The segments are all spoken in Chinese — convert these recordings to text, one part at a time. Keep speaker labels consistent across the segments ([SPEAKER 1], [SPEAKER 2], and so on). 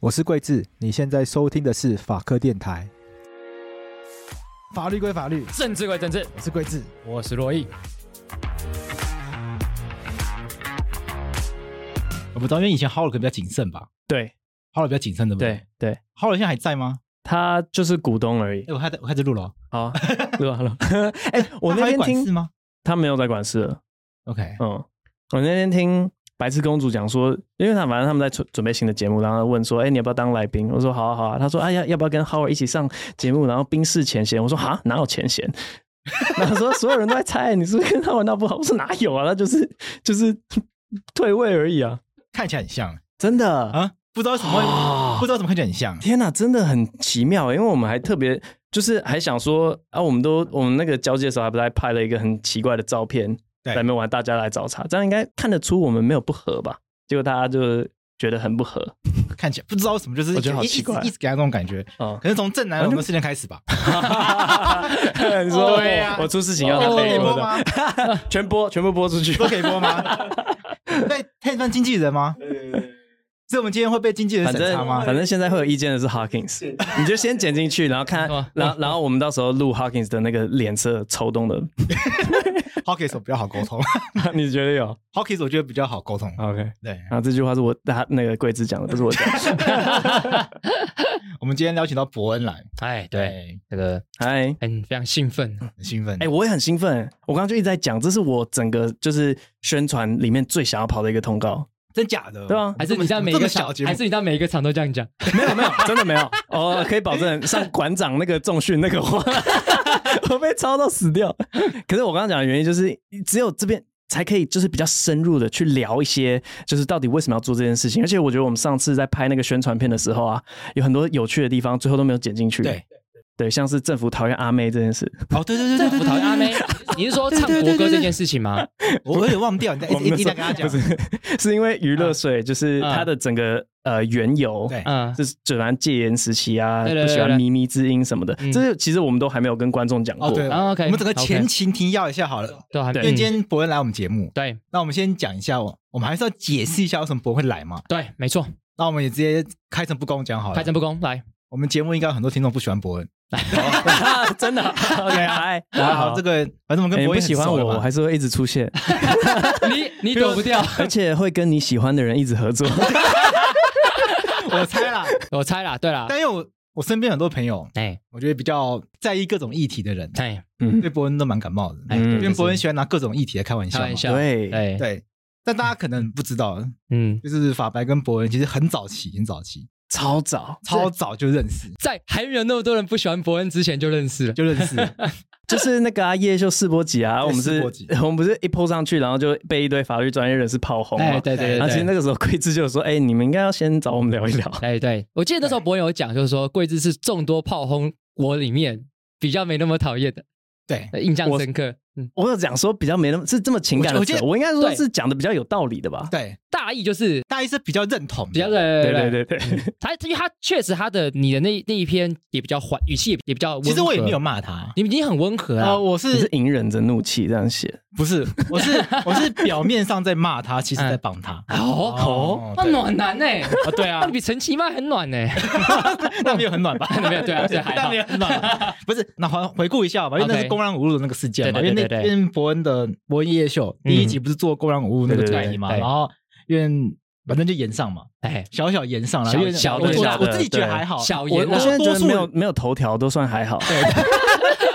[SPEAKER 1] 我是桂智，你现在收听的是法科电台。法律归法律，
[SPEAKER 2] 政治归政治，
[SPEAKER 1] 我是桂智。
[SPEAKER 2] 我是洛毅。
[SPEAKER 3] 我不知道，因为以前 Howler 可能比较谨慎吧
[SPEAKER 2] 对
[SPEAKER 3] ，Howler 比较谨慎的。
[SPEAKER 2] 对对，
[SPEAKER 3] ，Howler 现在还在吗？
[SPEAKER 2] 他就是股东而已
[SPEAKER 3] 哎、。我还在，我还在录了哦。
[SPEAKER 2] 好，录好了。哎，我
[SPEAKER 3] 他
[SPEAKER 2] 那
[SPEAKER 3] 还
[SPEAKER 2] 天
[SPEAKER 3] 管事
[SPEAKER 2] 听
[SPEAKER 3] 吗
[SPEAKER 2] 他没有在管事了。
[SPEAKER 3] ？OK，
[SPEAKER 2] 嗯，我那天听白痴公主讲说，因为他反正他们在准准备新的节目，然后问说，哎，你要不要当来宾？我说好啊好啊。他说，哎呀，要不要跟 Howard 一起上节目？然后冰释前嫌。我说哈，哪有 前嫌？然后说所有人都在猜你是不是跟他玩到不好。我说哪有啊，他就是就是退位而已啊，
[SPEAKER 3] 看起来很像
[SPEAKER 2] 真的
[SPEAKER 3] 啊，不知道为什么会，
[SPEAKER 2] 啊
[SPEAKER 3] 不知道怎么看起来很像。
[SPEAKER 2] 天呐，真的很奇妙欸，因为我们还特别就是还想说啊，我们都我们那个交接的时候还不是还拍了一个很奇怪的照片，
[SPEAKER 3] 对
[SPEAKER 2] 来没玩大家来找茬，这样应该看得出我们没有不合吧？结果大家就觉得很不合
[SPEAKER 3] 看起来不知道为什么，就是
[SPEAKER 2] 我觉得好
[SPEAKER 3] 一直
[SPEAKER 2] 奇怪
[SPEAKER 3] 一直一直给他这种感觉。
[SPEAKER 2] 啊
[SPEAKER 3] 可能从正南龙的事件开始吧，
[SPEAKER 2] 你说
[SPEAKER 3] 对啊哦
[SPEAKER 2] 我出事情要
[SPEAKER 3] 这
[SPEAKER 2] 他
[SPEAKER 3] 可
[SPEAKER 2] 背
[SPEAKER 3] 以
[SPEAKER 2] 锅
[SPEAKER 3] 播
[SPEAKER 2] 的，
[SPEAKER 3] 吗？
[SPEAKER 2] 全播全部播出 去
[SPEAKER 3] 这，可以播吗？对，他也算经纪人吗？所以我们今天会被经纪人
[SPEAKER 2] 反
[SPEAKER 3] 审查
[SPEAKER 2] 正
[SPEAKER 3] 吗？
[SPEAKER 2] 反正现在会有意见的是 Hawkins，你就先剪进去，然后看
[SPEAKER 4] 是吗，
[SPEAKER 2] 然后然后我们到时候录 Hawkins 的那个脸色抽动的，
[SPEAKER 3] Hockey 手比较好沟通
[SPEAKER 2] 你觉得有
[SPEAKER 3] ，Hockey 手我觉得比较好沟通。
[SPEAKER 2] ？OK，
[SPEAKER 3] 对，
[SPEAKER 2] 然后这句话是我他那个桂枝讲的，不是我讲的。
[SPEAKER 3] 我们今天邀请到伯恩来，
[SPEAKER 4] 哎，对，，这个
[SPEAKER 2] 嗨，
[SPEAKER 4] 很非常兴奋，
[SPEAKER 3] 很兴奋。
[SPEAKER 2] 哎，我也很兴奋，我刚刚就一直在讲，这是我整个就是宣传里面最想要跑的一个通告，
[SPEAKER 3] 真假的？
[SPEAKER 2] 对啊
[SPEAKER 4] 还是你到每一
[SPEAKER 3] 这么
[SPEAKER 4] 个
[SPEAKER 3] 小
[SPEAKER 4] 场
[SPEAKER 3] 的节，目
[SPEAKER 4] 还是你到每一个场都这样讲？
[SPEAKER 2] 没有没有，真的没有， 哦，可以保证上馆长那个重训那个话， 我被抄到死掉。可是我刚刚讲的原因就是，只有这边。才可以就是比较深入的去聊一些，就是到底为什么要做这件事情。而且我觉得我们上次在拍那个宣传片的时候啊，有很多有趣的地方，最后都没有剪进去。
[SPEAKER 3] 对
[SPEAKER 2] 对，像是政府讨厌阿妹这件事，
[SPEAKER 3] 哦，对对对对
[SPEAKER 4] 我
[SPEAKER 3] 对，
[SPEAKER 4] 讨厌阿妹，你是说唱国歌这件事情吗？
[SPEAKER 3] 我有点忘掉，你再一
[SPEAKER 2] 我们
[SPEAKER 3] 一
[SPEAKER 2] 那
[SPEAKER 3] 一
[SPEAKER 2] 时
[SPEAKER 3] 定
[SPEAKER 2] 候
[SPEAKER 3] 要跟他讲啊
[SPEAKER 2] 不。是，是 因为娱乐税，就是它的整个呃缘由，
[SPEAKER 3] 对
[SPEAKER 4] 嗯，
[SPEAKER 2] 就是就反正戒严时期啊，
[SPEAKER 4] 对对对
[SPEAKER 2] 不喜
[SPEAKER 4] 对
[SPEAKER 2] 欢
[SPEAKER 4] 对
[SPEAKER 2] 咪咪之音什么的，
[SPEAKER 4] 嗯
[SPEAKER 2] 这些其实我们都还没有跟观众讲
[SPEAKER 3] 哦，
[SPEAKER 2] 过。
[SPEAKER 3] 对
[SPEAKER 4] 啊，OK，
[SPEAKER 3] 我们整个
[SPEAKER 4] OK
[SPEAKER 3] 前情提要一下好了。
[SPEAKER 4] 对，还
[SPEAKER 2] 对
[SPEAKER 3] 因为
[SPEAKER 4] 嗯
[SPEAKER 3] 今天伯恩来我们节目，
[SPEAKER 4] 对
[SPEAKER 3] 那我们先讲一下，我我们还是要解释一下为什么伯恩会来嘛。
[SPEAKER 4] 对，没错，
[SPEAKER 3] 那我们也直接开诚布公讲好了。
[SPEAKER 4] 开诚布公来，
[SPEAKER 3] 我们节目应该有很多听众不喜欢伯恩，
[SPEAKER 2] 真的啊 ，OK，嗨，大家
[SPEAKER 3] 然
[SPEAKER 2] 好
[SPEAKER 3] 啊后这。个反正我们
[SPEAKER 2] 哎
[SPEAKER 3] 跟
[SPEAKER 2] 你
[SPEAKER 3] 伯
[SPEAKER 2] 不
[SPEAKER 3] 恩
[SPEAKER 2] 喜欢我，我还是会一直出现，
[SPEAKER 4] 你你躲不掉，
[SPEAKER 2] 而且会跟你喜欢的人一直合 作。
[SPEAKER 3] 我猜 啦。
[SPEAKER 4] 我猜啦，对啦，
[SPEAKER 3] 但因为我我身边很多朋友，
[SPEAKER 4] 哎
[SPEAKER 3] 我觉得比较在意各种议题的人，
[SPEAKER 4] 哎
[SPEAKER 2] 嗯
[SPEAKER 3] 对，伯恩都蛮感冒的，
[SPEAKER 4] 哎，
[SPEAKER 2] 嗯
[SPEAKER 3] 因为
[SPEAKER 4] 对
[SPEAKER 3] 伯恩喜欢拿各种议题来开玩笑
[SPEAKER 4] 开
[SPEAKER 3] 嘛。
[SPEAKER 4] 玩笑，
[SPEAKER 2] 对，
[SPEAKER 4] 对，
[SPEAKER 3] 对，但大家可能不知道，
[SPEAKER 4] 嗯，
[SPEAKER 3] 就是法白跟伯恩其实很早期，很早期，
[SPEAKER 2] 超早，
[SPEAKER 3] 超早就认识，
[SPEAKER 4] 在还没有那么多人不喜欢伯恩之前就认识了，
[SPEAKER 3] 就认识了。
[SPEAKER 2] 就是那个啊，叶秀世博集啊，
[SPEAKER 3] 对
[SPEAKER 2] 我们
[SPEAKER 3] 世
[SPEAKER 2] 是
[SPEAKER 3] 博集，
[SPEAKER 2] 我们不是一 p 上去，然后就被一堆法律专业人士炮轰
[SPEAKER 4] 哎，
[SPEAKER 2] 嘛。
[SPEAKER 4] 对对
[SPEAKER 2] 然后其实
[SPEAKER 4] 对
[SPEAKER 2] 那
[SPEAKER 4] 对。
[SPEAKER 2] 个时候桂枝就说：“哎，你们应该要先找我们聊一聊。”
[SPEAKER 4] 哎，对，我记得那时候伯恩有讲，就是说桂枝是众多炮轰我里面比较没那么讨厌的，
[SPEAKER 3] 对，
[SPEAKER 4] 印象
[SPEAKER 2] 我
[SPEAKER 4] 深刻。嗯，
[SPEAKER 2] 我有讲说比较没那么是这么情感的
[SPEAKER 3] 我觉
[SPEAKER 2] 词
[SPEAKER 3] 得，
[SPEAKER 2] 我应该说
[SPEAKER 4] 对
[SPEAKER 2] 是讲的比较有道理的吧？
[SPEAKER 3] 对，
[SPEAKER 4] 大意就是
[SPEAKER 3] 大一是比较认同的，
[SPEAKER 4] 比较对
[SPEAKER 2] 对
[SPEAKER 4] 对
[SPEAKER 2] 对
[SPEAKER 4] 对
[SPEAKER 2] 对对，
[SPEAKER 4] 他因为他确实他的你的那那一篇也比较缓，语气也也比较温和。
[SPEAKER 3] 其实我也没有，骂他，
[SPEAKER 4] 你你很温和啊
[SPEAKER 3] 呃，。我
[SPEAKER 2] 你 是
[SPEAKER 3] 是
[SPEAKER 2] 隐忍着怒气这样写，
[SPEAKER 3] 不是我是我是表面上在骂他， 其实在帮他。
[SPEAKER 4] 哦
[SPEAKER 3] 哦
[SPEAKER 4] 哦，那
[SPEAKER 3] 对
[SPEAKER 4] 暖男呢？
[SPEAKER 3] 啊，对啊
[SPEAKER 4] 那，你比陈其迈很暖呢。欸
[SPEAKER 3] 那没有很暖 吧？
[SPEAKER 4] 没有 对啊对啊还好
[SPEAKER 3] 那没有很暖吧， 不是？那还回顾一下吧，因为那是
[SPEAKER 4] OK
[SPEAKER 3] 公然侮辱的那个事件嘛。
[SPEAKER 4] 对对
[SPEAKER 3] 因为
[SPEAKER 4] 对
[SPEAKER 3] 那
[SPEAKER 4] 对对
[SPEAKER 3] 因为伯恩的伯恩夜秀第一集不是做公然侮辱那个主题嘛，
[SPEAKER 4] 对对对对
[SPEAKER 3] 然后因为反正就延上嘛，
[SPEAKER 4] 哎，
[SPEAKER 3] 小小延上了，
[SPEAKER 4] 小
[SPEAKER 3] 因为
[SPEAKER 4] 小
[SPEAKER 3] 我
[SPEAKER 4] 的
[SPEAKER 3] 我
[SPEAKER 4] 小
[SPEAKER 2] 的
[SPEAKER 3] 我自己觉得还好，
[SPEAKER 4] 小
[SPEAKER 2] 我
[SPEAKER 4] 言
[SPEAKER 2] 我
[SPEAKER 4] 啊
[SPEAKER 2] 现在觉
[SPEAKER 3] 多
[SPEAKER 2] 得
[SPEAKER 3] 数
[SPEAKER 2] 没有没有头条都算还好，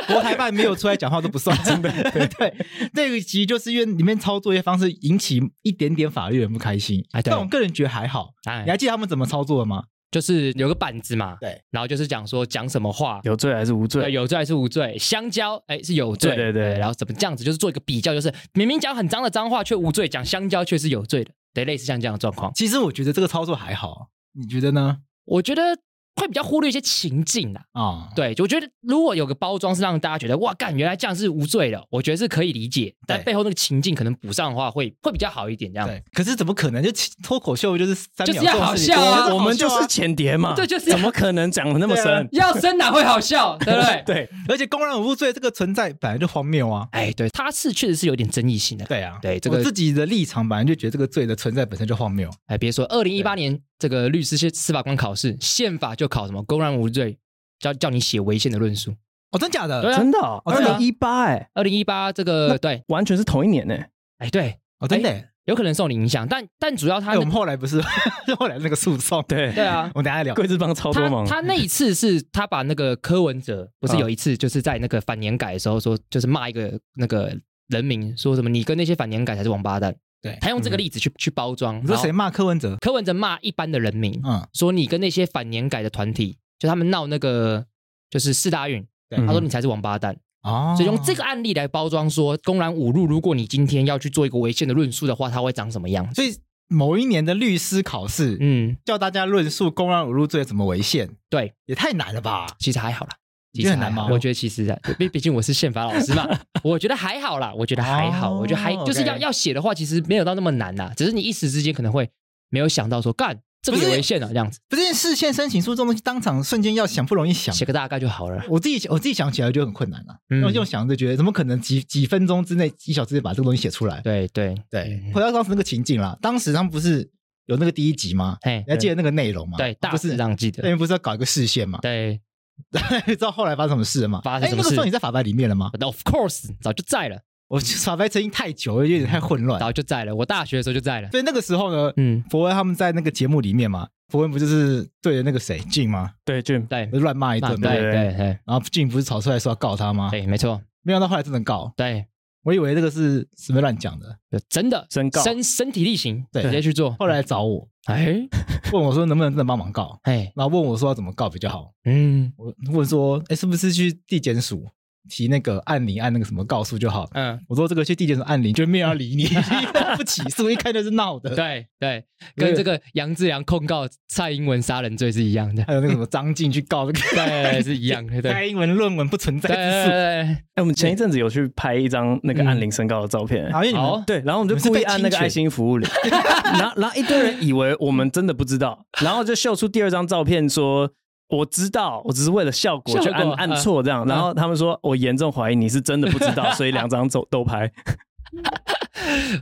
[SPEAKER 3] 国台办没有出来讲话都不算，真 的。对，这一集就是因为里面操作一些方式引起一点点法律人不开心，
[SPEAKER 4] 哎对
[SPEAKER 3] 但我个人觉得还好。
[SPEAKER 4] 哎
[SPEAKER 3] 你，还记得他们怎么操作的吗？
[SPEAKER 4] 就是有个板子嘛，
[SPEAKER 3] 对，
[SPEAKER 4] 然后就是讲说讲什么话。
[SPEAKER 2] 有罪还是无
[SPEAKER 4] 对，
[SPEAKER 2] 罪？
[SPEAKER 4] 有罪还是无罪？香蕉，哎，是有罪。
[SPEAKER 2] 对对对
[SPEAKER 4] 然后怎么这样子？就是做一个比较，就是明明讲很脏的脏话却无罪，讲香蕉却是有罪的。对，类似像这样的状况，
[SPEAKER 3] 其实我觉得这个操作还好，你觉得呢？
[SPEAKER 4] 我觉得会比较忽略一些情境啊。
[SPEAKER 3] 啊、
[SPEAKER 4] 对，就我觉得如果有个包装是让大家觉得哇，干，原来这样是无罪的，我觉得是可以理解。但
[SPEAKER 3] 对
[SPEAKER 4] 背后那个情境可能补上的话会，会比较好一点，这样。
[SPEAKER 3] 对，可是怎么可能？就其脱口秀就是三
[SPEAKER 4] 就是
[SPEAKER 3] 秒
[SPEAKER 4] 要
[SPEAKER 3] 钟
[SPEAKER 4] 好
[SPEAKER 3] 的事情，
[SPEAKER 4] 笑啊
[SPEAKER 2] 我
[SPEAKER 3] 我
[SPEAKER 2] 们
[SPEAKER 3] 们
[SPEAKER 2] 就
[SPEAKER 3] 就是是，
[SPEAKER 2] 浅碟嘛，
[SPEAKER 4] 对就是
[SPEAKER 2] 怎么可能讲得那么深？？
[SPEAKER 4] 要深哪会好笑，对不 对
[SPEAKER 2] 对，
[SPEAKER 3] 而且公然无罪这个存在本来就荒谬啊。
[SPEAKER 4] 哎，对，他是确实是有点争议性的。
[SPEAKER 3] 对啊，
[SPEAKER 4] 对这个
[SPEAKER 3] 我自己的立场本来就觉得这个罪的存在本身就荒谬。
[SPEAKER 4] 哎，别说二零一八年这个律师、司法官考试，宪法就考什么公然无罪，叫叫你写违宪的论述。
[SPEAKER 3] 哦，真假的？
[SPEAKER 4] 对啊
[SPEAKER 2] 真的哦，
[SPEAKER 3] 哦
[SPEAKER 2] 二
[SPEAKER 3] 真的啊
[SPEAKER 2] 零一八哎，
[SPEAKER 4] 二零一八这
[SPEAKER 2] 那
[SPEAKER 4] 个对，
[SPEAKER 2] 完全是同一年欸呢。
[SPEAKER 4] 哎对，
[SPEAKER 3] 哦，真的耶。
[SPEAKER 4] 有可能受你影响，但但主要他
[SPEAKER 3] 哎，我
[SPEAKER 4] 那
[SPEAKER 3] 们后来不是 后来那个诉讼，
[SPEAKER 2] 对
[SPEAKER 4] 对，啊，
[SPEAKER 3] 我们等一下再聊。
[SPEAKER 2] 贵志帮超多
[SPEAKER 4] 他
[SPEAKER 2] 忙，
[SPEAKER 4] 他那一次是他把那个柯文哲不是
[SPEAKER 2] 啊
[SPEAKER 4] 有一次就是在那个反年改的时候说，就是骂一个那个人民说什么你跟那些反年改才是王八蛋，
[SPEAKER 3] 对嗯
[SPEAKER 4] 他用这个例子去、去包装。
[SPEAKER 3] 你说谁
[SPEAKER 4] 然后
[SPEAKER 3] 骂柯文哲？
[SPEAKER 4] 柯文哲骂一般的人民，
[SPEAKER 3] 嗯，
[SPEAKER 4] 说你跟那些反年改的团体，就他们闹那个就是四大运，
[SPEAKER 3] 对
[SPEAKER 4] 他说
[SPEAKER 2] 嗯
[SPEAKER 4] 你才是王八蛋，
[SPEAKER 3] 嗯哦，
[SPEAKER 4] 所以用这个案例来包装说公然侮辱，如果你今天要去做一个违宪的论述的话，它会长什么样？
[SPEAKER 3] 所以某一年的律师考试，
[SPEAKER 4] 嗯，
[SPEAKER 3] 叫大家论述公然侮辱罪怎么违宪，
[SPEAKER 4] 对，
[SPEAKER 3] 也太难了吧？
[SPEAKER 4] 其实还好啦。
[SPEAKER 3] 你
[SPEAKER 4] 其
[SPEAKER 3] 觉得
[SPEAKER 4] 实
[SPEAKER 3] 很难
[SPEAKER 4] 还好
[SPEAKER 3] 吗
[SPEAKER 4] 我觉得其实啊，毕毕竟我是宪法老 师嘛，我觉得还好啦，我觉得还好，
[SPEAKER 3] 哦
[SPEAKER 4] 我觉得还就是要
[SPEAKER 3] OK
[SPEAKER 4] 要写的话，其实没有到那么难啦，只是你一时之间可能会没有想到说干这个
[SPEAKER 3] 不
[SPEAKER 4] 有
[SPEAKER 3] 是
[SPEAKER 4] 违宪啊，这样子
[SPEAKER 3] 不是视线申请书这种东西，当场瞬间要想不容易想。
[SPEAKER 4] 写个大概就好了。
[SPEAKER 3] 我自己我自己想起来就很困难了、
[SPEAKER 4] 嗯
[SPEAKER 3] 用用想就觉得怎么可能几几分钟之内、几小时之内把这个东西写出来？
[SPEAKER 4] 对对
[SPEAKER 3] 对，
[SPEAKER 4] 嗯
[SPEAKER 3] 回到当时那个情景啦，当时他们不是有那个第一集吗？
[SPEAKER 4] 嘿
[SPEAKER 3] 你还记得那个内容吗？
[SPEAKER 4] 对，大
[SPEAKER 3] 不
[SPEAKER 4] 致
[SPEAKER 3] 是
[SPEAKER 4] 上记
[SPEAKER 3] 那
[SPEAKER 4] 得，
[SPEAKER 3] 边不是要搞一个视线吗？
[SPEAKER 4] 对
[SPEAKER 3] 知道后来发生什么事了吗？
[SPEAKER 4] 发生什么
[SPEAKER 3] 哎那个时候
[SPEAKER 4] 事
[SPEAKER 3] 你在法白里面了吗？
[SPEAKER 4] ，Of course，早就在了，
[SPEAKER 3] 我法白曾经太久了，有点太混乱。
[SPEAKER 4] 早就在了，我大学的时候就在了。
[SPEAKER 3] 所以那个时候呢，
[SPEAKER 4] 嗯，
[SPEAKER 3] 博文他们在那个节目里面嘛，博文不就是对着那个谁俊吗？
[SPEAKER 2] 对 Jim，
[SPEAKER 4] 对，
[SPEAKER 3] 不是乱骂一
[SPEAKER 4] 那
[SPEAKER 3] 顿
[SPEAKER 4] 对
[SPEAKER 3] 吗？
[SPEAKER 4] 对对
[SPEAKER 3] 然后俊不是吵出来说要告他吗？
[SPEAKER 4] 对，没错，
[SPEAKER 3] 没想到后来真的告，
[SPEAKER 4] 对，
[SPEAKER 3] 我以为那个是随便乱讲的。
[SPEAKER 4] 就真的
[SPEAKER 2] 真告
[SPEAKER 4] 身身体力行，
[SPEAKER 3] 对
[SPEAKER 4] 直接去做。
[SPEAKER 3] 后来找我，
[SPEAKER 4] 哎
[SPEAKER 3] 问我说能不能真的帮忙告，
[SPEAKER 4] 哎，
[SPEAKER 3] 然后问我说要怎么告比较好。
[SPEAKER 4] 嗯
[SPEAKER 3] 我问说，哎，是不是去地检署提那个按铃按那个什么告诉就好？
[SPEAKER 4] 嗯，
[SPEAKER 3] 我说这个去地检署按铃就没有人要理你，不起诉，一看就是闹的。
[SPEAKER 4] 对对，
[SPEAKER 3] 对
[SPEAKER 4] 跟这个杨志良控告蔡英文杀人罪是一 样的，
[SPEAKER 3] 还有那个什么张晋去告那个
[SPEAKER 4] 对，是一样的，对。
[SPEAKER 3] 蔡英文论文不存在
[SPEAKER 4] 对
[SPEAKER 3] 之诉，
[SPEAKER 4] 对
[SPEAKER 2] 哎，我们前一阵子有去拍一张那个
[SPEAKER 4] 嗯
[SPEAKER 2] 按铃申告的照片，欸
[SPEAKER 3] 好，因为你
[SPEAKER 4] 好
[SPEAKER 3] 们
[SPEAKER 2] 对，然后我们
[SPEAKER 3] 你们
[SPEAKER 2] 就是故意
[SPEAKER 3] 被
[SPEAKER 2] 按
[SPEAKER 3] 侵
[SPEAKER 2] 那个爱
[SPEAKER 3] 权
[SPEAKER 2] 心服务铃，然后然后一堆人以为我们真的不知道，然后就秀出第二张照片说。我知道，我只是为了效果
[SPEAKER 4] 效
[SPEAKER 2] 就
[SPEAKER 4] 果
[SPEAKER 2] 按按错这样，然后他们说我严重怀疑你是真的不知道，所以两张都都拍。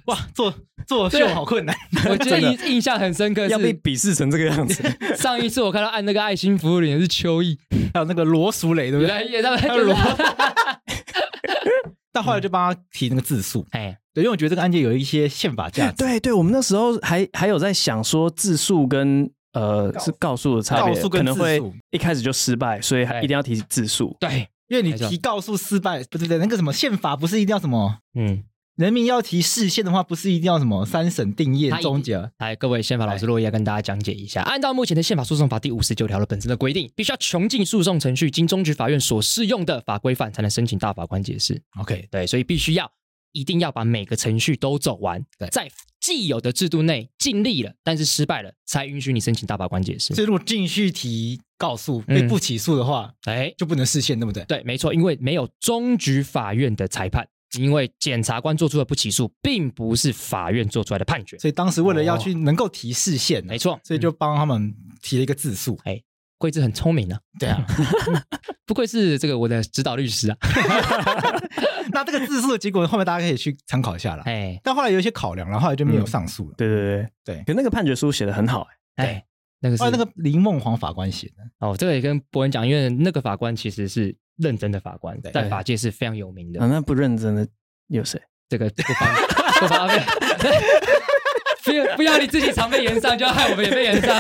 [SPEAKER 3] 哇，做做秀好困难。
[SPEAKER 4] 对，我记得
[SPEAKER 2] 真的
[SPEAKER 4] 印印象很深刻
[SPEAKER 2] 要被
[SPEAKER 4] 是
[SPEAKER 2] 鄙视成这个样子。
[SPEAKER 4] 上一次我看到按那个爱心服务铃的是秋意，
[SPEAKER 3] 还有那个罗淑蕾，对不对？
[SPEAKER 4] 对，也在
[SPEAKER 3] 还有罗， 但后来就帮他提那个字数，
[SPEAKER 4] 哎，
[SPEAKER 3] 对，因为我觉得这个案件有一些宪法价值。
[SPEAKER 2] 对对，我们那时候还还有在想说字数跟呃是告诉的差别
[SPEAKER 3] 告，诉跟
[SPEAKER 2] 可能会
[SPEAKER 3] 字数
[SPEAKER 2] 一开始就失败，所以还
[SPEAKER 4] 对
[SPEAKER 2] 一定要提字数。
[SPEAKER 4] 对，
[SPEAKER 3] 因为你
[SPEAKER 4] 没错
[SPEAKER 3] 提告诉失败，不对对，那个什么宪法不是一定要什么
[SPEAKER 4] 嗯，
[SPEAKER 3] 人民要提释宪的话，不是一定要什么三审定谳
[SPEAKER 4] 他一定
[SPEAKER 3] 终结？
[SPEAKER 4] 来，各位宪法老师落叶要跟大家讲解一下，按照目前的宪法诉讼法第五十九条的本身的规定，必须要穷尽诉讼程序经中级法院所适用的法规范，才能申请大法官解释。
[SPEAKER 3] OK，
[SPEAKER 4] 对，所以必须要一定要把每个程序都走完
[SPEAKER 3] 对，
[SPEAKER 4] 在既有的制度内尽力了，但是失败了，才允许你申请大法官解释
[SPEAKER 3] 所。以如果继续提告诉
[SPEAKER 4] 嗯
[SPEAKER 3] 被不起诉的话，
[SPEAKER 4] 哎，
[SPEAKER 3] 就不能释宪，对不对？
[SPEAKER 4] 对，没错，因为没有终局法院的裁判，因为检察官做出的不起诉，并不是法院做出来的判决。
[SPEAKER 3] 所以当时为了要去能够提释宪啊
[SPEAKER 4] 哦没，错，
[SPEAKER 3] 所以就帮他们提了一个字数。
[SPEAKER 4] 贵志很聪明啊，
[SPEAKER 3] 对 啊，
[SPEAKER 4] 不愧是这个我的指导律 师啊。
[SPEAKER 3] 那这个字数的结果后面大家可以去参考一下啦。
[SPEAKER 4] 哎嗯
[SPEAKER 3] 但后来有一些考量，然后后来就没有上诉了。
[SPEAKER 2] 对对对
[SPEAKER 3] 对
[SPEAKER 2] 可那个判决书写的很好、欸，
[SPEAKER 4] 哎，那个是
[SPEAKER 3] 后来啊那个林梦黄法官写的，
[SPEAKER 4] 哦，这个也跟博文讲，因为那个法官其实是认真的法官，
[SPEAKER 3] 对
[SPEAKER 4] 在法界是非常有名的
[SPEAKER 2] 啊，。那不认真的有谁？
[SPEAKER 4] 这个不方不方便。不要不要你自己常被延上，就要害我们也被延上。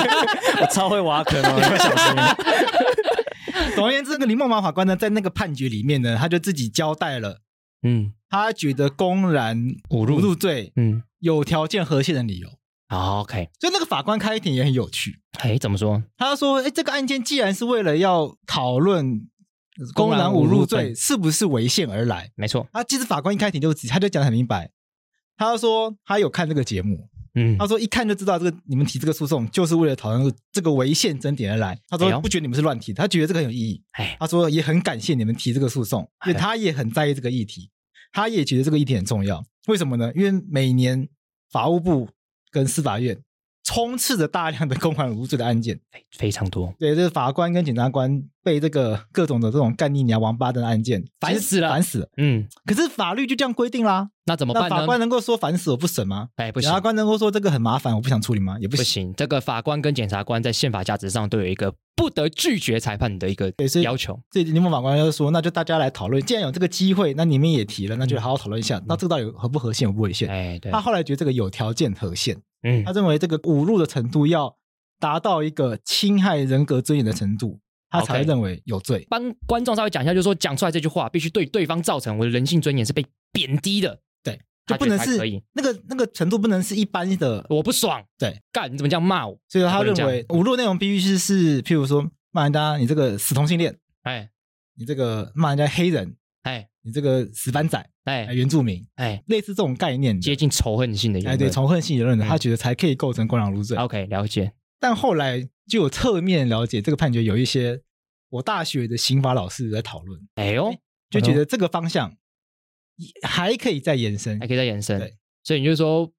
[SPEAKER 2] 我超会挖坑哦，你要小心。
[SPEAKER 3] 总而言之，那个林梦华法官呢，在那个判决里面呢，他就自己交代了，
[SPEAKER 4] 嗯
[SPEAKER 3] 他觉得公然
[SPEAKER 4] 侮辱
[SPEAKER 3] 罪
[SPEAKER 4] 嗯
[SPEAKER 3] 有条件和宪的理由。
[SPEAKER 4] 好，OK，
[SPEAKER 3] 所以那个法官开庭也很有趣，
[SPEAKER 4] 哎，怎么说？
[SPEAKER 3] 他说：“哎，这个案件既然是为了要讨论公然侮辱罪是不是违宪而来，
[SPEAKER 4] 没错，
[SPEAKER 3] 啊，其实法官一开庭就他就讲得很明白，他说他有看这个节目，
[SPEAKER 4] 嗯
[SPEAKER 3] 他，说一看就知道这个你们提这个诉讼就是为了讨论这个违宪争点而来。他
[SPEAKER 4] 哎
[SPEAKER 3] 说
[SPEAKER 4] 呦
[SPEAKER 3] 不觉得你们是乱提的，他觉得这个很有意义。
[SPEAKER 4] 哎，
[SPEAKER 3] 他说也很感谢你们提这个诉讼，因为他也很在意这个议题，他也觉得这个议题很重要。为什么呢？因为每年法务部跟司法院充斥着大量的公款无罪的案件。
[SPEAKER 4] 非常多，
[SPEAKER 3] 对，就是法官跟检察官被这个各种的这种干你娘王八蛋的案件
[SPEAKER 4] 烦死了
[SPEAKER 3] 烦死了。
[SPEAKER 4] 嗯，
[SPEAKER 3] 可是法律就这样规定啦，
[SPEAKER 4] 那怎么
[SPEAKER 3] 那
[SPEAKER 4] 办
[SPEAKER 3] 法官
[SPEAKER 4] 呢？
[SPEAKER 3] 能够说烦死我不审吗？
[SPEAKER 4] 哎，不
[SPEAKER 3] 检
[SPEAKER 4] 行
[SPEAKER 3] 察，官能够说这个很麻烦，我不想处理吗？也不
[SPEAKER 4] 不
[SPEAKER 3] 行。
[SPEAKER 4] 行，这个法官跟检察官在宪法价值上都有一个不得拒绝裁判的一个
[SPEAKER 3] 对所以
[SPEAKER 4] 要求。
[SPEAKER 3] 所以柠檬法官就说，那就大家来讨论，既然有这个机会，那你们也提了，那就好好讨论一下，那这个到底合不合宪，合不合宪？
[SPEAKER 4] 嗯哎，对
[SPEAKER 3] 他，后来觉得这个有条件合宪，
[SPEAKER 4] 嗯
[SPEAKER 3] 他，认为这个侮辱的程度要达到一个侵害人格尊严的程度，他才会
[SPEAKER 4] OK
[SPEAKER 3] 认为有罪。
[SPEAKER 4] 帮观众稍微讲一下，就是说讲出来这句话必须对对方造成我的人性尊严是被贬低的，
[SPEAKER 3] 对，
[SPEAKER 4] 他
[SPEAKER 3] 就不
[SPEAKER 4] 觉
[SPEAKER 3] 能
[SPEAKER 4] 得才
[SPEAKER 3] 是
[SPEAKER 4] 可以，
[SPEAKER 3] 那个那个程度，不能是一般的，
[SPEAKER 4] 我不爽，
[SPEAKER 3] 对，
[SPEAKER 4] 干你怎么这样骂我？
[SPEAKER 3] 所以他
[SPEAKER 4] 不能
[SPEAKER 3] 认
[SPEAKER 4] 这样
[SPEAKER 3] 为侮辱内容必须是是，譬如说骂人家你这个死同性恋，
[SPEAKER 4] 哎
[SPEAKER 3] 你这个骂人家黑人，
[SPEAKER 4] 哎
[SPEAKER 3] 你这个死板仔、哎
[SPEAKER 4] 哎
[SPEAKER 3] 原住民，
[SPEAKER 4] 哎，
[SPEAKER 3] 类似这种概念的
[SPEAKER 4] 接近仇恨性的言
[SPEAKER 3] 哎，
[SPEAKER 4] 论，
[SPEAKER 3] 对，仇恨性言论的，
[SPEAKER 4] 嗯
[SPEAKER 3] 他觉得才可以构成公然无罪。
[SPEAKER 4] OK 了解，
[SPEAKER 3] 但后来就有侧面了解这个判决，有一些我大学的刑法老师在讨论，
[SPEAKER 4] 哎呦，
[SPEAKER 3] 就觉得这个方向还可以再延伸
[SPEAKER 4] 还。可以再延伸
[SPEAKER 3] 对，
[SPEAKER 4] 所以你就说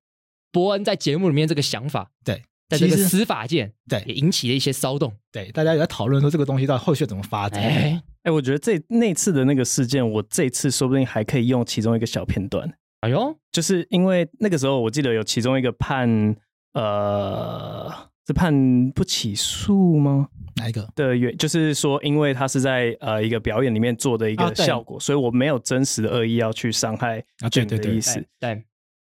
[SPEAKER 4] 伯恩在节目里面这个想法，
[SPEAKER 3] 对，
[SPEAKER 4] 在这个
[SPEAKER 3] 其实
[SPEAKER 4] 司法界也
[SPEAKER 3] 对
[SPEAKER 4] 引起了一些骚动，
[SPEAKER 3] 对，大家也在讨论说这个东西到底后续怎么发展。
[SPEAKER 4] 哎，
[SPEAKER 2] 哎、我觉得这那次的那个事件，我这次说不定还可以用其中一个小片段，
[SPEAKER 4] 哎呦，
[SPEAKER 2] 就是因为那个时候我记得有其中一个判呃是判不起诉吗？
[SPEAKER 3] 哪一个？
[SPEAKER 2] 的原就是说，因为他是在呃一个表演里面做的一
[SPEAKER 3] 啊
[SPEAKER 2] 个
[SPEAKER 3] 对
[SPEAKER 2] 效果，所以我没有真实的恶意要去伤害
[SPEAKER 3] 啊对
[SPEAKER 2] Jane
[SPEAKER 3] 对
[SPEAKER 2] 的
[SPEAKER 3] 对
[SPEAKER 2] 意思。
[SPEAKER 4] 对，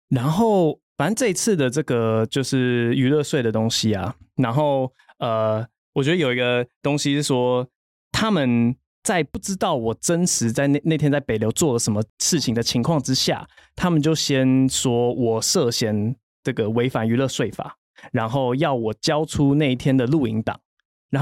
[SPEAKER 2] 然后，反正这一次的这个就是娱乐税的东西啊，然后呃，我觉得有一个东西是说，他们在不知道我真实在那那天在北流做了什么事情的情况之下，他们就先说我涉嫌这个违反娱乐税法，然后要我交出那一天的录影档。然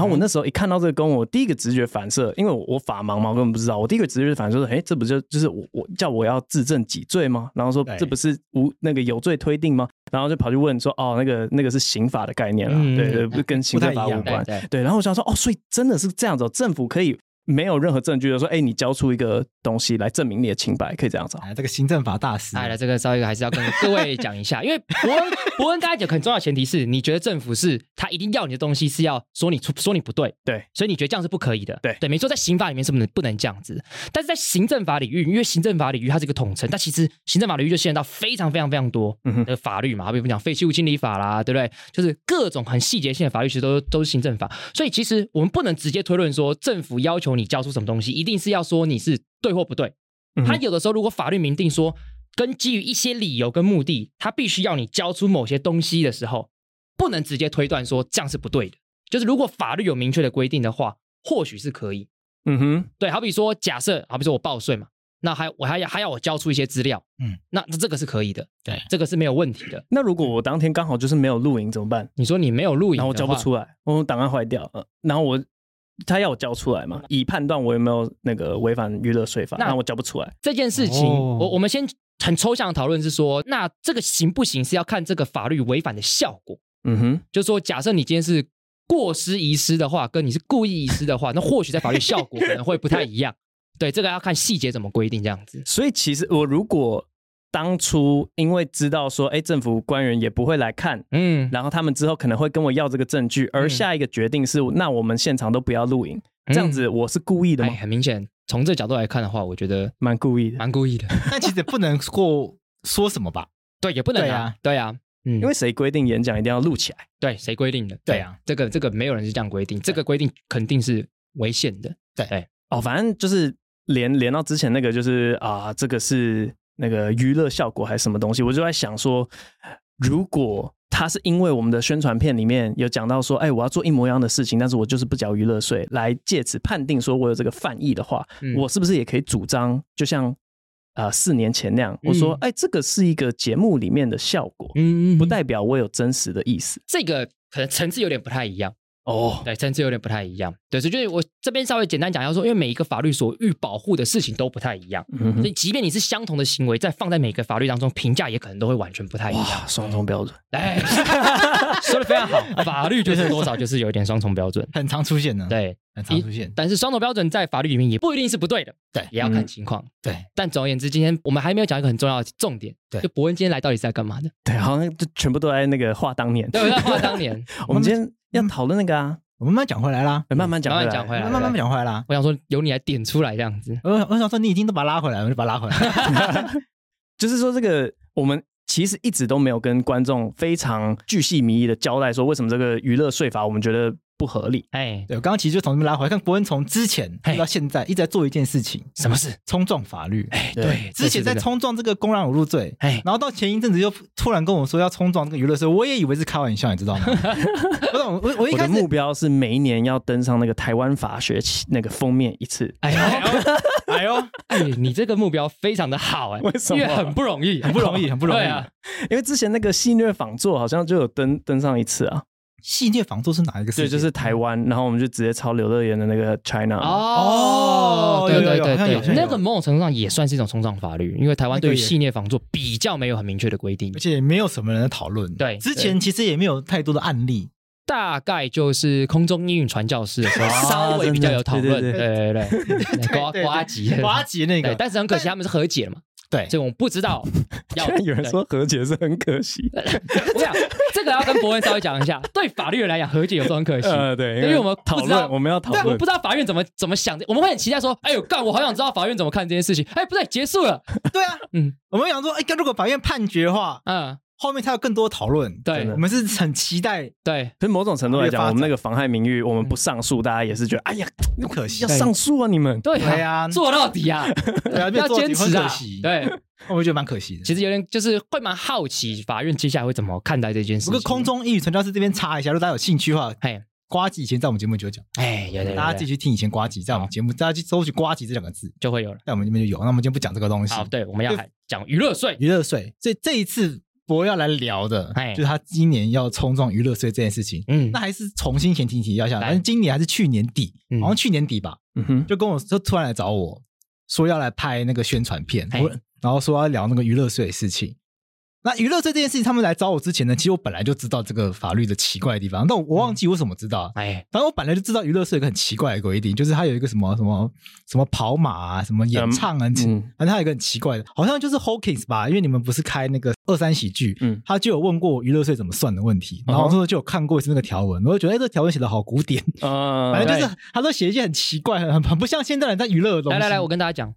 [SPEAKER 3] 嗯
[SPEAKER 2] 后我那时候一看到这个公文，我第一个直觉反射，因为我我法盲嘛，我根本不知道。我第一个直觉反射是，哎，这不就就是我我叫我要自证己罪吗？然后说
[SPEAKER 3] 对
[SPEAKER 2] 这不是无那个有罪推定吗？然后就跑去问说，哦，那个那个是刑法的概念啦，
[SPEAKER 4] 嗯
[SPEAKER 2] 对对，不跟刑罪
[SPEAKER 3] 不太
[SPEAKER 2] 法
[SPEAKER 3] 一样
[SPEAKER 2] 无关
[SPEAKER 4] 对。对
[SPEAKER 2] 对，然后我想说，哦，所以真的是这样子、哦，政府可以没有任何证据的说，哎，你交出一个东西来证明你的清白，可以这样子、哦。
[SPEAKER 3] 哎，这个行政法大师，
[SPEAKER 4] 哎，来这个稍微还是要跟各位讲一下，因为伯恩伯恩刚才讲很重要的前提是，你觉得政府是他一定要你的东西是要说你出说你不对，
[SPEAKER 2] 对，
[SPEAKER 4] 所以你觉得这样是不可以的，
[SPEAKER 2] 对
[SPEAKER 4] 对，没错，在刑法里面是不能不能这样子，但是在行政法领域，因为行政法领域它是一个统称，但其实行政法领域就涉及到非常非常非常多
[SPEAKER 2] 嗯哼
[SPEAKER 4] 的法律嘛，好比如讲废弃物清理法啦，对不对？就是各种很细节性的法律其实都都是行政法，所以其实我们不能直接推论说政府要求你交出什么东西，一定是要说你是对或不对。
[SPEAKER 2] 嗯
[SPEAKER 4] 他有的时候如果法律明定说，跟基于一些理由跟目的，他必须要你交出某些东西的时候，不能直接推断说这样是不对的。就是如果法律有明确的规定的话，或许是可以。
[SPEAKER 2] 嗯哼，
[SPEAKER 4] 对，好比说假设，好比说我报税嘛，那还我还要还要我交出一些资料，
[SPEAKER 3] 嗯，
[SPEAKER 4] 那这个是可以的，
[SPEAKER 3] 对
[SPEAKER 4] 这个是没有问题的。
[SPEAKER 2] 那如果我当天刚好就是没有录影怎么办？
[SPEAKER 4] 你说你没有录影，
[SPEAKER 2] 然后我交不，出来，我档案坏掉，呃然后我他要我交出来嘛，以判断我有没有那个违反娱乐税法，
[SPEAKER 4] 那
[SPEAKER 2] 那我交不出来。
[SPEAKER 4] 这件事情，
[SPEAKER 3] 哦
[SPEAKER 4] 我我们先很抽象的讨论是说，那这个行不行是要看这个法律违反的效果。
[SPEAKER 2] 嗯哼，
[SPEAKER 4] 就是说，假设你今天是过失遗失的话，跟你是故意遗失的话，那或许在法律效果可能会不太一样。对，这个要看细节怎么规定，这样子。
[SPEAKER 2] 所以其实我如果当初因为知道说，哎，政府官员也不会来看。
[SPEAKER 4] 嗯
[SPEAKER 2] 然后他们之后可能会跟我要这个证据，而
[SPEAKER 4] 嗯
[SPEAKER 2] 下一个决定是，那我们现场都不要录影，这样子我是故意的
[SPEAKER 4] 哎，啊
[SPEAKER 2] 吗？
[SPEAKER 4] 很明显，从这角度来看的话，我觉得
[SPEAKER 2] 蛮故意的，
[SPEAKER 4] 蛮故意的。
[SPEAKER 3] 但其实也不能够说什么吧？
[SPEAKER 4] 对，也不能
[SPEAKER 3] 对
[SPEAKER 4] 啊
[SPEAKER 3] 啊，
[SPEAKER 4] 对啊，嗯，
[SPEAKER 2] 因为谁规定演讲一定要录起来？
[SPEAKER 4] 对谁规定的？
[SPEAKER 3] 对啊，
[SPEAKER 4] 这个这个没有人是这样规定，这个规定肯定是违宪的。
[SPEAKER 2] 哦，反正就是连连到之前那个，就是啊、这个是那个娱乐效果还是什么东西，我就在想说，如果他是因为我们的宣传片里面有讲到说，哎，我要做一模一样的事情，但是我就是不缴娱乐税，来借此判定说我有这个犯意的话，
[SPEAKER 4] 嗯
[SPEAKER 2] 我是不是也可以主张，就像呃四年前那样，我说
[SPEAKER 4] 嗯，
[SPEAKER 2] 哎，这个是一个节目里面的效果，
[SPEAKER 4] 嗯，
[SPEAKER 2] 不代表我有真实的意思。
[SPEAKER 4] 这个可能层次有点不太一样。
[SPEAKER 2] 哦，
[SPEAKER 4] 对，甚至有点不太一样。对，所以就是我这边稍微简单讲一下说，因为每一个法律所欲保护的事情都不太一样，
[SPEAKER 2] 嗯
[SPEAKER 4] 所
[SPEAKER 2] 哼
[SPEAKER 4] 以即便你是相同的行为，在放在每个法律当中评价也可能都会完全不太一样。
[SPEAKER 2] 哇，双重标准，
[SPEAKER 4] 哎，说的非常好，法律就是多少就是有一点双重标准。
[SPEAKER 3] 很常出现的，，
[SPEAKER 4] 对，
[SPEAKER 3] 很常出现。
[SPEAKER 4] 但是双重标准在法律里面也不一定是不对的，
[SPEAKER 3] 对
[SPEAKER 4] 也要看情况。
[SPEAKER 3] 对，
[SPEAKER 4] 但总而言之，今天我们还没有讲一个很重要的重点，
[SPEAKER 3] 对
[SPEAKER 4] 就伯恩今天来到底是在干嘛的？
[SPEAKER 2] 对，好像就全部都在那个话当年。
[SPEAKER 4] 对，我在话当年，
[SPEAKER 2] 我们今天要讨论那个啊，
[SPEAKER 3] 我们慢慢讲回来啦，
[SPEAKER 2] 慢慢讲，
[SPEAKER 4] 慢慢讲回来
[SPEAKER 3] 嗯慢慢慢慢讲回来啦。
[SPEAKER 4] 我想说由你来点出来这样子。
[SPEAKER 3] 我我想说，你已经都把它拉回来了，我就把它拉回来。
[SPEAKER 2] 就是说这个我们。其实一直都没有跟观众非常巨细靡遗的交代说，为什么这个娱乐税法我们觉得不合理。
[SPEAKER 4] 哎，
[SPEAKER 3] 对，我刚刚其实就从这边拉回来，看伯恩从之前
[SPEAKER 4] 嘿
[SPEAKER 3] 到现在一直在做一件事情，
[SPEAKER 4] 什么事？
[SPEAKER 3] 冲撞法律。
[SPEAKER 4] 哎，
[SPEAKER 2] 对
[SPEAKER 4] 对，
[SPEAKER 3] 之前在
[SPEAKER 4] 这是这个，
[SPEAKER 3] 冲撞这个公然侮辱罪，
[SPEAKER 4] 哎，
[SPEAKER 3] 然后到前一阵子又突然跟我说要冲撞这个娱乐社，我也以为是开玩笑，你知道吗？ 不是我我我一
[SPEAKER 2] 我的
[SPEAKER 3] 开
[SPEAKER 2] 目
[SPEAKER 3] 始
[SPEAKER 2] 标是每一年要登上那个台湾法学期那个封面一次。
[SPEAKER 4] 哎呦，哎呦，哎，你这个目标非常的好哎，
[SPEAKER 2] 为什么
[SPEAKER 4] 因为很不容易，
[SPEAKER 3] 很不容易，很不容易
[SPEAKER 4] 对。啊，
[SPEAKER 2] 因为之前那个戏虐仿作好像就有登登上一次啊，
[SPEAKER 3] 戏虐仿作是哪一个事
[SPEAKER 2] 对，
[SPEAKER 3] 件？
[SPEAKER 2] 就是台湾，然后我们就直接抄刘乐言的那个 China，、
[SPEAKER 4] 哦，
[SPEAKER 3] 哦
[SPEAKER 4] 对
[SPEAKER 3] 有有
[SPEAKER 4] 对
[SPEAKER 3] 有
[SPEAKER 4] 对
[SPEAKER 3] 好像有好
[SPEAKER 4] 对，
[SPEAKER 3] 像有
[SPEAKER 4] 那个某种程度上也算是一种冲撞法律，因为台湾
[SPEAKER 3] 那个
[SPEAKER 4] 对于
[SPEAKER 3] 也
[SPEAKER 4] 系列仿作比较没有很明确的规定
[SPEAKER 3] 而，且也没有什么人在讨论。
[SPEAKER 4] 对
[SPEAKER 3] 之前其实也没有太多的案例。
[SPEAKER 4] 大概就是空中英语传教士的时候
[SPEAKER 2] 啊
[SPEAKER 4] 稍微比较有讨论，
[SPEAKER 2] 真
[SPEAKER 4] 对
[SPEAKER 2] 的
[SPEAKER 4] 对 对，
[SPEAKER 3] 对
[SPEAKER 4] 瓜
[SPEAKER 3] 对
[SPEAKER 4] 瓜吉，
[SPEAKER 3] 瓜吉那
[SPEAKER 4] 对
[SPEAKER 3] 个，，
[SPEAKER 4] 但是很可惜他们是和解了嘛，
[SPEAKER 3] 对
[SPEAKER 4] 所以我们不知道 要
[SPEAKER 2] 但 有人说和解是很可惜，
[SPEAKER 4] 对我想这个要跟伯恩稍微讲一 下，对法律人来讲和解有时候很可惜。
[SPEAKER 2] 呃，对，
[SPEAKER 4] 因为我们不
[SPEAKER 2] 讨
[SPEAKER 4] 知道
[SPEAKER 2] 论，我们要讨
[SPEAKER 4] 对，我
[SPEAKER 2] 论
[SPEAKER 4] 们不，知道法院怎么怎么想的，我们会很期待说，哎呦干，我好想知道法院怎么看这件事情。哎，不对，结束了，
[SPEAKER 3] 对啊，
[SPEAKER 4] 嗯
[SPEAKER 3] 嗯，我们想说，哎，如果法院判决的话，
[SPEAKER 4] 嗯，
[SPEAKER 3] 后面才有更多讨论。
[SPEAKER 4] 对
[SPEAKER 3] 我们是很期待，
[SPEAKER 4] 对，
[SPEAKER 2] 所以某种程度来讲，
[SPEAKER 3] 法律发展
[SPEAKER 2] 我们那个妨害名誉，我们不上
[SPEAKER 4] 嗯
[SPEAKER 2] 诉，大家也是觉得，哎呀，
[SPEAKER 3] 不可惜
[SPEAKER 2] 要，上诉啊，你们，
[SPEAKER 4] 对
[SPEAKER 3] 对
[SPEAKER 4] 啊，
[SPEAKER 3] 啊
[SPEAKER 4] 做到底啊，
[SPEAKER 3] 对 啊
[SPEAKER 4] 要
[SPEAKER 3] 做到
[SPEAKER 4] 坚
[SPEAKER 3] 底会
[SPEAKER 4] 持啊
[SPEAKER 3] 可惜，
[SPEAKER 4] 对，
[SPEAKER 3] 我们觉得蛮可惜的。
[SPEAKER 4] 其实有点就是会蛮好奇法院接下来会怎么看待这件事
[SPEAKER 3] 不
[SPEAKER 4] 情。
[SPEAKER 3] 过空，中英语传教士这边插一下，如果大家有兴趣的话，
[SPEAKER 4] 哎
[SPEAKER 3] 瓜吉以前在我们节目就有讲，
[SPEAKER 4] 哎，有点，
[SPEAKER 3] 大家自己去听以前瓜吉，在我们节目大家去搜取“瓜吉”这两个字，
[SPEAKER 4] 就会有了。
[SPEAKER 3] 在我们这边就有。那我们今天不讲这个东西，
[SPEAKER 4] 好，对，我们要讲娱乐税，
[SPEAKER 3] 娱乐税。所以这一次博要来聊的
[SPEAKER 4] 哎，
[SPEAKER 3] 就是他今年要冲撞娱乐税这件事情。
[SPEAKER 4] 嗯
[SPEAKER 3] 那，还是重新前提提要一下，
[SPEAKER 4] 来
[SPEAKER 3] 反正今年还是去年底
[SPEAKER 4] 嗯，
[SPEAKER 3] 好像去年底吧，
[SPEAKER 2] 嗯哼，
[SPEAKER 3] 就跟我就突然来找我说要来拍那个宣传片
[SPEAKER 4] 哎，
[SPEAKER 3] 我然后说要聊那个娱乐税的事情。那娱乐税这件事情，他们来找我之前呢，其实我本来就知道这个法律的奇怪的地方，但我我
[SPEAKER 2] 嗯
[SPEAKER 3] 忘记我怎么知道，啊
[SPEAKER 4] 哎，
[SPEAKER 3] 反正我本来就知道娱乐是有一个很奇怪的规定，就是它有一个什么什么什么跑马啊，什么演唱啊，
[SPEAKER 2] 嗯
[SPEAKER 3] 嗯、反正它有一个很奇怪的，好像就是 Hawkins 吧，因为你们不是开那个二三喜剧，
[SPEAKER 2] 嗯
[SPEAKER 3] 嗯，他就有问过娱乐税怎么算的问题，然后我那时候就有看过一次那个条文，我就觉得哎、这条文写的好古典，
[SPEAKER 4] 嗯
[SPEAKER 2] 呃，
[SPEAKER 3] 反正就是他都写一些很奇怪、很很很不像现代人在娱乐的东西。
[SPEAKER 4] 来来来，我跟大家讲，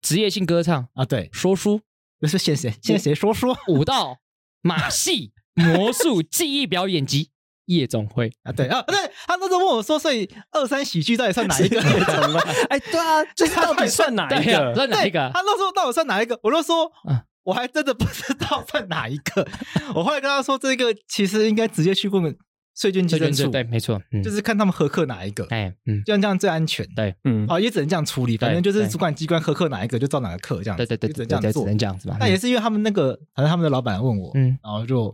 [SPEAKER 4] 职业性歌唱、
[SPEAKER 3] 啊，对，
[SPEAKER 4] 说书、
[SPEAKER 3] 就是现谁现在谁说说
[SPEAKER 4] 舞蹈、马戏、魔术、技艺表演及夜总会，
[SPEAKER 3] 啊，对啊，对，他那时候问我说，所以二三喜剧到底算哪一个？
[SPEAKER 2] 怎么办？哎，对啊，就是到底算哪一
[SPEAKER 4] 对啊呀，
[SPEAKER 2] 个？
[SPEAKER 4] 算哪一个
[SPEAKER 3] 对？他那时候到底算哪一个？我就说
[SPEAKER 4] 嗯，
[SPEAKER 3] 我还真的不知道算哪一个。 我后来跟他说，这个其实应该直接去问税捐
[SPEAKER 4] 对
[SPEAKER 3] 稽
[SPEAKER 4] 对
[SPEAKER 3] 征
[SPEAKER 4] 对，
[SPEAKER 3] 处，
[SPEAKER 4] 对，没错，嗯
[SPEAKER 3] 就，是看他们合课哪一个，
[SPEAKER 4] 哎，嗯，
[SPEAKER 3] 这样这样最安全。
[SPEAKER 2] 嗯，
[SPEAKER 3] 啊，也只能这样处理，反正就
[SPEAKER 4] 对
[SPEAKER 3] 是
[SPEAKER 4] 对
[SPEAKER 3] 主管机关合课哪一个就照哪个课这样
[SPEAKER 4] 对
[SPEAKER 3] 子，
[SPEAKER 4] 对对
[SPEAKER 3] 就只
[SPEAKER 4] 对
[SPEAKER 3] 能这样
[SPEAKER 4] 对对，只
[SPEAKER 3] 做。
[SPEAKER 4] 能这样子吧。
[SPEAKER 3] 但也是因为他们那个，反正他们的老板问我，
[SPEAKER 4] 嗯
[SPEAKER 3] 然后就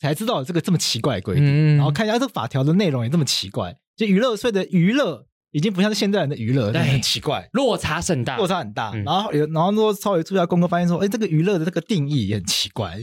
[SPEAKER 3] 才知道有这个这么奇怪的规定，
[SPEAKER 4] 嗯，
[SPEAKER 3] 然后看一下这个法条的内容也这么奇怪，就娱乐税的娱乐已经不像是现代人的娱乐，
[SPEAKER 4] 对
[SPEAKER 3] 很奇怪。
[SPEAKER 4] 落差甚大，
[SPEAKER 3] 落差很大。
[SPEAKER 4] 嗯
[SPEAKER 3] 然后有，然后说稍微做一下功课，发现说，哎，这个娱乐的这个定义也很奇怪。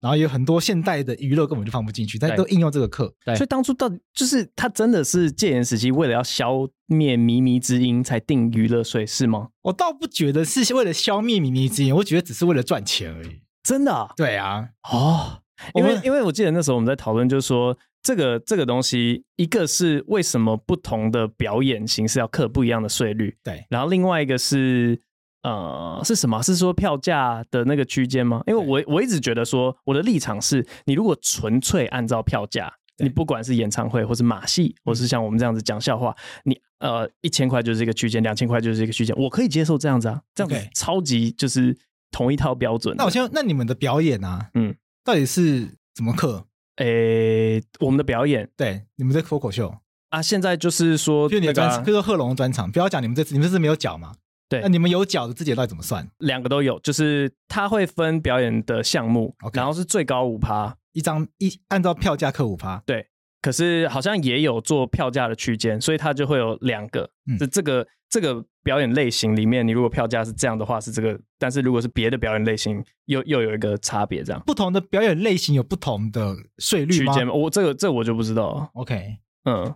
[SPEAKER 3] 然后有很多现代的娱乐根本就放不进去，但都应用这个课。
[SPEAKER 4] 对
[SPEAKER 2] 所以当初到底就是他真的是戒严时期为了要消灭靡靡之音才定娱乐税是吗？
[SPEAKER 3] 我倒不觉得是为了消灭靡靡之音，我觉得只是为了赚钱而已。
[SPEAKER 2] 真的啊
[SPEAKER 3] 对啊，
[SPEAKER 2] 哦，因
[SPEAKER 3] 我
[SPEAKER 2] 为
[SPEAKER 3] 们
[SPEAKER 2] 因为我记得那时候我们在讨论，就是说这个这个东西，一个是为什么不同的表演形式要课不一样的税率，
[SPEAKER 3] 对
[SPEAKER 2] 然后另外一个是呃是什么？是说票价的那个区间吗？因为我我一直觉得说我的立场是，你如果纯粹按照票价，
[SPEAKER 3] 对嗯
[SPEAKER 2] 你不管是演唱会或是马戏，或是像我们这样子讲笑话，你呃一千块就是一个区间，两千块就是一个区间，我可以接受这样子啊，这样子
[SPEAKER 3] OK
[SPEAKER 2] 超级就是同一套标准的。
[SPEAKER 3] 那我先，那你们的表演啊，
[SPEAKER 2] 嗯
[SPEAKER 3] 嗯，到底是怎么课？
[SPEAKER 2] 诶、我们的表演
[SPEAKER 3] 对，你们在脱口秀，
[SPEAKER 2] 啊，现在就是说
[SPEAKER 3] 就你
[SPEAKER 2] 那
[SPEAKER 3] 的
[SPEAKER 2] 个
[SPEAKER 3] 专，
[SPEAKER 2] 啊
[SPEAKER 3] 比如说贺龙的专场，不要讲你们这次，你们这次没有脚嘛？
[SPEAKER 2] 对
[SPEAKER 3] 那你们有脚的自己到底怎么算？
[SPEAKER 2] 两个都有，就是他会分表演的项目
[SPEAKER 3] OK
[SPEAKER 2] 然后是最高五趴，
[SPEAKER 3] 一张一按照票价课五趴，
[SPEAKER 2] 对，可是好像也有做票价的区间，所以它就会有两个
[SPEAKER 3] 嗯。
[SPEAKER 2] 这、这个这个表演类型里面，你如果票价是这样的话是这个，但是如果是别的表演类型，又又有一个差别这样。
[SPEAKER 3] 不同的表演类型有不同的税率
[SPEAKER 2] 区
[SPEAKER 3] 吗
[SPEAKER 2] 间我这个这我就不知道了。
[SPEAKER 3] ？OK，
[SPEAKER 2] 嗯，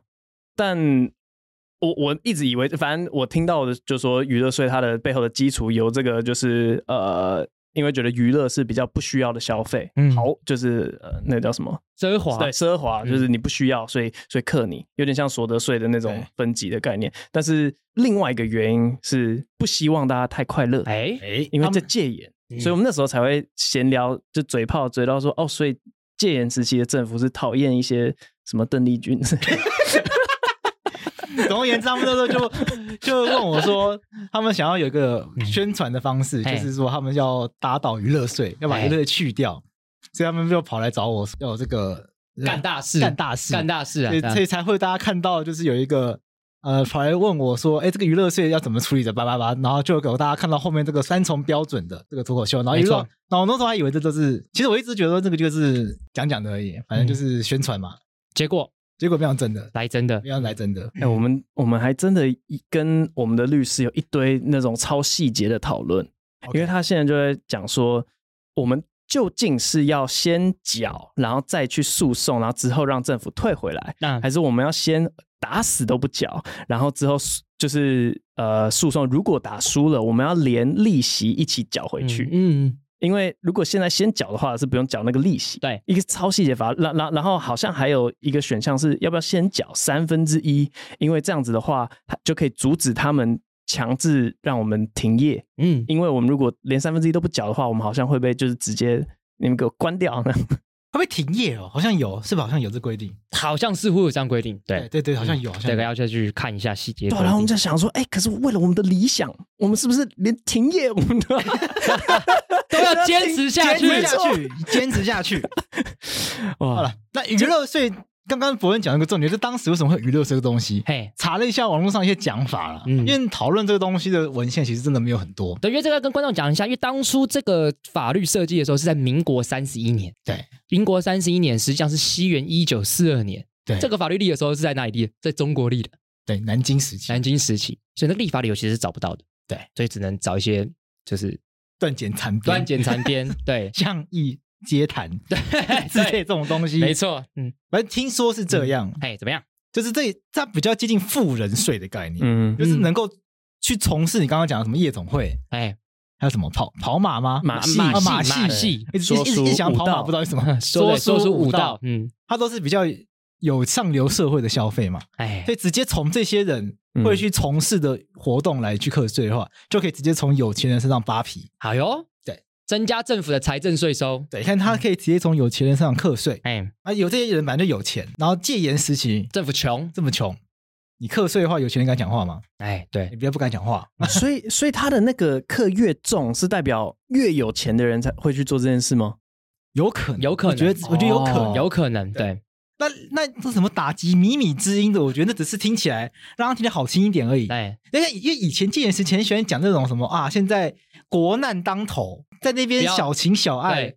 [SPEAKER 2] 但我我一直以为，反正我听到的就说娱乐税它的背后的基础由这个就是呃，因为觉得娱乐是比较不需要的消费，
[SPEAKER 4] 嗯
[SPEAKER 2] 好就是呃那叫什么
[SPEAKER 4] 奢华嗯
[SPEAKER 2] 对，奢华就是你不需要，所以所以克你，有点像所得税的那种
[SPEAKER 3] 对
[SPEAKER 2] 分级的概念。但是另外一个原因是不希望大家太快乐，
[SPEAKER 4] 哎，
[SPEAKER 3] 哎
[SPEAKER 2] 因为这戒严，
[SPEAKER 4] 嗯
[SPEAKER 2] 所以我们那时候才会闲聊，就嘴炮嘴到说哦，所以戒严时期的政府是讨厌一些什么邓丽君。
[SPEAKER 3] 总而言之，他们那时候就就问我说，他们想要有一个
[SPEAKER 2] 嗯
[SPEAKER 3] 宣传的方式，
[SPEAKER 4] 哎
[SPEAKER 3] 就是说他们要打倒娱乐税，要把
[SPEAKER 4] 哎
[SPEAKER 3] 娱乐税去掉，所以他们就跑来找我要有这个
[SPEAKER 4] 干大事，
[SPEAKER 3] 干大事，
[SPEAKER 4] 干大事啊
[SPEAKER 3] 所！以
[SPEAKER 4] 这样
[SPEAKER 3] 所以才会大家看到就是有一个。呃，跑来问我说：“哎，这个娱乐税要怎么处理的？”叭叭叭，然后就给大家看到后面这个三重标准的这个脱口秀，然后一
[SPEAKER 4] 没
[SPEAKER 3] 路
[SPEAKER 4] 错
[SPEAKER 3] 到，然后我那时候还以为这都是，其实我一直觉得这个就是讲讲的而已，反正
[SPEAKER 4] 嗯
[SPEAKER 3] 就是宣传嘛。
[SPEAKER 4] 结果
[SPEAKER 3] 结果没想到真的，
[SPEAKER 4] 来真的
[SPEAKER 3] 没，想到来真的。
[SPEAKER 2] 哎、我们我们还真的一跟我们的律师有一堆那种超细节的讨论
[SPEAKER 3] OK
[SPEAKER 2] 因为他现在就在讲说，我们究竟是要先缴，然后再去诉讼，然后之后让政府退回来，
[SPEAKER 4] 那
[SPEAKER 2] 还是我们要先打死都不缴，然后之后诉就是呃诉讼如果打输了，我们要连利息一起缴回去。
[SPEAKER 4] 嗯，嗯
[SPEAKER 2] 因为如果现在先缴的话，是不用缴那个利息。
[SPEAKER 4] 对，
[SPEAKER 2] 一个超细节法，然然然后好像还有一个选项是要不要先缴三分之一，因为这样子的话，它就可以阻止他们强制让我们停业。
[SPEAKER 4] 嗯，
[SPEAKER 2] 因为我们如果连三分之一都不缴的话，我们好像会被就是直接你们给我关掉呢。
[SPEAKER 3] 会不会停业哦？好像有，是吧？好像有这规定。
[SPEAKER 4] 好像似乎有这样规定，对，
[SPEAKER 3] 对对，好像有，好像
[SPEAKER 4] 这个
[SPEAKER 3] 有
[SPEAKER 4] 要再去看一下细节规
[SPEAKER 2] 对，啊
[SPEAKER 4] 定。
[SPEAKER 2] 然后我们就想说，哎、可是为了我们的理想，我们是不是连停业我们 都要
[SPEAKER 4] 都要坚持下去，
[SPEAKER 3] 坚持下去，坚持下 去。
[SPEAKER 2] 哇
[SPEAKER 3] 好了，那娱乐税，刚刚伯恩讲了一个重点，就当时为什么会有娱乐税这个东西？
[SPEAKER 4] 嘿，
[SPEAKER 3] 查了一下网络上一些讲法了，
[SPEAKER 4] 嗯
[SPEAKER 3] 因为讨论这个东西的文献其实真的没有很多。
[SPEAKER 4] 对，因为这个要跟观众讲一下，因为当初这个法律设计的时候是在民国三十一年，
[SPEAKER 3] 对，
[SPEAKER 4] 民国三十一年实际上是西元一九四二年，
[SPEAKER 3] 对
[SPEAKER 4] 这个法律立的时候是在哪里立的？在中国立的，
[SPEAKER 3] 对，南京时期
[SPEAKER 4] 南京时期，所以那个立法理由其实是找不到的，
[SPEAKER 3] 对，
[SPEAKER 4] 所以只能找一些就是
[SPEAKER 3] 断简残编、，
[SPEAKER 4] 断简残编，对
[SPEAKER 3] 向义皆谈 之类这
[SPEAKER 4] 对，
[SPEAKER 3] 种东西。
[SPEAKER 4] 没，错，嗯，
[SPEAKER 3] 反正听说是这样，
[SPEAKER 4] 嘿，怎么样？
[SPEAKER 3] 就是这它比较接近富人税的概念，
[SPEAKER 2] 嗯，
[SPEAKER 3] 就是能够去从事你刚刚讲的什么夜总会，
[SPEAKER 4] 哎，
[SPEAKER 3] 还有什么跑跑马吗？
[SPEAKER 2] 马戏
[SPEAKER 4] 马
[SPEAKER 3] 啊
[SPEAKER 4] 戏，
[SPEAKER 3] 马
[SPEAKER 4] 马
[SPEAKER 3] 戏，
[SPEAKER 4] 戏，
[SPEAKER 3] 一直一直一直想跑马，不知道为什么。
[SPEAKER 4] 说说
[SPEAKER 3] 书
[SPEAKER 4] 出
[SPEAKER 3] 武
[SPEAKER 4] 武道，，嗯，
[SPEAKER 3] 它都是比较有上流社会的消费嘛，
[SPEAKER 4] 哎
[SPEAKER 3] 所，以直接从这些人
[SPEAKER 4] 嗯
[SPEAKER 3] 会去从事的活动来去课税的话，就可以直接从有钱人身上扒皮。
[SPEAKER 4] 好哟，
[SPEAKER 3] 对，
[SPEAKER 4] 增加政府的财政税收，
[SPEAKER 3] 对，你看他可以直接从有钱人身上课税
[SPEAKER 4] 哎，
[SPEAKER 3] 啊，有这些人本来就有钱，然后戒严时期
[SPEAKER 4] 政府穷，
[SPEAKER 3] 这么穷，你课税的话，有钱人敢讲话吗？
[SPEAKER 4] 哎，对
[SPEAKER 3] 你，别不敢讲话，
[SPEAKER 2] 所以所以他的那个课越重，是代表越有钱的人才会去做这件事吗？
[SPEAKER 3] 有可能，
[SPEAKER 4] 有
[SPEAKER 3] 嗯
[SPEAKER 4] 可能
[SPEAKER 3] 我觉得我觉得有可能，
[SPEAKER 2] 哦
[SPEAKER 4] 有可能，对，
[SPEAKER 3] 那那这什么打击靡靡之音的，我觉得那只是听起来让他听起来好听一点而已。
[SPEAKER 4] 哎，
[SPEAKER 3] 因为因为以前戒严时期很喜欢讲那种什么啊，现在国难当头，在那边
[SPEAKER 4] 不要
[SPEAKER 3] 小情小爱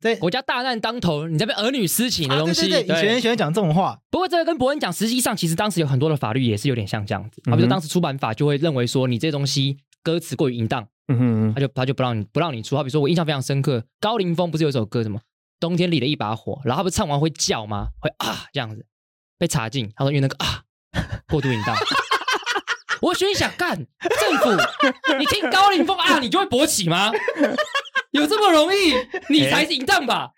[SPEAKER 4] 对，，
[SPEAKER 3] 对
[SPEAKER 4] 国家大难当头，你这边儿女私情的
[SPEAKER 3] 啊
[SPEAKER 4] 东
[SPEAKER 3] 对
[SPEAKER 4] 西，
[SPEAKER 3] 对对，以前很喜欢讲这种话，
[SPEAKER 4] 不过这个跟伯恩讲，实际上其实当时有很多的法律也是有点像这样子，
[SPEAKER 2] 嗯哼
[SPEAKER 4] 啊，比如当时出版法就会认为说你这东西歌词过于淫荡，
[SPEAKER 2] 嗯哼
[SPEAKER 4] 他就他就不让你不让你出。好比说我印象非常深刻，高凌风不是有一首歌什么《冬天里的一把火》，然后他不是唱完会叫吗？会啊这样子被查禁，他说因为那个啊过度淫荡。 我心里想，干政府，你听高凌风啊，你就会勃起吗？有这么容易？你才是淫荡吧？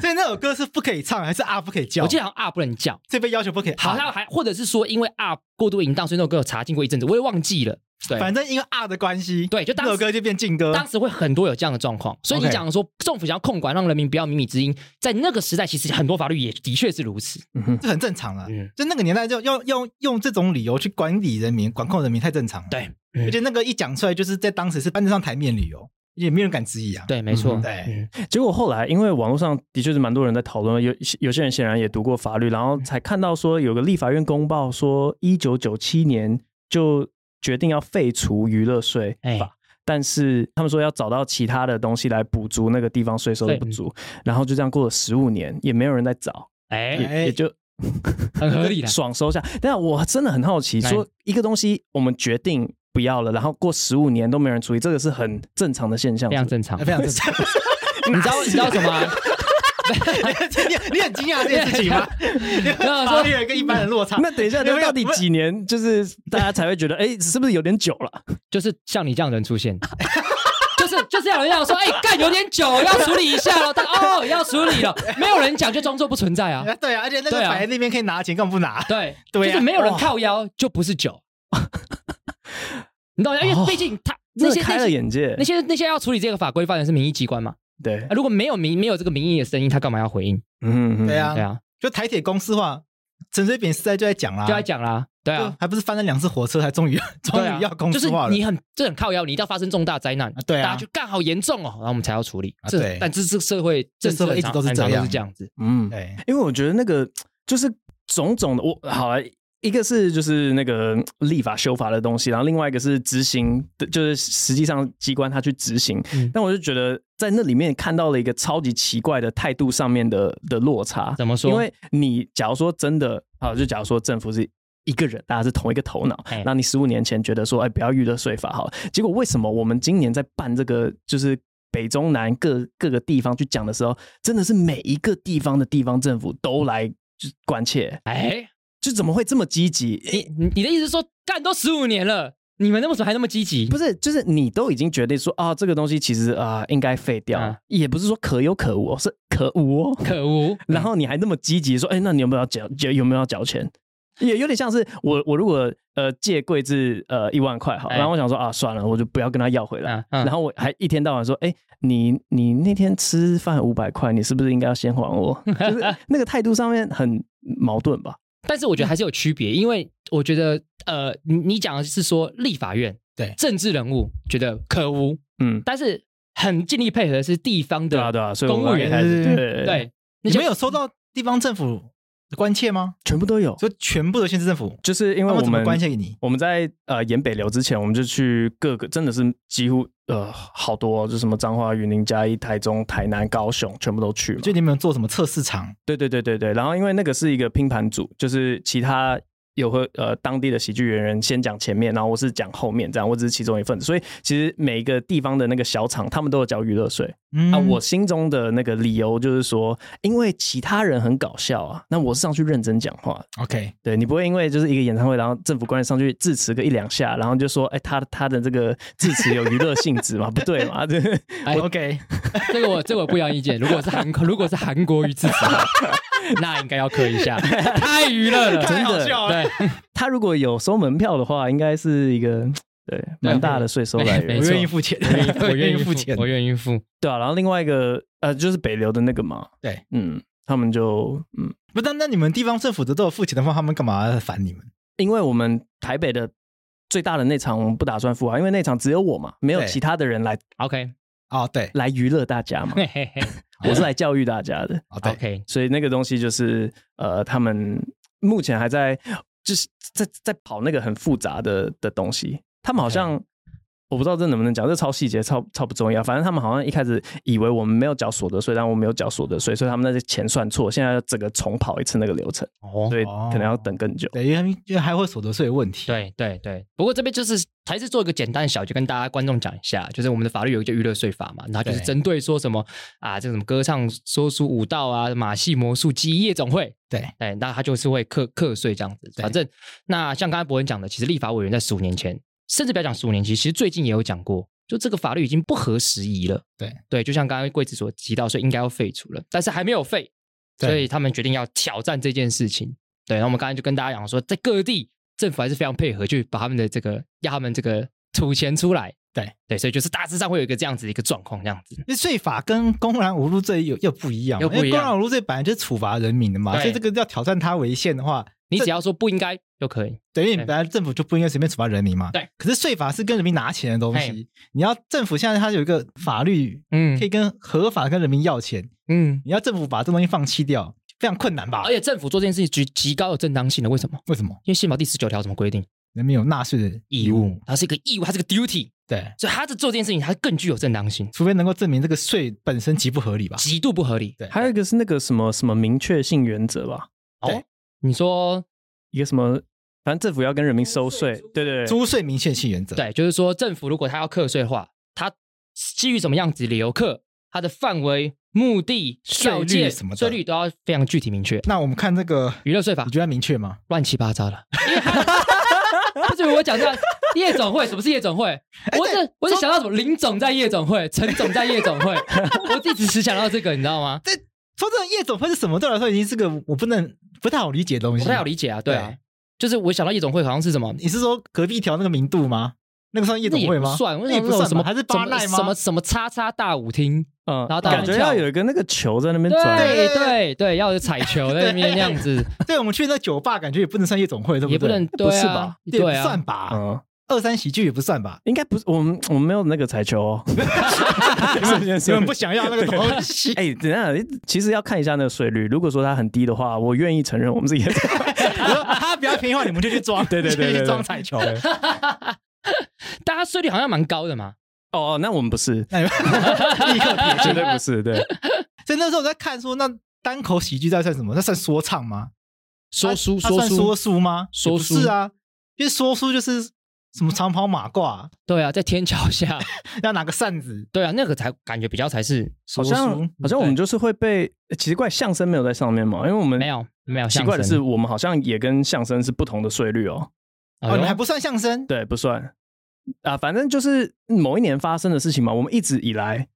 [SPEAKER 3] 所以那首歌是不可以唱，还是啊不可以哎叫？
[SPEAKER 4] 我记得好像啊不能叫，
[SPEAKER 3] 这被要求不可以啊，
[SPEAKER 4] 好像还或者是说，因为啊过度淫荡，所以那首歌有查禁过一阵子，我也忘记了。对，
[SPEAKER 3] 反正因为啊的关系，
[SPEAKER 4] 对就当
[SPEAKER 3] 那
[SPEAKER 4] 时
[SPEAKER 3] 首歌就变禁歌。
[SPEAKER 4] 当时会很多有这样的状况，所以你
[SPEAKER 3] OK
[SPEAKER 4] 讲说政府想要控管，让人民不要靡靡之音，在那个时代，其实很多法律也的确是如此。
[SPEAKER 2] 嗯哼，
[SPEAKER 3] 这很正常了
[SPEAKER 4] 嗯，
[SPEAKER 3] 就那个年代就要用用这种理由去管理人民、管控人民太正常了。
[SPEAKER 4] 对
[SPEAKER 3] 而且那个一讲出来，就是在当时是搬得上台面理由，也没有人敢质疑啊。
[SPEAKER 4] 对，没错，
[SPEAKER 2] 嗯
[SPEAKER 3] 对
[SPEAKER 4] 嗯
[SPEAKER 2] 结果后来，因为网络上的确是蛮多人在讨论，有有些人显然也读过法律，然后才看到说有个立法院公报说，一九九七年就决定要废除娱乐税法，
[SPEAKER 4] 哎
[SPEAKER 2] 但是他们说要找到其他的东西来补足那个地方税收的不足，然后就这样过了十五年，也没有人在找，
[SPEAKER 3] 嗯
[SPEAKER 4] 哎
[SPEAKER 2] 也也就
[SPEAKER 4] 很合理的。
[SPEAKER 2] 爽收下。但我真的很好奇，
[SPEAKER 4] 来
[SPEAKER 2] 说一个东西我们决定不要了，然后过十五年都没人处理，这个是很正常的现象。
[SPEAKER 4] 非常
[SPEAKER 2] 是
[SPEAKER 4] 正常
[SPEAKER 3] 哎。非常正常。
[SPEAKER 4] 你知道你知道什么吗？
[SPEAKER 3] 你很惊讶这件事情 吗？
[SPEAKER 4] 然后
[SPEAKER 3] 法
[SPEAKER 4] 说
[SPEAKER 3] 律人跟一般人落差
[SPEAKER 2] 不是。那等一 下，
[SPEAKER 3] 没有
[SPEAKER 2] 那到底几年就是大家才会觉得，哎，是不是有点久了？
[SPEAKER 4] 就是像你这样的人出现， 就是就是有人要说，哎、干有点久，要处理一下了，但哦要处理了，没有人讲就装作不存在啊。
[SPEAKER 3] 对啊，而且那个
[SPEAKER 4] 对啊
[SPEAKER 3] 摆在那边可以拿钱，干嘛不 拿？
[SPEAKER 4] 对，
[SPEAKER 3] 对啊
[SPEAKER 4] 就是没有人
[SPEAKER 3] 哇
[SPEAKER 4] 靠腰就不是酒， 你懂吗？
[SPEAKER 3] 哦
[SPEAKER 4] 因为毕竟他那
[SPEAKER 2] 真
[SPEAKER 4] 些
[SPEAKER 2] 的开
[SPEAKER 4] 那
[SPEAKER 2] 了
[SPEAKER 4] 些
[SPEAKER 2] 眼界
[SPEAKER 4] 那。些那些要处理这个法规犯人是民意机关嘛，
[SPEAKER 2] 对
[SPEAKER 4] 啊，，如果没有民没有这个民意的声音，他干嘛要回应？
[SPEAKER 2] 嗯，嗯
[SPEAKER 3] 对，啊
[SPEAKER 4] 对，啊，
[SPEAKER 3] 就台铁公司化，陈水扁时代就在讲啦，
[SPEAKER 4] 就在讲啦，对
[SPEAKER 3] 对
[SPEAKER 4] 啊，
[SPEAKER 3] 还不是翻了两次火车，才终于 终
[SPEAKER 4] 对啊
[SPEAKER 3] 于要公
[SPEAKER 4] 就
[SPEAKER 3] 司
[SPEAKER 4] 是
[SPEAKER 3] 化了。
[SPEAKER 4] 你很这很靠腰，你一定要发生重大灾难
[SPEAKER 3] 啊，对啊
[SPEAKER 4] 大家就干好严重哦，然后我们才要处理
[SPEAKER 3] 啊。
[SPEAKER 4] 这
[SPEAKER 3] 对
[SPEAKER 4] 但这这社会
[SPEAKER 3] 这
[SPEAKER 4] 政策
[SPEAKER 3] 社会一直都是
[SPEAKER 4] 很常
[SPEAKER 3] 这样
[SPEAKER 4] 都是这样子，
[SPEAKER 2] 嗯，
[SPEAKER 3] 对，
[SPEAKER 2] 因为我觉得那个就是种种的，我好了。一个是就是那个立法修法的东西，然后另外一个是执行，就是实际上机关他去执行。
[SPEAKER 4] 嗯
[SPEAKER 2] 但我就觉得在那里面看到了一个超级奇怪的态度上面的的落差。
[SPEAKER 4] 怎么说
[SPEAKER 2] 因为你假如说真的啊，就假如说政府是一个人，大家是同一个头脑
[SPEAKER 4] 哎，
[SPEAKER 2] 那你十五年前觉得说，哎，不要预热税法好了，结果为什么我们今年在办这个就是北中南各各个地方去讲的时候，真的是每一个地方的地方政府都来就是关切，
[SPEAKER 4] 哎，
[SPEAKER 2] 就怎么会这么积极？诶
[SPEAKER 4] 你你你的意思是说，干都十五年了，你们那么怎么还那么积极？
[SPEAKER 2] 不是，就是你都已经决定说啊，这个东西其实啊、应该废掉，
[SPEAKER 4] 啊
[SPEAKER 2] 也不是说可有可无哦，是可无哦。
[SPEAKER 4] 可恶！
[SPEAKER 2] 然后你还那么积极说，哎、那你有没有要缴？有有没有要缴钱？也有点像是我我如果呃借贵志呃一万块好，
[SPEAKER 4] 哎
[SPEAKER 2] 然后我想说啊算了，我就不要跟他要回来。
[SPEAKER 4] 嗯嗯
[SPEAKER 2] 然后我还一天到晚说，哎、你你那天吃饭五百块，你是不是应该要先还我？ 就是那个态度上面很矛盾吧？
[SPEAKER 4] 但是我觉得还是有区别，因为我觉得呃，你你讲的是说立法院
[SPEAKER 3] 对
[SPEAKER 4] 政治人物觉得可恶，
[SPEAKER 2] 嗯，
[SPEAKER 4] 但是很尽力配合的是地方
[SPEAKER 2] 对啊
[SPEAKER 4] 的
[SPEAKER 2] 对啊，所以我
[SPEAKER 4] 公务
[SPEAKER 2] 们
[SPEAKER 4] 员
[SPEAKER 2] 一开始对对
[SPEAKER 4] 对那
[SPEAKER 3] 你
[SPEAKER 4] 些
[SPEAKER 3] 们有收到地方政府的关切吗？
[SPEAKER 2] 全部都有，
[SPEAKER 3] 就全部的县市政府，
[SPEAKER 2] 就是因
[SPEAKER 3] 因
[SPEAKER 2] 为我
[SPEAKER 3] 怎么
[SPEAKER 2] 们
[SPEAKER 3] 关切给你？
[SPEAKER 2] 我们在呃演北流之前，我们就去各个，真的是几乎呃好多、哦，就什么彰化、云林、嘉义、台中、台南、高雄，全部都去嘛。
[SPEAKER 3] 就你们有做什么测试场？
[SPEAKER 2] 对对对对对。然后因为那个是一个拼盘组，就是其他有和呃当地的喜剧演员先讲前面，然后我是讲后面，这样我只是其中一份子。所以其实每一个地方的那个小厂，他们都有交娱乐税。
[SPEAKER 3] 嗯
[SPEAKER 2] 啊，我心中的那个理由就是说，因为其他人很搞笑啊，那我是上去认真讲话的
[SPEAKER 3] OK，
[SPEAKER 2] 对你不会因为就是一个演唱会，然后政府官员上去致辞个一两下，然后就说，哎，他他的这个致辞有娱乐性质嘛？不对嘛？对，
[SPEAKER 4] 哎
[SPEAKER 3] OK，
[SPEAKER 4] 这个我这个我不一样意见。如果是韩如果是韩国瑜自己，那应该要磕一下，太娱乐了，
[SPEAKER 2] 真
[SPEAKER 3] 太好
[SPEAKER 2] 的
[SPEAKER 3] 笑了。
[SPEAKER 4] 对，
[SPEAKER 2] 他如果有收门票的话，应该是一个嗯对蛮大的税收来源
[SPEAKER 4] 没 没
[SPEAKER 3] 我，
[SPEAKER 4] 错
[SPEAKER 3] 愿意付钱，
[SPEAKER 4] 我愿意
[SPEAKER 3] 付钱。
[SPEAKER 4] 我愿意付。
[SPEAKER 2] 对啊。然后另外一个呃，就是北流的那个嘛，
[SPEAKER 3] 对，
[SPEAKER 2] 嗯，他们就嗯，
[SPEAKER 3] 不但那你们地方政府的都有付钱的话，他们干嘛烦你们？
[SPEAKER 2] 因为我们台北的最大的那场我们不打算付啊，因为那场只有我嘛，没有
[SPEAKER 3] 对
[SPEAKER 2] 其他的人来
[SPEAKER 4] OK，
[SPEAKER 3] 哦，对，
[SPEAKER 2] 来娱乐大家嘛，
[SPEAKER 4] 嘿嘿嘿
[SPEAKER 2] 我是来教育大家的。
[SPEAKER 3] 哦对，
[SPEAKER 4] ，OK，
[SPEAKER 2] 所以那个东西就是呃，他们目前还在就是在在跑那个很复杂的的东西。他们好像我不知道这能不能讲，这超细节，超超不重要。反正他们好像一开始以为我们没有缴所得税，但我们没有缴所得税，所以他们那些钱算错，现在要整个重跑一次那个流程，
[SPEAKER 4] 哦，
[SPEAKER 2] 所以可能要等更久。
[SPEAKER 3] 对，因为他们因为还会有所得税的问题。
[SPEAKER 4] 对对对，不过这边就是还是做一个简单的小，就跟大家观众讲一下，就是我们的法律有一个娱乐税法嘛，然后就是
[SPEAKER 3] 对
[SPEAKER 4] 针对说什么啊，这个什么歌唱、说书、舞蹈啊、马戏、魔术、及夜总会，
[SPEAKER 3] 对
[SPEAKER 4] 哎，那他就是会课课税这样子。
[SPEAKER 3] 对
[SPEAKER 4] 反正那像刚才博文讲的，其实立法委员在十五年前，甚至不要讲十五年前，其实最近也有讲过，就这个法律已经不合时宜了。
[SPEAKER 3] 对
[SPEAKER 4] 对，就像刚刚贵子所提到，所以应该要废除了，但是还没有废，
[SPEAKER 3] 对
[SPEAKER 4] 所以他们决定要挑战这件事情。对，然后我们刚才就跟大家讲说，在各地政府还是非常配合，去把他们的这个要他们这个吐钱出来。
[SPEAKER 3] 对
[SPEAKER 4] 对，所以就是大致上会有一个这样子的一个状况，这样子。
[SPEAKER 3] 那税法跟公然侮辱罪又又不一样嘛，
[SPEAKER 4] 又不一样
[SPEAKER 3] 因为公然侮辱罪本来就是处罚人民的嘛，
[SPEAKER 4] 对
[SPEAKER 3] 所以这个要挑战它违宪的话，
[SPEAKER 4] 你只要说不应该就可以。
[SPEAKER 3] 等于你本来政府就不应该随便处罚人民嘛。
[SPEAKER 4] 对。
[SPEAKER 3] 可是税法是跟人民拿钱的东
[SPEAKER 4] 嘿
[SPEAKER 3] 西，你要政府现在它有一个法律
[SPEAKER 4] 嗯
[SPEAKER 3] 可以跟合法跟人民要钱，
[SPEAKER 4] 嗯，
[SPEAKER 3] 你要政府把这东西放弃掉，非常困难吧
[SPEAKER 4] 而？且政府做这件事情极极高的正当性的，为什么？
[SPEAKER 3] 为什么？
[SPEAKER 4] 因为宪法第十九条怎么规定？
[SPEAKER 3] 人民有纳税的义务，，
[SPEAKER 4] 它是一个义务，它是个 duty，
[SPEAKER 3] 对，
[SPEAKER 4] 所以他在做这件事情，它更具有正当性，
[SPEAKER 3] 除非能够证明这个税本身极不合理吧？
[SPEAKER 4] 极度不合理。
[SPEAKER 3] 对，
[SPEAKER 2] 还有一个是那个什么什么明确性原则吧，
[SPEAKER 4] 哦，你说
[SPEAKER 2] 一个什么，反正政府要跟人民收税，对对对，
[SPEAKER 3] 租税明确性原则，
[SPEAKER 4] 对，就是说政府如果它要课税化，它基于什么样子理由课，它的范围、目的、
[SPEAKER 3] 税率
[SPEAKER 4] 条件、
[SPEAKER 3] 什么的
[SPEAKER 4] 税率都要非常具体明确。
[SPEAKER 3] 那我们看这个，
[SPEAKER 4] 娱乐税法
[SPEAKER 3] 你觉得它明确吗？
[SPEAKER 4] 乱七八糟的，因为它 不是我讲这样，夜总会什么是夜总会？
[SPEAKER 3] 哎
[SPEAKER 4] 我只我只想到什么林总在夜总会， 陈总在夜总会， 我自己只想到这个，你知道吗？
[SPEAKER 3] 说真的，夜总会是什么？对我来说已经是个我不能不太好理解的东
[SPEAKER 4] 我
[SPEAKER 3] 西。
[SPEAKER 4] 不太好理解啊，对啊，
[SPEAKER 3] 对
[SPEAKER 4] 就是我想到夜总会好像是什么。
[SPEAKER 3] 你是说隔壁条那个明度吗？那个算夜
[SPEAKER 4] 那
[SPEAKER 3] 总
[SPEAKER 4] 也
[SPEAKER 3] 会
[SPEAKER 4] 不
[SPEAKER 3] 吗？
[SPEAKER 4] 算，我
[SPEAKER 3] 那也
[SPEAKER 4] 想
[SPEAKER 3] 不
[SPEAKER 4] 说
[SPEAKER 3] 算
[SPEAKER 4] 什么
[SPEAKER 3] 吧？还是巴
[SPEAKER 4] 什么
[SPEAKER 3] 奈吗？
[SPEAKER 4] 什么什么叉叉大舞厅，
[SPEAKER 2] 嗯
[SPEAKER 4] 然后，大家
[SPEAKER 2] 感觉
[SPEAKER 4] 跳
[SPEAKER 2] 要有一个那个球在那边转，
[SPEAKER 4] 对
[SPEAKER 3] 对
[SPEAKER 4] 对对，要有彩球在那边那样子，
[SPEAKER 3] 对，我们去那酒吧，感觉也不能算夜总会，对对？
[SPEAKER 4] 也不能对
[SPEAKER 2] 不是
[SPEAKER 4] 啊
[SPEAKER 2] 吧，
[SPEAKER 3] 也不
[SPEAKER 4] 对啊
[SPEAKER 3] 算，吧？
[SPEAKER 2] 嗯，
[SPEAKER 3] 二三喜剧也不算 吧？
[SPEAKER 2] 应该不是我们我们没有那个彩球 哦，？
[SPEAKER 3] 你们你们不想要那个东西
[SPEAKER 2] 哎，等一下，其实要看一下那个税率，如果说它很低的话，我愿意承认我们自己 的。
[SPEAKER 3] 我说啊，比较便宜的话，你们就去装，
[SPEAKER 2] 对对对对
[SPEAKER 3] 就
[SPEAKER 2] 对
[SPEAKER 3] 去装彩球。
[SPEAKER 4] 大家税率好像蛮高的嘛，
[SPEAKER 2] 哦，哦那我们不是，
[SPEAKER 3] 那你们立刻撇
[SPEAKER 2] 绝
[SPEAKER 3] 清。
[SPEAKER 2] 对不是，对，
[SPEAKER 3] 所以那时候我在看说，那单口喜剧在算什么？那算说唱吗？
[SPEAKER 4] 说书
[SPEAKER 3] 它
[SPEAKER 4] 说
[SPEAKER 3] 它算
[SPEAKER 4] 书
[SPEAKER 3] 说，书吗？
[SPEAKER 4] 说
[SPEAKER 3] 也不
[SPEAKER 4] 书
[SPEAKER 3] 是啊，因为说书就是什么长袍马褂，
[SPEAKER 4] 对啊，在天桥下，
[SPEAKER 3] 要拿个扇子。
[SPEAKER 4] 对啊，那个才感觉比较才是
[SPEAKER 2] 好
[SPEAKER 3] 说书
[SPEAKER 2] 像好像我们就是会被奇怪，相声没有在上面嘛，因为我们
[SPEAKER 4] 没有没有
[SPEAKER 2] 奇
[SPEAKER 4] 相
[SPEAKER 2] 怪的是，
[SPEAKER 4] 声，
[SPEAKER 2] 我们好像也跟相声是不同的税率哦。
[SPEAKER 4] 哎
[SPEAKER 3] 哦，
[SPEAKER 4] 呦
[SPEAKER 3] 你还不算相声，
[SPEAKER 2] 对，不算啊，反正就是某一年发生的事情嘛。我们一直以来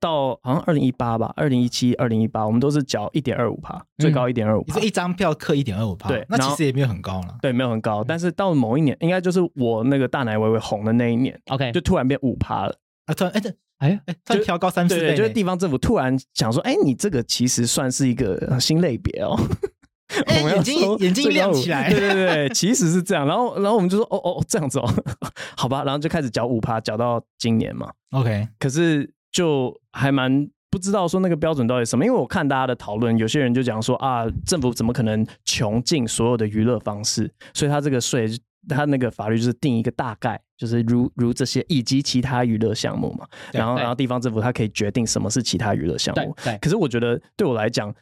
[SPEAKER 2] 到好像二零一八吧，二零一七、二零一八，我们都是缴一点二五趴，最高一点二五
[SPEAKER 3] 你
[SPEAKER 2] 趴
[SPEAKER 3] 说。一张票克一点二五趴，
[SPEAKER 2] 对
[SPEAKER 3] 那
[SPEAKER 2] 然
[SPEAKER 3] 其
[SPEAKER 2] 后
[SPEAKER 3] 实也没有很高了。
[SPEAKER 2] 对，没有很高，
[SPEAKER 3] 嗯
[SPEAKER 2] 但是到某一年，应该就是我那个大奶微微红的那一年，
[SPEAKER 3] 哎
[SPEAKER 4] 哎 OK，
[SPEAKER 2] 就突然变五趴了。
[SPEAKER 3] 啊，突然哎，这
[SPEAKER 4] 哎呀，
[SPEAKER 3] 哎，突然
[SPEAKER 2] 就
[SPEAKER 3] 调高三四
[SPEAKER 2] 对对，
[SPEAKER 3] 倍
[SPEAKER 2] 就是
[SPEAKER 3] 呢，
[SPEAKER 2] 地方政府突然想说，哎，你这个其实算是一个呃新类别哦。
[SPEAKER 3] 哎
[SPEAKER 2] 我们要
[SPEAKER 3] 眼睛
[SPEAKER 2] 收
[SPEAKER 3] 眼睛
[SPEAKER 2] 最高
[SPEAKER 3] 亮
[SPEAKER 2] 五
[SPEAKER 3] 起来
[SPEAKER 2] 对对对，其实是这样。然后然后我们就说，哦哦，这样子哦， 好吧，然后就开始缴五趴，缴到今年嘛。
[SPEAKER 3] OK，
[SPEAKER 2] 可是就还蛮不知道说那个标准到底是什么，因为我看大家的讨论，有些人就讲说啊，政府怎么可能穷尽所有的娱乐方式，所以他这个税，他那个法律就是定一个大概，就是如如这些以及其他娱乐项目嘛，
[SPEAKER 3] 对
[SPEAKER 2] 然后
[SPEAKER 4] 对
[SPEAKER 2] 然后地方政府它可以决定什么是其他娱乐项
[SPEAKER 4] 对
[SPEAKER 2] 目，
[SPEAKER 4] 对，
[SPEAKER 2] 可是我觉得对我来讲，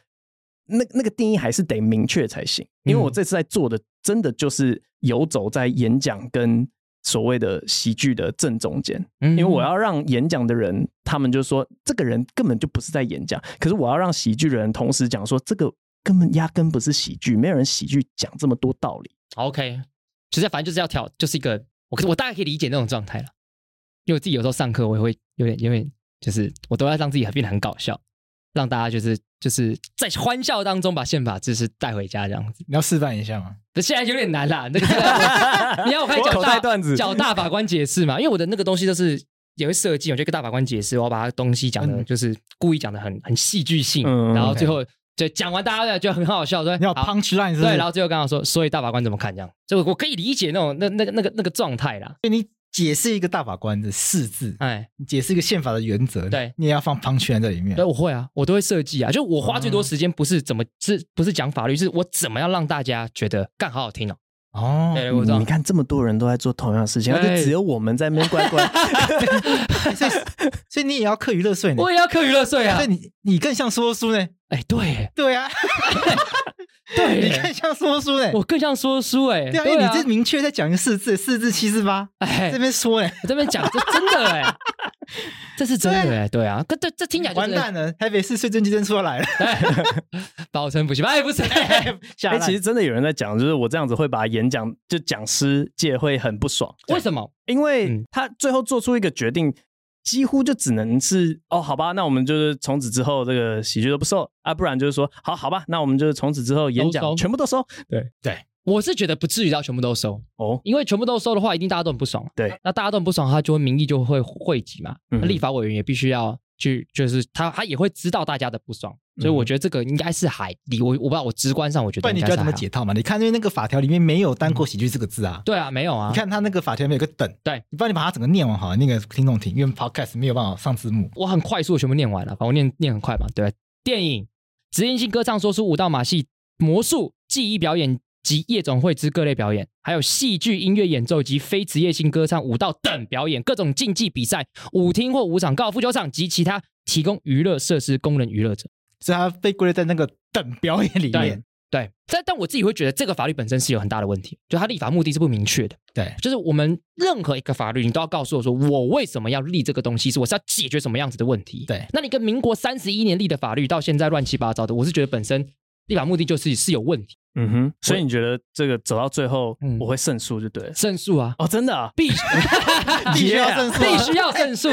[SPEAKER 2] 那那个定义还是得明确才行，因为
[SPEAKER 4] 嗯
[SPEAKER 2] 我这次在做的真的就是游走在演讲跟所谓的喜剧的正中间。
[SPEAKER 4] 因
[SPEAKER 2] 因为我要让演讲的人，他们就说这个人根本就不是在演讲，可是我要让喜剧的人同时讲说这个根本压根不是喜剧，没有人喜剧讲这么多道理。
[SPEAKER 4] OK，其实反正就是要调，就是一个我我大概可以理解那种状态了，因为我自己有时候上课我也会有点有点就是我都要让自己变得很搞笑，让大家就是就是在欢笑当中把宪法知识带回家这样子。
[SPEAKER 3] 你要示范一下吗？
[SPEAKER 4] 可现在有点难啦，那个现 在 你要我开始
[SPEAKER 2] 我
[SPEAKER 4] 讲
[SPEAKER 2] 口袋
[SPEAKER 4] 大
[SPEAKER 2] 段子，
[SPEAKER 4] 讲大法官解释嘛，因为我的那个东西就是也会设计，我就跟大法官解释，我要把它东西讲的
[SPEAKER 3] 嗯
[SPEAKER 4] 就是故意讲的很很戏剧性，
[SPEAKER 2] 嗯
[SPEAKER 4] 然后
[SPEAKER 3] OK
[SPEAKER 4] 最后就讲完大家就很好笑，对，
[SPEAKER 3] 你要
[SPEAKER 4] 好
[SPEAKER 3] punch line 是不是？
[SPEAKER 4] 对，然后最后刚刚说，所以大法官怎么看这样？就我可以理解那种那那个那个那个状态啦。
[SPEAKER 3] 解释一个大法官的四字，
[SPEAKER 4] 哎，
[SPEAKER 3] 你解释一个宪法的原则，
[SPEAKER 4] 对
[SPEAKER 3] 你也要放 punch line 在里面
[SPEAKER 4] 对，。我会啊，我都会设计啊。就我花最多时间不是怎么是不是讲法律，是我怎么样让大家觉得干好好听哦。
[SPEAKER 3] 哦，
[SPEAKER 4] 对，我知道
[SPEAKER 2] 你。看这么多人都在做同样的事情，而
[SPEAKER 4] 哎
[SPEAKER 2] 且只有我们在那边乖 哎乖。
[SPEAKER 3] 所以 所以你也要课余乐税呢
[SPEAKER 4] 我。也要课娱乐税啊
[SPEAKER 3] 所以！你你更像说书呢？
[SPEAKER 4] 哎，对
[SPEAKER 3] 对啊，你
[SPEAKER 4] 对，
[SPEAKER 3] 更像说书呢。
[SPEAKER 4] 我更像说书哎，
[SPEAKER 3] 对啊，因为
[SPEAKER 4] 对
[SPEAKER 3] 你
[SPEAKER 4] 啊，
[SPEAKER 3] 这明确在讲一个四字，四字七四八，
[SPEAKER 4] 哎
[SPEAKER 3] 这边说呢，
[SPEAKER 4] 我这边讲这真 的哎，这是真的哎，对啊，可这这听起来就
[SPEAKER 3] 完
[SPEAKER 4] 是哎
[SPEAKER 3] 蛋了，台北市税政局真出来 了。
[SPEAKER 4] 保存不行，哎，不是，
[SPEAKER 3] 下
[SPEAKER 2] 哎、
[SPEAKER 3] 来
[SPEAKER 2] 其实真的有人在讲，就是我这样子会把演讲就讲师界会很不爽，
[SPEAKER 4] 为什么？
[SPEAKER 2] 因为
[SPEAKER 4] 嗯
[SPEAKER 2] 他最后做出一个决定，几乎就只能是哦，好吧，那我们就是从此之后这个喜剧都不收啊，不然就是说好好吧，那我们就是从此之后演
[SPEAKER 4] 都收
[SPEAKER 2] 讲全部都收
[SPEAKER 4] 我是觉得不至于到全部都收，
[SPEAKER 2] 哦，
[SPEAKER 4] 因为全部都收的话，一定大家都很不爽。
[SPEAKER 2] 对，
[SPEAKER 4] 那大家都很不爽，他就会民意就会汇集嘛。
[SPEAKER 2] 嗯
[SPEAKER 4] 那立法委员也必须要去，就是他他也会知道大家的不爽，所以我觉得这个应该是还理我我不知道，我直观上我觉
[SPEAKER 3] 嗯不
[SPEAKER 4] 得
[SPEAKER 3] 然
[SPEAKER 4] 应
[SPEAKER 3] 你
[SPEAKER 4] 该
[SPEAKER 3] 就是要怎
[SPEAKER 4] 还
[SPEAKER 3] 么
[SPEAKER 4] 好？
[SPEAKER 3] 解套嘛？你看，因为那个法条里面没有单口喜剧这个字啊。
[SPEAKER 4] 对啊，没有啊。
[SPEAKER 3] 你，看他那个法条里面有个等，
[SPEAKER 4] 对
[SPEAKER 3] 你帮你把它整个念完好了，那个听众听，因为 podcast 没有办法上字幕。
[SPEAKER 4] 我很快速地全部念完了，反正我念念很快嘛。对，电影、职业性歌唱、说书、舞蹈、马戏、魔术、技艺表演及夜总会之各类表演，还有戏剧、音乐演奏及非职业性歌唱、舞蹈等表演，各种竞技比赛、舞厅或舞场、高尔夫球场及其他提供娱乐设施供人娱乐者。
[SPEAKER 3] 所以它被归类在那个等表演里
[SPEAKER 4] 对
[SPEAKER 3] 面。
[SPEAKER 4] 对，但但我自己会觉得这个法律本身是有很大的问题，就它立法目的是不明确的。
[SPEAKER 3] 对，
[SPEAKER 4] 就是我们任何一个法律，你都要告诉我说，我为什么要立这个东西，是我是要解决什么样子的问题。
[SPEAKER 3] 对
[SPEAKER 4] 那你跟民国三十一年立的法律到现在乱七八糟的，我是觉得本身立法目的就是是有问题，
[SPEAKER 2] 嗯哼，所以你觉得这个走到最后
[SPEAKER 4] 嗯
[SPEAKER 2] 我会胜诉就对了？
[SPEAKER 4] 胜诉啊，
[SPEAKER 2] 哦，真的啊，
[SPEAKER 4] 必
[SPEAKER 3] 必须要
[SPEAKER 2] Yeah
[SPEAKER 3] 胜诉啊，
[SPEAKER 4] 必须要胜 诉，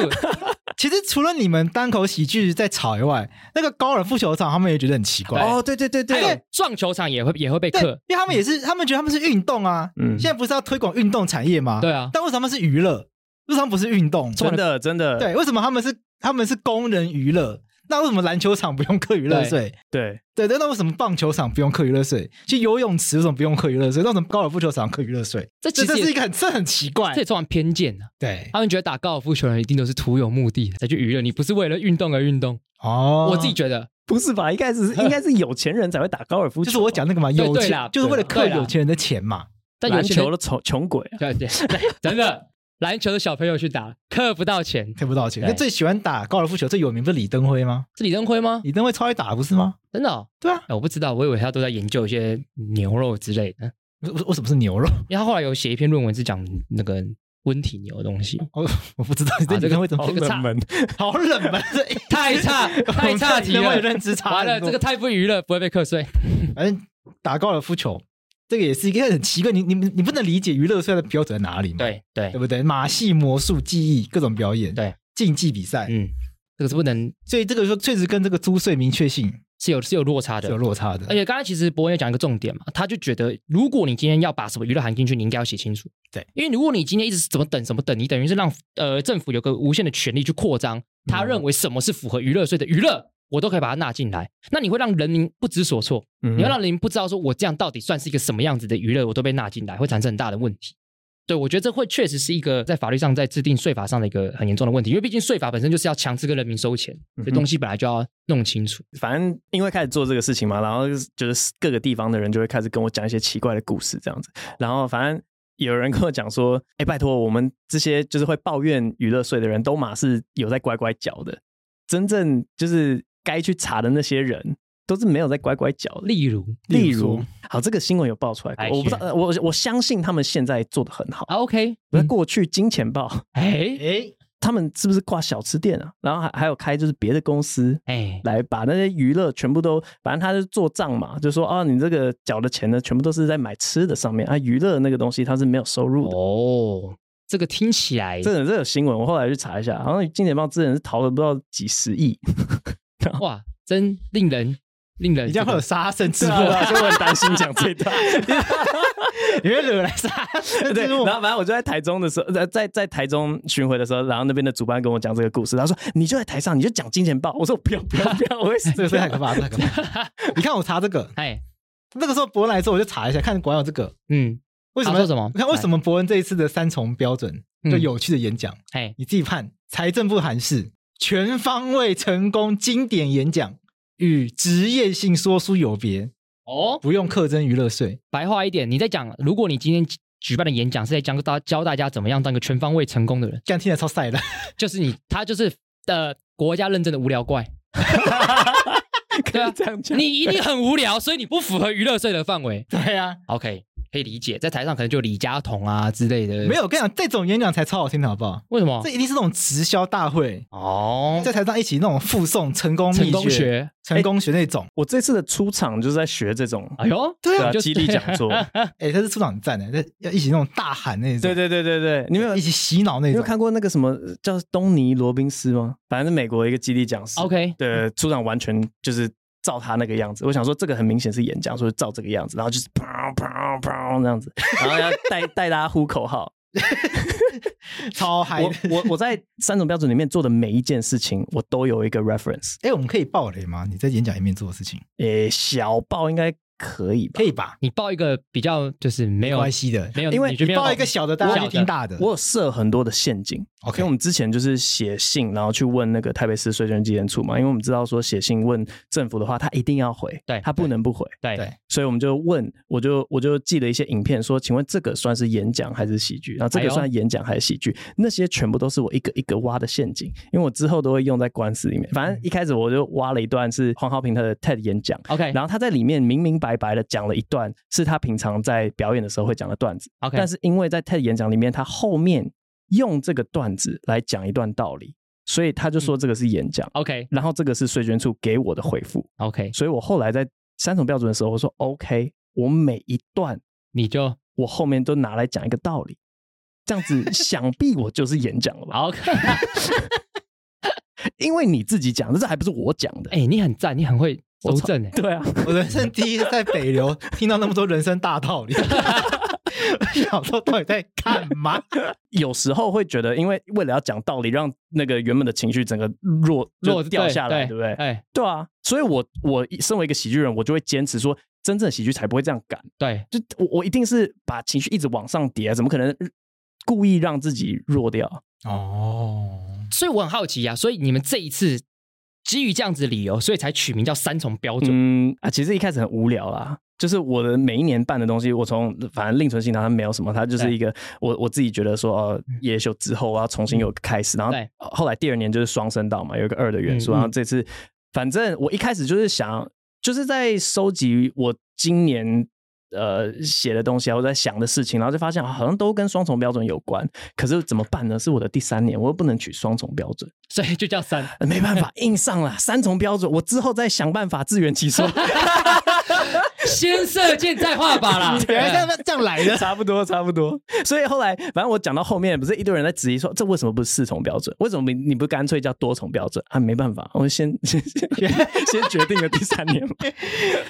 [SPEAKER 3] 其实除了你们单口喜剧在吵以外，那个高尔夫球场他们也觉得很奇怪。哎
[SPEAKER 1] 哦，对对对
[SPEAKER 4] 还有
[SPEAKER 1] 对，
[SPEAKER 4] 撞球场也会也会被
[SPEAKER 3] 对，
[SPEAKER 4] 克，
[SPEAKER 3] 因为他们也是，他们觉得他们是运动啊。
[SPEAKER 2] 嗯
[SPEAKER 3] 现在不是要推广运动产业吗？
[SPEAKER 4] 对。啊，
[SPEAKER 3] 但为什么他们是娱乐？为什么他们不是运动？
[SPEAKER 2] 真的真的，
[SPEAKER 3] 对，为什么他们是他们是工人娱乐？那为什么篮球场不用课娱乐税？
[SPEAKER 2] 对，
[SPEAKER 3] 对，对那为什么棒球场不用课娱乐税？去游泳池为什么不用课娱乐税？那为什么高尔夫球场课娱乐税？
[SPEAKER 4] 这
[SPEAKER 3] 这
[SPEAKER 4] 其
[SPEAKER 3] 这
[SPEAKER 4] 实
[SPEAKER 3] 是一
[SPEAKER 4] 也
[SPEAKER 3] 个很这很奇怪
[SPEAKER 4] 这。也充满偏见啊。
[SPEAKER 3] 对，
[SPEAKER 4] 他们觉得打高尔夫球的人一定都是徒有目的才去娱乐，你不是为了运动而运动。
[SPEAKER 3] 哦
[SPEAKER 4] 啊我自己觉得，
[SPEAKER 2] 不是吧？应该是应该是有钱人才会打高尔 夫球吧，
[SPEAKER 3] 就是我讲那个嘛，有
[SPEAKER 4] 对
[SPEAKER 3] 钱
[SPEAKER 4] 啦
[SPEAKER 3] 就是为了克
[SPEAKER 4] 对啦
[SPEAKER 3] 有钱人的钱嘛。
[SPEAKER 4] 但有
[SPEAKER 2] 篮
[SPEAKER 4] 些
[SPEAKER 2] 球
[SPEAKER 4] 人
[SPEAKER 2] 的穷穷鬼啊，
[SPEAKER 4] 对对对，真的篮球的小朋友去打，克不到钱，
[SPEAKER 3] 赔不到钱。
[SPEAKER 4] 对
[SPEAKER 3] 那最喜欢打高尔夫球最有名不是李登辉吗？
[SPEAKER 4] 是李登辉吗？
[SPEAKER 3] 李登辉超爱打不是吗？
[SPEAKER 4] 真的、哦
[SPEAKER 3] 对啊，
[SPEAKER 4] 哎我不知道，我以为他都在研究一些牛肉之类的，
[SPEAKER 3] 为为为什么是牛肉？
[SPEAKER 4] 因为他后来有写一篇论文是讲那个温体牛的东西，
[SPEAKER 3] 哦我不知道你对
[SPEAKER 4] 啊这
[SPEAKER 3] 李登辉
[SPEAKER 4] 个
[SPEAKER 3] 怎么
[SPEAKER 4] 这个差
[SPEAKER 2] 门，
[SPEAKER 3] 好冷门，啊这
[SPEAKER 4] 太 差太差题
[SPEAKER 3] 我们对李登辉的
[SPEAKER 4] 了，
[SPEAKER 3] 认知差
[SPEAKER 4] 完了
[SPEAKER 3] 很多
[SPEAKER 4] 这个太不娱乐，不会被课税。
[SPEAKER 3] 反正打高尔夫球这个也是一个很奇怪，你你你不能理解娱乐圈的标准在哪里嘛？
[SPEAKER 4] 对对
[SPEAKER 3] 对，不对？马戏、魔术、技艺各种表演，
[SPEAKER 4] 对
[SPEAKER 3] 竞技比赛，
[SPEAKER 4] 嗯，这个是不能
[SPEAKER 3] 所以这个说确实跟这个租税明确性
[SPEAKER 4] 是有是有落差
[SPEAKER 3] 是
[SPEAKER 4] 的
[SPEAKER 3] 有。落差的
[SPEAKER 4] 而。且刚才其实博文也讲一个重点嘛，他就觉得如果你今天要把什么娱乐含进去，你应该要写清楚。
[SPEAKER 3] 对，
[SPEAKER 4] 因为如果你今天一直是怎么等怎么等，你等于是让呃政府有个无限的权利去扩张，
[SPEAKER 3] 嗯
[SPEAKER 4] 他认为什么是符合娱乐税的娱乐，我都可以把它纳进来，那你会让人民不知所措，你
[SPEAKER 2] 你
[SPEAKER 4] 要让人民不知道说我这样到底算是一个什么样子的娱乐，我都被纳进来，会产生很大的问题。对，我觉得这会确实是一个在法律上在制定税法上的一个很严重的问题，因为毕竟税法本身就是要强制跟人民收钱，所以
[SPEAKER 2] 嗯哼
[SPEAKER 4] 东西本来就要弄清楚。
[SPEAKER 2] 反正因为开始做这个事情嘛，然后就是觉得各个地方的人就会开始跟我讲一些奇怪的故事这样子，然后反正。有人跟我讲说：“哎、拜托，我们这些就是会抱怨娱乐税的人，都马是有在乖乖缴的。真正就是该去查的那些人，都是没有在乖乖缴的。
[SPEAKER 4] 例如
[SPEAKER 2] 例
[SPEAKER 3] 例如
[SPEAKER 2] 如，好，这个新闻有爆出来
[SPEAKER 4] 哎
[SPEAKER 2] 过，我不知道，
[SPEAKER 4] 是
[SPEAKER 2] 呃我我相信他们现在做的很好。
[SPEAKER 4] 啊，OK，
[SPEAKER 2] 那
[SPEAKER 4] 嗯
[SPEAKER 2] 过去金钱豹
[SPEAKER 4] 哎
[SPEAKER 3] 哎，
[SPEAKER 2] 他们是不是挂小吃店啊？然后还还有开就是别的公司
[SPEAKER 4] 哎，
[SPEAKER 2] 来把那些娱乐全部都，反正他是做账嘛，就说啊，你这个缴的钱呢，全部都是在买吃的上面啊，娱乐那个东西它是没有收入的。
[SPEAKER 4] 哦，这个听起来
[SPEAKER 2] 这这有新闻，我后来去查一下，好像金钱豹之前是逃了不知道几十 亿，
[SPEAKER 4] 哇，真令人令人
[SPEAKER 3] 你这样会有杀身之
[SPEAKER 2] 是
[SPEAKER 3] 祸
[SPEAKER 2] 啊，
[SPEAKER 3] 啊，
[SPEAKER 2] 所以我很担心讲这一 段。
[SPEAKER 4] 啊
[SPEAKER 3] 你会惹来杀身
[SPEAKER 2] 对，
[SPEAKER 3] 之
[SPEAKER 2] 然后
[SPEAKER 3] 祸。
[SPEAKER 2] 反正我就在台中的时候，在在在台中巡回的时候，然后那边的主办跟我讲这个故事，他说你就在台上你就讲金钱豹，我说我不要不要不要，我会死
[SPEAKER 3] 这个是
[SPEAKER 4] 啊
[SPEAKER 3] 太可怕，这个太可怕。你看我查这个，
[SPEAKER 4] 哎，
[SPEAKER 3] 那个时候伯恩来的时候，我就查一下，看果然有这个。
[SPEAKER 4] 嗯，
[SPEAKER 3] 为什
[SPEAKER 4] 他
[SPEAKER 3] 么
[SPEAKER 4] 说什么
[SPEAKER 3] 你看为什么伯恩这一次的三重标准
[SPEAKER 4] 嗯
[SPEAKER 3] 就有趣的演讲，
[SPEAKER 4] 哎，
[SPEAKER 3] 你自己判。财政部函示全方位成功经典演讲与职业性说书有别，
[SPEAKER 4] 哦，
[SPEAKER 3] 不用课征娱乐税。
[SPEAKER 4] 白话一点，你在讲，如果你今天举办的演讲是在教大教大家怎么样当一个全方位成功的人，
[SPEAKER 3] 这样听起来超晒的，
[SPEAKER 4] 就是你他就是呃国家认证的无聊怪，
[SPEAKER 2] 可以这样讲。
[SPEAKER 4] 你一定很无聊，所以你不符合娱乐税的范 围。
[SPEAKER 3] 对啊，
[SPEAKER 4] OK，可以理解，在台上可能就李佳彤啊之类的，
[SPEAKER 3] 没有，我跟你讲，这种演讲才超好听的，好不好？
[SPEAKER 4] 为什么
[SPEAKER 3] 这？一定是那种直销大会，
[SPEAKER 4] 哦，
[SPEAKER 3] 在台上一起那种附送成功
[SPEAKER 4] 成
[SPEAKER 3] 秘
[SPEAKER 4] 功
[SPEAKER 3] 诀、
[SPEAKER 4] 学，
[SPEAKER 3] 成功学那种。
[SPEAKER 2] 我这次的出场就是在学这种
[SPEAKER 4] 哎呦，
[SPEAKER 3] 对
[SPEAKER 2] 对
[SPEAKER 3] 啊
[SPEAKER 2] 啊，
[SPEAKER 4] 就是
[SPEAKER 2] 激励讲座。
[SPEAKER 3] 哎，他是出场很赞的，这要一起那种大喊那种，
[SPEAKER 2] 对对对对对，你有没有
[SPEAKER 3] 一起洗脑那
[SPEAKER 2] 你有
[SPEAKER 3] 种。
[SPEAKER 2] 看过那个什么呃叫东尼罗宾斯吗？反正是美国一个激励讲师。
[SPEAKER 4] OK
[SPEAKER 2] 对，出场完全就是照他那个样子。我想说，这个很明显是演讲，所以照这个样子，然后就是砰砰砰这 样子，然后要带带大家呼口号。
[SPEAKER 3] 超嗨
[SPEAKER 2] 我！我我在三种标准里面做的每一件事情，我都有一个 reference。
[SPEAKER 3] 哎，我们可以爆雷吗？你在演讲里面做的事情
[SPEAKER 2] 诶，小报应该可以吧？
[SPEAKER 3] 可以吧？
[SPEAKER 4] 你报一个比较就是没
[SPEAKER 3] 没
[SPEAKER 4] 有
[SPEAKER 3] 关系的，
[SPEAKER 4] 没有，
[SPEAKER 2] 因为
[SPEAKER 4] 你就没有
[SPEAKER 3] 爆一个小的，大家去听大的。
[SPEAKER 2] 我有设很多的陷阱。因为
[SPEAKER 3] OK，
[SPEAKER 2] 我们之前就是写信，然后去问那个台北市税捐稽验处嘛，因为我们知道说写信问政府的话，他一定要回，
[SPEAKER 4] 对
[SPEAKER 2] 他不能不回，
[SPEAKER 4] 对
[SPEAKER 3] 对
[SPEAKER 2] 所以我们就问，我就我就寄了一些影片说，请问这个算是演讲还是喜剧？然后这
[SPEAKER 4] 哎
[SPEAKER 2] 个
[SPEAKER 4] 呦
[SPEAKER 2] 算演讲还是喜剧？那些全部都是我一个一个挖的陷阱，因为我之后都会用在
[SPEAKER 4] 嗯
[SPEAKER 2] 官司里面。反正一开始我就挖了一段是黄浩平他的 TED 演讲，
[SPEAKER 4] OK，
[SPEAKER 2] 然后他在里面明明白白白的讲了一段是他平常在表演的时候会讲的段子，
[SPEAKER 4] OK，
[SPEAKER 2] 但是因为在 TED 演讲里面，他后面用这个段子来讲一段道理，所以他就
[SPEAKER 4] 嗯
[SPEAKER 2] 说这个是演讲，
[SPEAKER 4] OK
[SPEAKER 2] 然后这个是税捐处给我的回复，
[SPEAKER 4] OK，
[SPEAKER 2] 所以我后来在三重标准的时候，我说 OK，我每一段
[SPEAKER 4] 你就
[SPEAKER 2] 我后面都拿来讲一个道理，这样 子想必我就是演讲了吧？
[SPEAKER 4] OK，
[SPEAKER 2] 因为你自己讲的，这还不是我讲的。
[SPEAKER 4] 哎，你很赞，你很会
[SPEAKER 2] 我
[SPEAKER 4] 纠
[SPEAKER 2] 操
[SPEAKER 4] 正哎，
[SPEAKER 2] 对啊，
[SPEAKER 3] 我人生第一次在北 流听到那么多人生大道理， 我想说到底在干 嘛？
[SPEAKER 2] 有时候会觉得，因为为了要讲道理，让那个原本的情绪整个弱
[SPEAKER 4] 落
[SPEAKER 2] 就掉下来，对
[SPEAKER 4] 对
[SPEAKER 2] 不对？
[SPEAKER 4] 哎，
[SPEAKER 2] 对啊，所以我我身为一个喜剧人，我就会坚持说，真正的喜剧才不会这样赶，
[SPEAKER 4] 对，
[SPEAKER 2] 就我我一定是把情绪一直往上叠，啊怎么可能故意让自己弱掉？
[SPEAKER 3] 哦，。
[SPEAKER 4] 所以我很好奇啊，所以你们这一次基于这样子的理由，所以才取名叫三重标准。
[SPEAKER 2] 嗯啊，其实一开始很无聊啦，就是我的每一年办的东西，我从反正另存新堂它没有什么，它就是一个我我自己觉得说，呃，夜秀之后我要重新有个开始，然后
[SPEAKER 4] 嗯对
[SPEAKER 2] 呃后来第二年就是双声道嘛，有一个二的元素，
[SPEAKER 4] 嗯嗯
[SPEAKER 2] 然后这次反正我一开始就是想，就是在收集我今年。呃，写的东西啊，我在想的事情，然后就发现啊好像都跟双重标准有关。可是怎么办呢？是我的第三年，我又不能取双重标准，
[SPEAKER 4] 所以就叫三。
[SPEAKER 2] 呃没办 法，硬上了三重标准。我之后再想办法自圆其说。。
[SPEAKER 4] 先射箭再画靶啦 啊
[SPEAKER 3] 原来这样这样来的
[SPEAKER 2] 差不多，差不多。所以后来，反正我讲到后面，不是一堆人在质疑说，这为什么不是四重标准？为什么你你不干脆叫多重标准啊？没办法，我先 先先先决定了第三年嘛。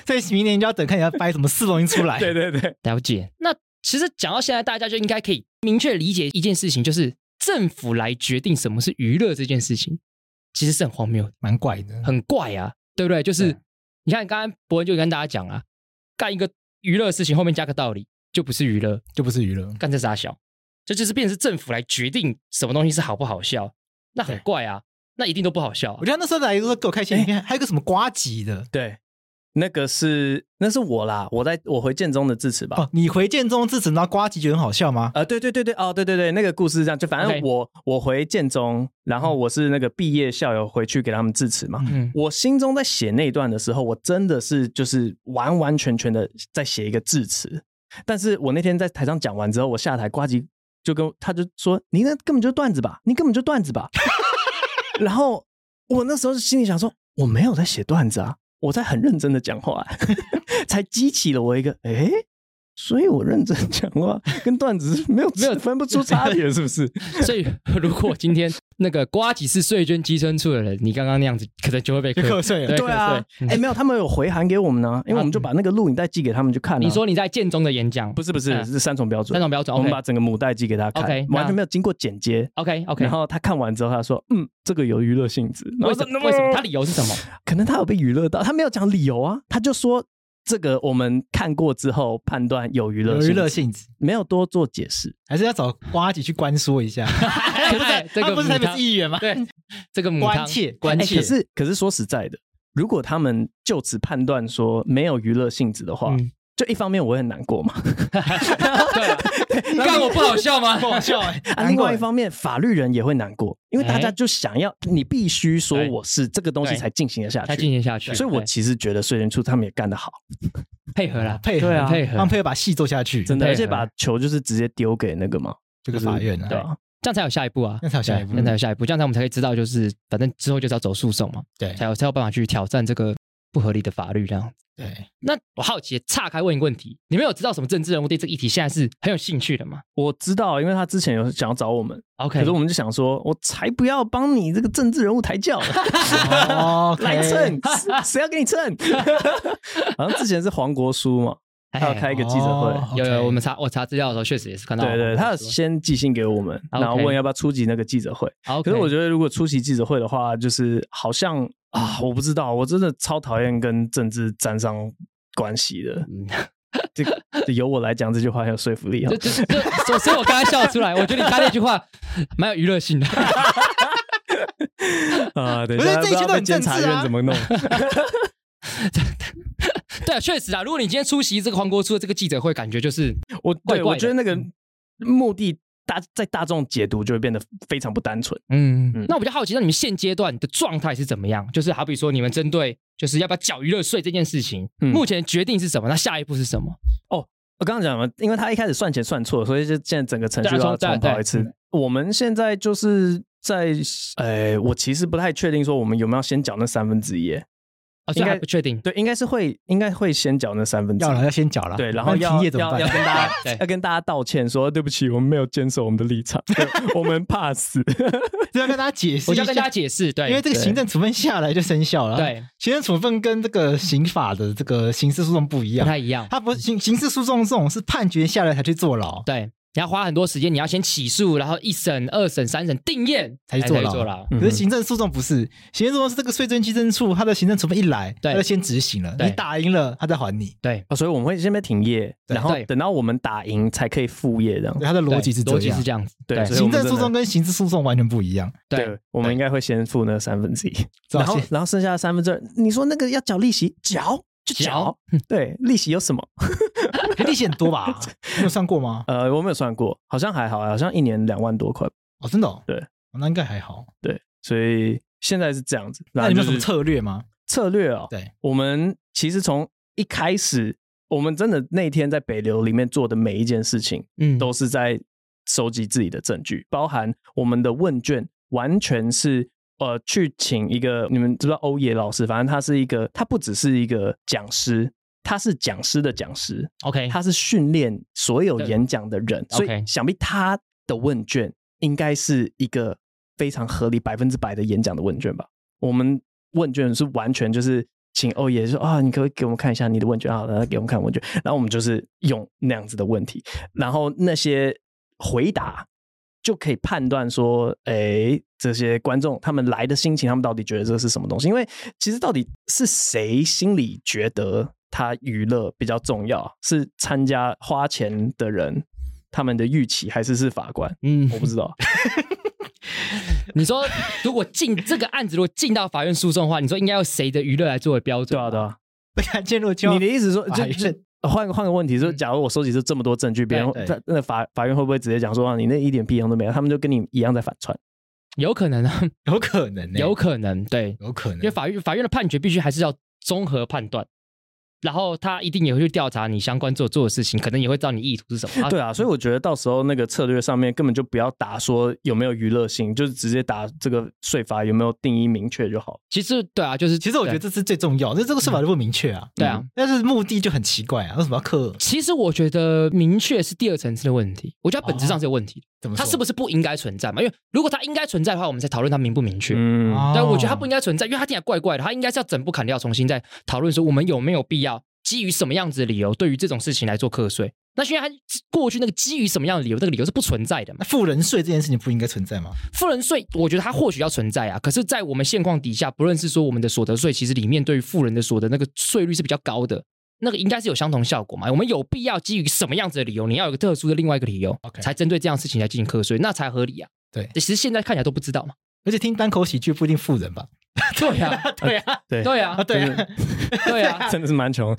[SPEAKER 3] 所以明年就要等看你要掰什么四龙音出来。
[SPEAKER 2] 对对对，
[SPEAKER 4] 了解。那其实讲到现在，大家就应该可以明确理解一件事情，就是政府来决定什么是娱乐这件事情，其实是很荒谬的，
[SPEAKER 3] 蛮怪的。
[SPEAKER 4] 很怪啊，对不对？就是
[SPEAKER 3] 对
[SPEAKER 4] 你看，刚刚博文就跟大家讲了，干一个娱乐的事情后面加个道理，就不是娱乐，
[SPEAKER 3] 就不是娱乐，
[SPEAKER 4] 干这傻小，这就是变成是政府来决定什么东西是好不好笑，那很怪啊，那一定都不好笑啊、
[SPEAKER 3] 我觉得那时候来都给我开心。你看，还有个什么瓜吉的
[SPEAKER 2] 对，那个是那是我啦，我在我回建中的致辞吧。
[SPEAKER 3] 哦，你回建中自此，然后瓜吉觉得很好笑吗？
[SPEAKER 2] 啊，对对对对，哦，对对对，那个故事是这样，就反正
[SPEAKER 4] OK
[SPEAKER 2] 我我回建中，然后我是那个毕业校友回去给他们致辞嘛。
[SPEAKER 4] 嗯
[SPEAKER 2] 我心中在写那一段的时候，我真的是就是完完全全的在写一个致辞。但是我那天在台上讲完之后，我下台，呱唧就跟他就说：“你那根本就段子吧，你根本就段子吧。”然后我那时候心里想说：“我没有在写段子啊，我在很认真的讲话、 才激起了我一个诶，所以我认真讲话跟段子是没有没有分不出差别，是不是？
[SPEAKER 4] 所以，如果今天那个瓜几是税捐基牲处的人，你刚刚那样子，可能就会被
[SPEAKER 3] 就
[SPEAKER 4] 克
[SPEAKER 3] 瞌。睡了
[SPEAKER 4] 对。
[SPEAKER 2] 对啊，
[SPEAKER 4] 对嗯
[SPEAKER 2] 哎、没有，他们有回函给我们呢、因为我们就把那个录影带寄给他们去看、啊。
[SPEAKER 4] 你说你在建中的演讲
[SPEAKER 2] 不是不是，
[SPEAKER 4] 嗯
[SPEAKER 2] 是三重标准，
[SPEAKER 4] 三种标准
[SPEAKER 2] 我们
[SPEAKER 4] ，OK
[SPEAKER 2] 把整个母带寄给他看
[SPEAKER 4] OK，那
[SPEAKER 2] 完全没有经过剪接。
[SPEAKER 4] OK OK，
[SPEAKER 2] 然后他看完之后，他说：“嗯，这个有娱乐性质。”然后我
[SPEAKER 4] 为什
[SPEAKER 2] 说
[SPEAKER 4] 么为什么他理由是什么？
[SPEAKER 2] 可能他有被娱乐到，他没有讲理由啊，他就说这个我们看过之后判断有娱乐
[SPEAKER 3] 有
[SPEAKER 2] 性质
[SPEAKER 3] 娱乐，性质，
[SPEAKER 2] 没有多做解释。
[SPEAKER 3] 还是要找瓜吉去关说一下。
[SPEAKER 4] 哎
[SPEAKER 3] 他
[SPEAKER 4] 这个
[SPEAKER 3] 不是台
[SPEAKER 4] 母
[SPEAKER 3] 北
[SPEAKER 4] 汤
[SPEAKER 3] 市议员吗？
[SPEAKER 4] 对这个母
[SPEAKER 3] 关
[SPEAKER 4] 汤
[SPEAKER 3] 切
[SPEAKER 4] 关
[SPEAKER 2] 哎
[SPEAKER 4] 切，
[SPEAKER 2] 可是可是说实在的，如果他们就此判断说没有娱乐性质的话，
[SPEAKER 4] 嗯
[SPEAKER 2] 就一方面我会很难过嘛，
[SPEAKER 4] 对，干我不好笑吗？
[SPEAKER 3] 好笑哎、
[SPEAKER 2] 啊，另外一方面，法律人也会难过，因为大家
[SPEAKER 4] 哎
[SPEAKER 2] 就想要你必须说
[SPEAKER 4] 对
[SPEAKER 2] 我是这个东西
[SPEAKER 4] 对
[SPEAKER 2] 才进行得下
[SPEAKER 4] 才进
[SPEAKER 2] 去。
[SPEAKER 4] 行下去，
[SPEAKER 2] 所以，我
[SPEAKER 4] 对
[SPEAKER 2] 其实觉得税源处他们也干得好，
[SPEAKER 4] 配合啦，
[SPEAKER 3] 配合
[SPEAKER 2] 对啊
[SPEAKER 4] 配
[SPEAKER 3] 让
[SPEAKER 4] 合，
[SPEAKER 3] 配合把戏做下去，
[SPEAKER 2] 真的，
[SPEAKER 4] 配合
[SPEAKER 2] 而且把球就是直接丢给那个嘛，
[SPEAKER 3] 这个法院啊，
[SPEAKER 2] 对吧？
[SPEAKER 4] 这样才有下一步啊
[SPEAKER 3] 那，才有下一步
[SPEAKER 4] 对这。样才有下一步，这样才我们才可以知道，就是反正之后就是要走诉讼嘛，
[SPEAKER 3] 对
[SPEAKER 4] 才有才有办法去挑战这个不合理的法律这样。
[SPEAKER 3] 对，
[SPEAKER 4] 那我好奇，岔开问一个问题，你们有知道什么政治人物对这个议题现在是很有兴趣的吗
[SPEAKER 2] 我知道，因为他之前有想要找我们，
[SPEAKER 4] ？OK，
[SPEAKER 2] 可是我们就想说，我才不要帮你这个政治人物抬 轿呢，
[SPEAKER 3] 哦，OK
[SPEAKER 2] 来蹭，谁谁要给你蹭？ 好像之前是黄国书 嘛，
[SPEAKER 4] 哎
[SPEAKER 2] 他要开一个记者会，
[SPEAKER 3] 哦
[SPEAKER 4] 有
[SPEAKER 3] OK
[SPEAKER 4] 有，我们查我查资料的时候确实也是看到黄
[SPEAKER 2] 对
[SPEAKER 4] 国书，
[SPEAKER 2] 对，他有先寄信给我们，
[SPEAKER 4] OK
[SPEAKER 2] 然后问要不要出席那个记者会。
[SPEAKER 4] 好，
[SPEAKER 2] 可是我觉得，如果出席记者会的话，就是好像啊，我不知道，我真的超讨厌跟政治沾上关系的。
[SPEAKER 3] 嗯
[SPEAKER 2] 这个这由我来讲这句话很有说服力啊
[SPEAKER 4] 这。 这这，所所以我刚才笑出来，我觉得你刚才那句话蛮有娱乐性的。
[SPEAKER 2] 啊，等一
[SPEAKER 3] 不是
[SPEAKER 2] 下，
[SPEAKER 3] 这一切都
[SPEAKER 2] 不知道被
[SPEAKER 3] 很政
[SPEAKER 2] 监
[SPEAKER 3] 治
[SPEAKER 2] 察
[SPEAKER 3] 啊
[SPEAKER 2] 院怎 么弄？
[SPEAKER 4] 对啊，确实啊，如果你今天出席这个黄国书的这个记者会，感觉就是
[SPEAKER 2] 我
[SPEAKER 4] 怪
[SPEAKER 2] 对
[SPEAKER 3] 嗯
[SPEAKER 4] 怪
[SPEAKER 2] 我觉得那
[SPEAKER 4] 的
[SPEAKER 2] 个目的大在大众解读就会变得非常不单纯。
[SPEAKER 4] 嗯
[SPEAKER 2] 嗯，
[SPEAKER 4] 那我比较好奇，那你们现阶段的状态是怎么样？就是好比说，你们针对就是要不要缴娱乐税这件事情，
[SPEAKER 2] 嗯
[SPEAKER 4] 目前决定是什么？那下一步是什么？
[SPEAKER 2] 我刚刚讲了，因为他一开始算钱算错，所以就现在整个程序
[SPEAKER 4] 对啊
[SPEAKER 2] 都要
[SPEAKER 4] 重
[SPEAKER 2] 重
[SPEAKER 4] 对
[SPEAKER 2] 跑
[SPEAKER 4] 对
[SPEAKER 2] 一次。
[SPEAKER 3] 嗯
[SPEAKER 2] 我们现在就是在，呃，我其实不太确定说我们有没有先缴那三分之一耶。
[SPEAKER 4] 啊，所以
[SPEAKER 2] 应该
[SPEAKER 4] 还不确定。
[SPEAKER 2] 对，应该是会，应该会先缴那三分之一
[SPEAKER 1] 要。了要先缴了，
[SPEAKER 2] 对，然后
[SPEAKER 1] 不
[SPEAKER 2] 要
[SPEAKER 1] 停业怎么
[SPEAKER 2] 要要
[SPEAKER 1] 办？
[SPEAKER 2] 跟大 家
[SPEAKER 4] 对
[SPEAKER 2] 要跟大家道歉说对不起，我们没有坚守我们的立场，对我们怕死。
[SPEAKER 3] 这要跟大家解释
[SPEAKER 4] 我
[SPEAKER 3] 一
[SPEAKER 4] 就要跟大家
[SPEAKER 3] 下，
[SPEAKER 4] 解释，对，
[SPEAKER 3] 因为这个行政处分下来就生效了。，
[SPEAKER 4] 对
[SPEAKER 3] 行政处分跟这个刑法的这个刑事诉讼不一
[SPEAKER 4] 不
[SPEAKER 3] 样，
[SPEAKER 4] 太一样，
[SPEAKER 3] 它不是刑刑事诉讼这种是判决下来才去坐牢，
[SPEAKER 4] 对，你要花很多时间，你要先起诉，然后一审、二审、三审定验
[SPEAKER 3] 才去
[SPEAKER 4] 做
[SPEAKER 3] 坐牢
[SPEAKER 4] 牢。
[SPEAKER 2] 嗯
[SPEAKER 3] 可是行政诉讼不是，行政诉讼是这个税政稽征处，他的行政处分一来，
[SPEAKER 4] 对
[SPEAKER 3] 他就先执行了，
[SPEAKER 4] 对
[SPEAKER 3] 你打赢了，他再还你。
[SPEAKER 4] 对，
[SPEAKER 2] 哦所以我们会先被停业，
[SPEAKER 3] 对
[SPEAKER 2] 然后
[SPEAKER 4] 对
[SPEAKER 2] 等到我们打赢才可以复业这样
[SPEAKER 3] 对。他的逻辑是
[SPEAKER 4] 对
[SPEAKER 3] 这
[SPEAKER 4] 逻辑
[SPEAKER 3] 样
[SPEAKER 4] 是。这样子，
[SPEAKER 2] 对所以我
[SPEAKER 3] 行
[SPEAKER 2] 们
[SPEAKER 3] 政诉
[SPEAKER 2] 真
[SPEAKER 3] 讼跟刑事诉讼完全不一样，
[SPEAKER 4] 对，
[SPEAKER 2] 我们应该会先付那三分之一，
[SPEAKER 3] 知道
[SPEAKER 2] 然后
[SPEAKER 3] 先
[SPEAKER 2] 然后剩下的三分之二，你说那个要缴利息，缴就
[SPEAKER 4] 缴
[SPEAKER 2] 缴，对，利息有什么？
[SPEAKER 3] 可利息很多 吧？你有算过吗？
[SPEAKER 2] 呃，我没有算过，好像还好，好像一年两万多块，
[SPEAKER 3] 哦，真的、哦？
[SPEAKER 2] 对
[SPEAKER 3] 哦，那应该还好。
[SPEAKER 2] 对，所以现在是这样子。
[SPEAKER 3] 那你们有什么
[SPEAKER 2] 然后就是
[SPEAKER 3] 策略吗？
[SPEAKER 2] 策略哦？
[SPEAKER 3] 对，
[SPEAKER 2] 我们其实从一开始，我们真的那天在北流里面做的每一件事情，
[SPEAKER 4] 嗯，
[SPEAKER 2] 都是在收集自己的证据，包含我们的问卷，完全是呃去请一个你们知不知道欧野老师，反正他是一个，他不只是一个讲师，他是讲师的讲师，
[SPEAKER 4] OK，
[SPEAKER 2] 他是训练所有
[SPEAKER 4] 哎对
[SPEAKER 2] 演讲的人，所
[SPEAKER 4] OK
[SPEAKER 2] 以想必他的问卷应该是一个非常合理百分之百的演讲的问卷吧？我们问卷是完全就是请欧爷说啊，你可不可以给我们看一下你的问卷啊？然后给我们看问卷，然后我们就是用那样子的问题，然后那些回答就可以判断说，哎，这些观众他们来的心情，他们到底觉得这是什么东西？因为其实到底是谁心里觉得他娱乐比较重要？是参加花钱的人他们的预期，还是是法官？
[SPEAKER 4] 嗯
[SPEAKER 2] 我不知道。
[SPEAKER 4] 你说如果进这个案子，如果进到法院诉讼的话，你说应该用谁的娱乐来作为标准？
[SPEAKER 2] 对啊，对啊。
[SPEAKER 3] 被看见入
[SPEAKER 2] 你的意思说，
[SPEAKER 3] 法
[SPEAKER 2] 就
[SPEAKER 3] 院
[SPEAKER 2] 就换个换个问题，说假如我收集出这么多证据，别人
[SPEAKER 3] 对
[SPEAKER 2] 他那法法院会不会直接讲说啊，你那一点屁用都没有？他们就跟你一样在反串。
[SPEAKER 4] 有可能啊，
[SPEAKER 3] 有可能、呢，欸
[SPEAKER 4] 有可能，对，
[SPEAKER 3] 有可能，
[SPEAKER 4] 因为法院法院的判决必须还是要综合判断，然后他一定也会去调查你相关做做的事情，可能也会知道你意图是什么。
[SPEAKER 2] 对啊，所以我觉得到时候那个策略上面根本就不要打说有没有娱乐性，就是直接打这个税法有没有定义明确就好。
[SPEAKER 4] 其实对啊，就是
[SPEAKER 3] 其实我觉得
[SPEAKER 4] 对
[SPEAKER 3] 这是最重要，这这个说法就不明确啊。
[SPEAKER 4] 对啊，
[SPEAKER 3] 但是目的就很奇怪啊，为什么要克？
[SPEAKER 4] 其实我觉得明确是第二层次的问题，我觉得它
[SPEAKER 3] 哦
[SPEAKER 4] 本质上是有问题的，
[SPEAKER 3] 怎么
[SPEAKER 4] 它
[SPEAKER 3] 说？
[SPEAKER 4] 是不是不应该存在嘛？因为如果它应该存在的话，我们才讨论它明不明确。
[SPEAKER 2] 嗯
[SPEAKER 3] 哦
[SPEAKER 4] 但我觉得它不应该存在，因为它听起来怪怪的，它应该是要整部砍掉，重新再讨论说我们有没有必要基于什么样子的理由对于这种事情来做课税。那现在它过去那个基于什么样的理由，这个理由是不存在的嘛
[SPEAKER 3] 那？富人税这件事情不应该存在吗？
[SPEAKER 4] 富人税，我觉得它或许要存在啊，可是，在我们现况底下，不论是说我们的所得税，其实里面对于富人的所得那个税率是比较高的，那个应该是有相同效果嘛。我们有必要基于什么样子的理由，你要有个特殊的另外一个理由
[SPEAKER 3] OK
[SPEAKER 4] 才针对这样的事情来进行课税，那才合理啊。
[SPEAKER 3] 对
[SPEAKER 4] 其实现在看起来都不知道嘛。
[SPEAKER 3] 而且听单口喜剧不一定富人吧？
[SPEAKER 4] 对呀，
[SPEAKER 3] 对啊，
[SPEAKER 2] 对
[SPEAKER 4] 对
[SPEAKER 3] 啊
[SPEAKER 4] 呀，
[SPEAKER 3] 对
[SPEAKER 2] 真
[SPEAKER 3] 啊，
[SPEAKER 4] 对啊呀，
[SPEAKER 2] 真的是蛮穷。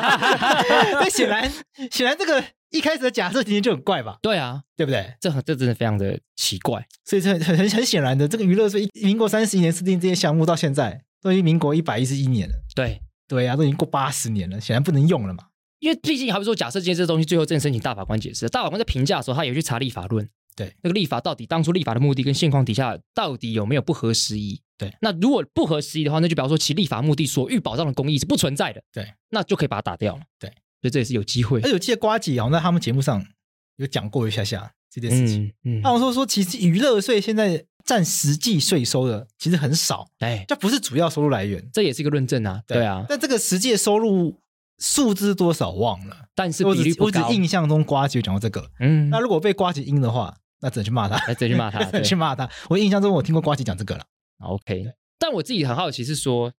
[SPEAKER 3] 那显然显然这个一开始的假设题就很怪吧，
[SPEAKER 4] 对呀，
[SPEAKER 3] 对不对？
[SPEAKER 4] 这很这真的非常的奇怪。
[SPEAKER 3] 所以这很很很显然的，这个娱乐税民国三十一年制定这些项目到现在都已经民国一百一十一年了，
[SPEAKER 4] 对，
[SPEAKER 3] 对啊，都已经过八十年了，显然不能用了嘛。
[SPEAKER 4] 因为毕竟，好比说，假设今天这东西最后真的申请大法官解释，大法官在评价的时候，他也去查立法论，
[SPEAKER 3] 对
[SPEAKER 4] 那个立法到底当初立法的目的跟现况底下到底有没有不合时宜？
[SPEAKER 3] 对，
[SPEAKER 4] 那如果不合时宜的话，那就表示说其立法目的所欲保障的公益是不存在的，
[SPEAKER 3] 对，
[SPEAKER 4] 那就可以把它打掉了，
[SPEAKER 3] 对，
[SPEAKER 4] 所以这也是有机会
[SPEAKER 3] 而，且我记得瓜姐好像在他们节目上有讲过一下下这件事情。
[SPEAKER 4] 嗯嗯
[SPEAKER 3] 他，们说说，其实娱乐税现在占实际税收的其实很少，
[SPEAKER 4] 哎，
[SPEAKER 3] 这不是主要收入来源。
[SPEAKER 4] 这也是一个论证啊，对啊，
[SPEAKER 3] 但这个实际的收入数字多少忘了，
[SPEAKER 4] 但是
[SPEAKER 3] 我
[SPEAKER 4] 比率
[SPEAKER 3] 只
[SPEAKER 4] 不
[SPEAKER 3] 我只
[SPEAKER 4] 高，
[SPEAKER 3] 印象中瓜姐有讲过这个。
[SPEAKER 4] 嗯
[SPEAKER 3] 那，如果被瓜姐阴的话，那只能去骂他，
[SPEAKER 4] 来直接去 骂他，
[SPEAKER 3] 只
[SPEAKER 4] 对
[SPEAKER 3] 能去骂他。我印象中我听过瓜姐讲这个了，
[SPEAKER 4] ，OK，但我自己很好奇是说，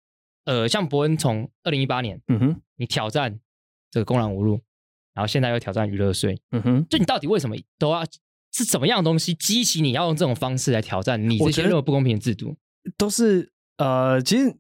[SPEAKER 4] 呃，像伯恩从二零一八年
[SPEAKER 2] 嗯哼，
[SPEAKER 4] 你挑战这个公然侮辱，然后现在又挑战娱乐税。
[SPEAKER 2] 嗯哼。
[SPEAKER 4] 就你到底为什么都要是怎么样的东西激起你要用这种方式来挑战你这
[SPEAKER 2] 我
[SPEAKER 4] 些
[SPEAKER 2] 觉得
[SPEAKER 4] 任何不公平的制度？
[SPEAKER 2] 都是呃，其实